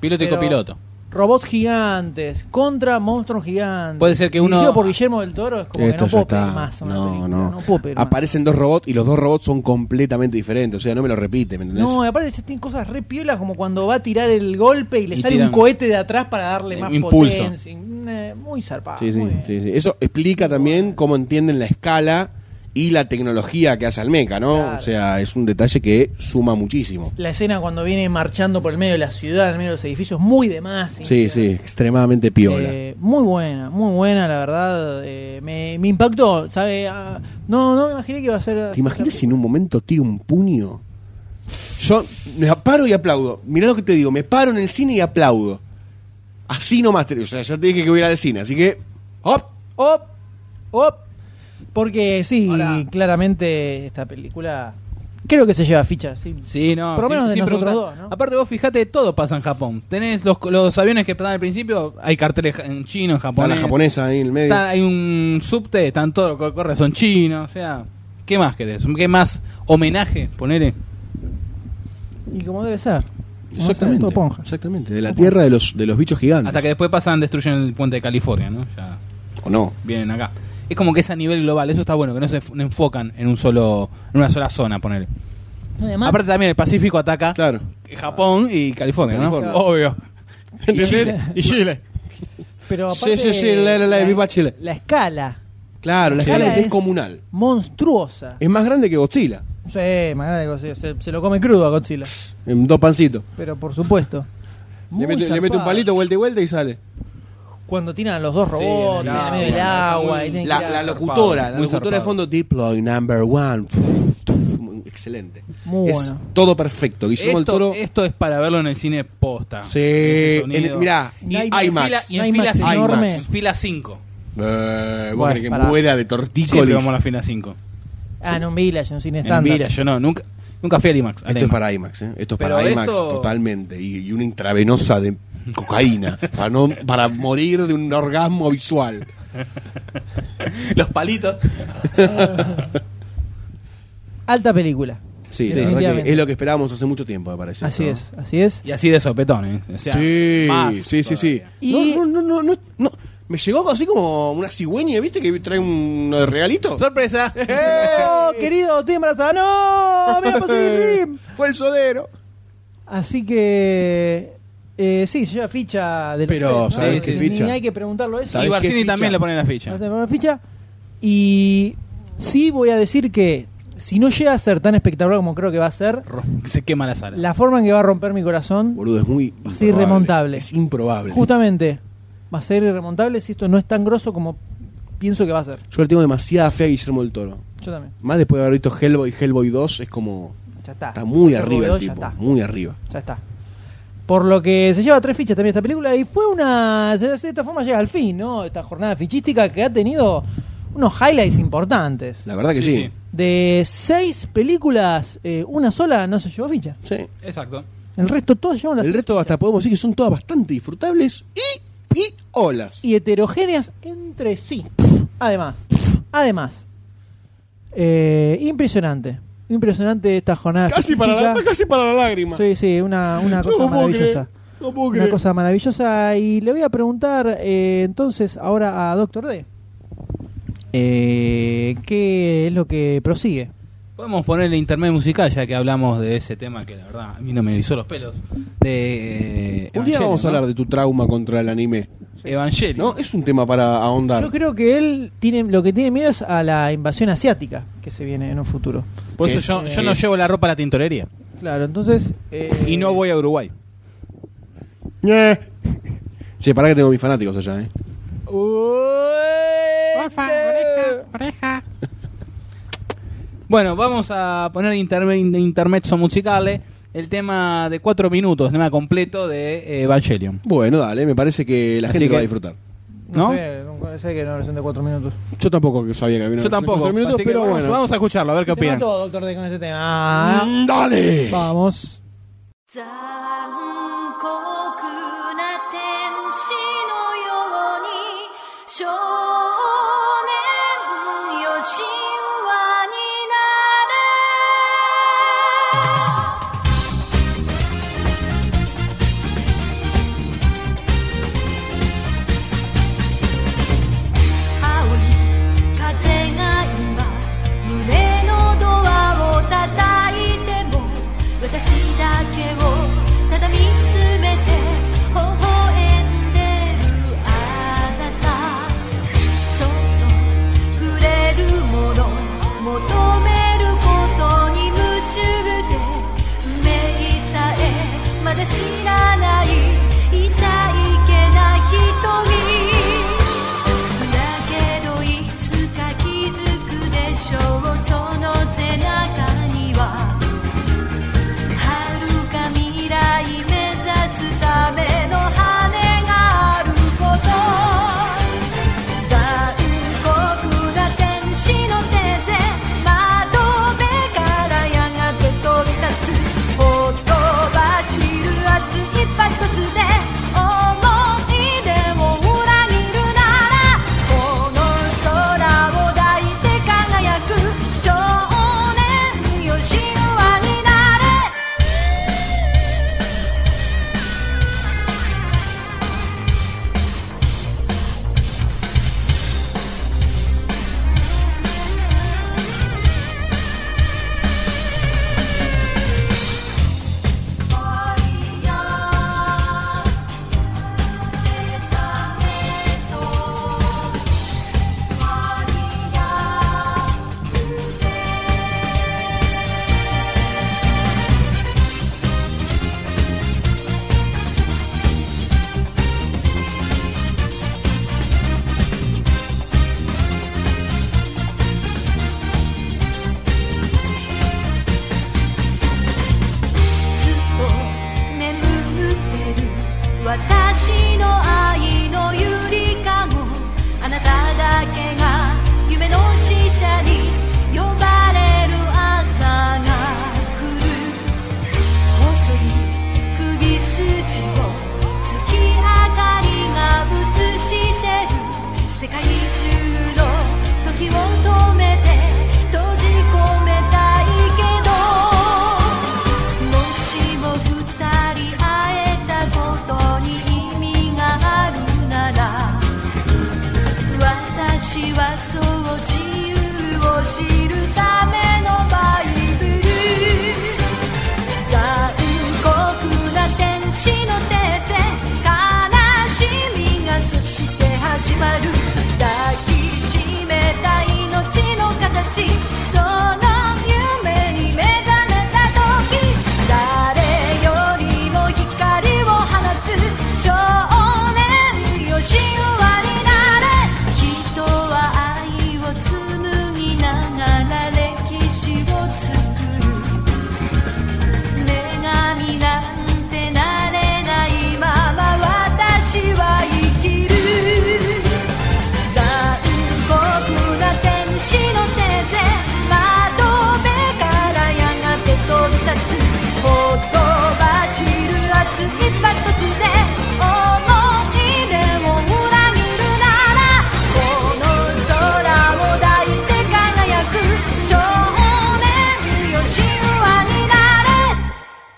[SPEAKER 5] Piloto y
[SPEAKER 2] Pero-
[SPEAKER 5] copiloto.
[SPEAKER 2] Robots gigantes contra monstruos gigantes.
[SPEAKER 5] Puede ser que uno-
[SPEAKER 2] Dirigido por Guillermo del Toro es como que no puedo pedir más. a una
[SPEAKER 3] No,
[SPEAKER 2] película,
[SPEAKER 3] no.
[SPEAKER 2] no puedo pedir más.
[SPEAKER 3] Aparecen dos robots y los dos robots son completamente diferentes. O sea, no me lo repite, ¿me entendés?
[SPEAKER 2] No, y aparte se tienen cosas re piolas como cuando va a tirar el golpe y le
[SPEAKER 5] Y
[SPEAKER 2] sale
[SPEAKER 5] tiran-
[SPEAKER 2] un cohete de atrás para darle
[SPEAKER 5] Eh,
[SPEAKER 2] más
[SPEAKER 5] impulso.
[SPEAKER 2] potencia. Mm, eh, Muy zarpado.
[SPEAKER 3] Sí, sí,
[SPEAKER 2] muy bien.
[SPEAKER 3] sí, sí. Eso explica también cómo entienden la escala y la tecnología que hace al meca, ¿no?
[SPEAKER 2] Claro.
[SPEAKER 3] O sea, es un detalle que suma muchísimo.
[SPEAKER 2] La escena cuando viene marchando por el medio de la ciudad, en el medio de los edificios, muy de más.
[SPEAKER 3] Sí, sí, extremadamente piola.
[SPEAKER 2] Eh, muy buena, muy buena, la verdad. eh, me, me impactó, ¿sabe? Ah, no, no me imaginé que iba a ser.
[SPEAKER 3] ¿Te imaginas si en un momento tiro un puño? Yo me paro y aplaudo. Mirá lo que te digo, me paro en el cine y aplaudo. Así nomás, te, o sea, ya te dije que voy a ir al cine, así que... ¡Hop!
[SPEAKER 2] ¡Op! ¡Op! Porque sí, claramente esta película creo que se lleva fichas. Sí,
[SPEAKER 5] Sí, no.
[SPEAKER 2] Por lo
[SPEAKER 5] sí,
[SPEAKER 2] menos de
[SPEAKER 5] sí,
[SPEAKER 2] nosotros
[SPEAKER 5] preguntar.
[SPEAKER 2] dos, ¿no?
[SPEAKER 5] Aparte vos fijate, todo pasa en Japón. Tenés los, los aviones que pasan al principio, hay carteles en chino, en
[SPEAKER 3] Está
[SPEAKER 5] japonés.
[SPEAKER 3] la japonesa ahí en el medio.
[SPEAKER 5] Está- hay un subte, están todos los que corre son chinos, o sea, ¿qué más querés? ¿Qué más homenaje? Ponele.
[SPEAKER 2] Y como debe ser. Como debe ser,
[SPEAKER 3] Exactamente.
[SPEAKER 2] todo ponja.
[SPEAKER 3] Exactamente, de la tierra de los, de los bichos gigantes.
[SPEAKER 5] Hasta que después pasan, destruyen el puente de California, ¿no? Ya
[SPEAKER 3] ¿O no?
[SPEAKER 5] vienen acá. Es como que es a nivel global, eso está bueno, que no se enf- enfocan en un solo, en una sola zona, ponele.
[SPEAKER 2] No, además,
[SPEAKER 5] Aparte también el Pacífico ataca
[SPEAKER 3] Claro.
[SPEAKER 5] Japón y California,
[SPEAKER 3] California.
[SPEAKER 5] ¿no? Obvio. Y
[SPEAKER 3] ¿Entendés?
[SPEAKER 5] Chile. Y Chile.
[SPEAKER 2] pero
[SPEAKER 3] Sí,
[SPEAKER 2] aparte,
[SPEAKER 3] sí, sí, la- la- la- viva Chile.
[SPEAKER 2] la escala.
[SPEAKER 3] Claro, la
[SPEAKER 2] Sí.
[SPEAKER 3] escala
[SPEAKER 2] Ahora
[SPEAKER 3] es
[SPEAKER 2] es-
[SPEAKER 3] descomunal.
[SPEAKER 2] Monstruosa.
[SPEAKER 3] Es más grande que Godzilla,
[SPEAKER 2] Sí, más grande que Godzilla, se, se lo come crudo a Godzilla.
[SPEAKER 3] en dos pancitos.
[SPEAKER 2] Pero por supuesto.
[SPEAKER 3] Le
[SPEAKER 2] Muy
[SPEAKER 3] mete, le
[SPEAKER 2] zarpado.
[SPEAKER 3] mete un palito, vuelta y vuelta y sale.
[SPEAKER 2] Cuando tiran a los dos robots,
[SPEAKER 5] Sí,
[SPEAKER 2] en
[SPEAKER 5] sí,
[SPEAKER 2] el medio
[SPEAKER 5] sí.
[SPEAKER 2] del agua. y tienen
[SPEAKER 3] La,
[SPEAKER 2] que ir a-
[SPEAKER 3] la locutora, la
[SPEAKER 5] muy
[SPEAKER 3] locutora de
[SPEAKER 5] zarpado.
[SPEAKER 3] fondo, Deploy Number One. Excelente.
[SPEAKER 2] Muy
[SPEAKER 3] es
[SPEAKER 2] bueno.
[SPEAKER 3] todo perfecto. Guillermo
[SPEAKER 5] esto,
[SPEAKER 3] del Toro.
[SPEAKER 5] esto es para verlo en el cine posta.
[SPEAKER 3] sí.
[SPEAKER 5] Ese
[SPEAKER 3] en-
[SPEAKER 5] sonido.
[SPEAKER 3] mirá,
[SPEAKER 2] No hay-
[SPEAKER 5] en
[SPEAKER 3] IMAX.
[SPEAKER 5] fila- y en
[SPEAKER 2] IMAX
[SPEAKER 5] fila cinco.
[SPEAKER 2] enorme.
[SPEAKER 5] En fila 5.
[SPEAKER 3] Eh, vos
[SPEAKER 2] Bueno,
[SPEAKER 3] querés que
[SPEAKER 2] pará.
[SPEAKER 3] muera de
[SPEAKER 5] Siempre
[SPEAKER 3] tortícolis.
[SPEAKER 5] vamos a la fila 5.
[SPEAKER 2] Ah, en un village, en un cine
[SPEAKER 5] En
[SPEAKER 2] estándar.
[SPEAKER 5] Vila, yo no, nunca, nunca fui al IMAX. al
[SPEAKER 3] Esto es
[SPEAKER 5] IMAX.
[SPEAKER 3] para IMAX, ¿eh? Esto es
[SPEAKER 5] Pero
[SPEAKER 3] para IMAX
[SPEAKER 5] esto-
[SPEAKER 3] totalmente. Y, y una intravenosa de cocaína para, no, para morir de un orgasmo visual.
[SPEAKER 5] Los palitos.
[SPEAKER 2] Alta película. Sí.
[SPEAKER 3] Sí, la verdad que
[SPEAKER 2] Definitivamente.
[SPEAKER 3] es lo que esperábamos hace mucho tiempo, me parece.
[SPEAKER 2] Así
[SPEAKER 3] ¿no?
[SPEAKER 2] es, así es.
[SPEAKER 5] Y así de sopetón, ¿eh? O sea,
[SPEAKER 3] Sí,
[SPEAKER 5] más
[SPEAKER 3] sí, sí, sí.
[SPEAKER 5] todavía.
[SPEAKER 2] Y-
[SPEAKER 3] No, no, no, no, no, no. Me llegó así como una cigüeña, ¿viste? Que trae un uno de regalito.
[SPEAKER 5] ¡Sorpresa!
[SPEAKER 2] ¡Oh, querido! ¡Estoy embarazada! ¡No! ¡Me va a pasar el RIM!
[SPEAKER 3] Fue el sodero.
[SPEAKER 2] Así que. Eh, sí, se lleva ficha del
[SPEAKER 3] Pero,
[SPEAKER 2] ¿no?
[SPEAKER 3] ¿sabes
[SPEAKER 2] Ni-
[SPEAKER 3] qué ficha?
[SPEAKER 2] Ni hay que preguntarlo eso.
[SPEAKER 5] Y
[SPEAKER 3] ¿Sabes qué
[SPEAKER 5] Barcini
[SPEAKER 3] ficha?
[SPEAKER 5] también le pone la
[SPEAKER 2] Se
[SPEAKER 5] ficha.
[SPEAKER 2] hace una ficha. Y sí voy a decir que si no llega a ser tan espectacular como creo que va a ser,
[SPEAKER 5] Ro- Se quema la sala.
[SPEAKER 2] la forma en que va a romper mi corazón,
[SPEAKER 3] Boludo, es muy.
[SPEAKER 2] Sí,
[SPEAKER 3] improbable.
[SPEAKER 2] remontable.
[SPEAKER 3] Es improbable.
[SPEAKER 2] justamente, va a ser irremontable si esto no es tan grosso como pienso que va a ser.
[SPEAKER 3] Yo le tengo demasiada fe a Guillermo del Toro.
[SPEAKER 2] Yo también.
[SPEAKER 3] Más después de haber visto Hellboy Hellboy 2, es como.
[SPEAKER 2] Ya está.
[SPEAKER 3] Está muy
[SPEAKER 2] Yo
[SPEAKER 3] arriba
[SPEAKER 2] creo
[SPEAKER 3] el
[SPEAKER 2] que ya
[SPEAKER 3] tipo.
[SPEAKER 2] está.
[SPEAKER 3] Muy arriba.
[SPEAKER 2] Ya está. Por lo que se lleva tres fichas también esta película y fue una... De esta forma llega al fin, ¿no? Esta jornada fichística que ha tenido unos highlights importantes.
[SPEAKER 3] La verdad que
[SPEAKER 5] Sí,
[SPEAKER 3] sí.
[SPEAKER 2] De seis películas, eh, una sola no se llevó ficha.
[SPEAKER 3] Sí.
[SPEAKER 5] Exacto.
[SPEAKER 2] El resto todos llevan las
[SPEAKER 3] El
[SPEAKER 2] tres
[SPEAKER 3] resto, hasta
[SPEAKER 2] fichas.
[SPEAKER 3] podemos decir que son todas bastante disfrutables y. y olas.
[SPEAKER 2] Y heterogéneas entre sí. Además. Además. Eh, impresionante. Impresionante esta jornada
[SPEAKER 3] Casi para, la,
[SPEAKER 2] fichística.
[SPEAKER 3] casi para la lágrima.
[SPEAKER 2] Sí, sí, una, una
[SPEAKER 3] No
[SPEAKER 2] cosa
[SPEAKER 3] puedo
[SPEAKER 2] maravillosa.
[SPEAKER 3] creer, no puedo
[SPEAKER 2] Una
[SPEAKER 3] creer.
[SPEAKER 2] cosa maravillosa. Y le voy a preguntar eh, entonces ahora a Doctor D. Eh, ¿Qué es lo que prosigue?
[SPEAKER 5] Podemos poner el intermedio musical ya que hablamos de ese tema que la verdad a mí no me erizó los pelos. De. eh,
[SPEAKER 3] Un día
[SPEAKER 5] Evangelion,
[SPEAKER 3] vamos a
[SPEAKER 5] ¿no?
[SPEAKER 3] hablar de tu trauma contra el anime.
[SPEAKER 5] Evangelion.
[SPEAKER 3] ¿No? Es un tema para ahondar.
[SPEAKER 2] Yo creo que él tiene lo que tiene miedo es a la invasión asiática que se viene en un futuro.
[SPEAKER 5] Por
[SPEAKER 3] que
[SPEAKER 5] eso
[SPEAKER 3] es-
[SPEAKER 5] yo, yo
[SPEAKER 3] que
[SPEAKER 5] no
[SPEAKER 3] es-
[SPEAKER 5] llevo la ropa a la tintorería.
[SPEAKER 2] eh, Claro, entonces. eh,
[SPEAKER 5] Y no voy a Uruguay.
[SPEAKER 3] Eh. Che, pará que tengo mis fanáticos allá, ¿eh? este-
[SPEAKER 5] Bueno, vamos a poner interme intermezzo musicale el tema de cuatro minutos, tema completo de eh, Evangelion.
[SPEAKER 3] Bueno, dale, me parece que la
[SPEAKER 5] Así
[SPEAKER 3] gente
[SPEAKER 5] que-
[SPEAKER 3] va a disfrutar.
[SPEAKER 5] ¿No?
[SPEAKER 2] No, sé, nunca- sé que no son de cuatro minutos.
[SPEAKER 3] Yo tampoco sabía que había una versión de
[SPEAKER 5] Yo tampoco.
[SPEAKER 3] cuatro minutos,
[SPEAKER 5] así que
[SPEAKER 3] pero
[SPEAKER 5] vamos,
[SPEAKER 3] bueno.
[SPEAKER 5] vamos a escucharlo, a ver qué
[SPEAKER 2] Se
[SPEAKER 5] opinan.
[SPEAKER 2] mató, Doctor D, con ese tema. Ah,
[SPEAKER 3] Mm, ¡Dale!
[SPEAKER 2] Vamos.
[SPEAKER 10] 残酷な天使のように少年よ神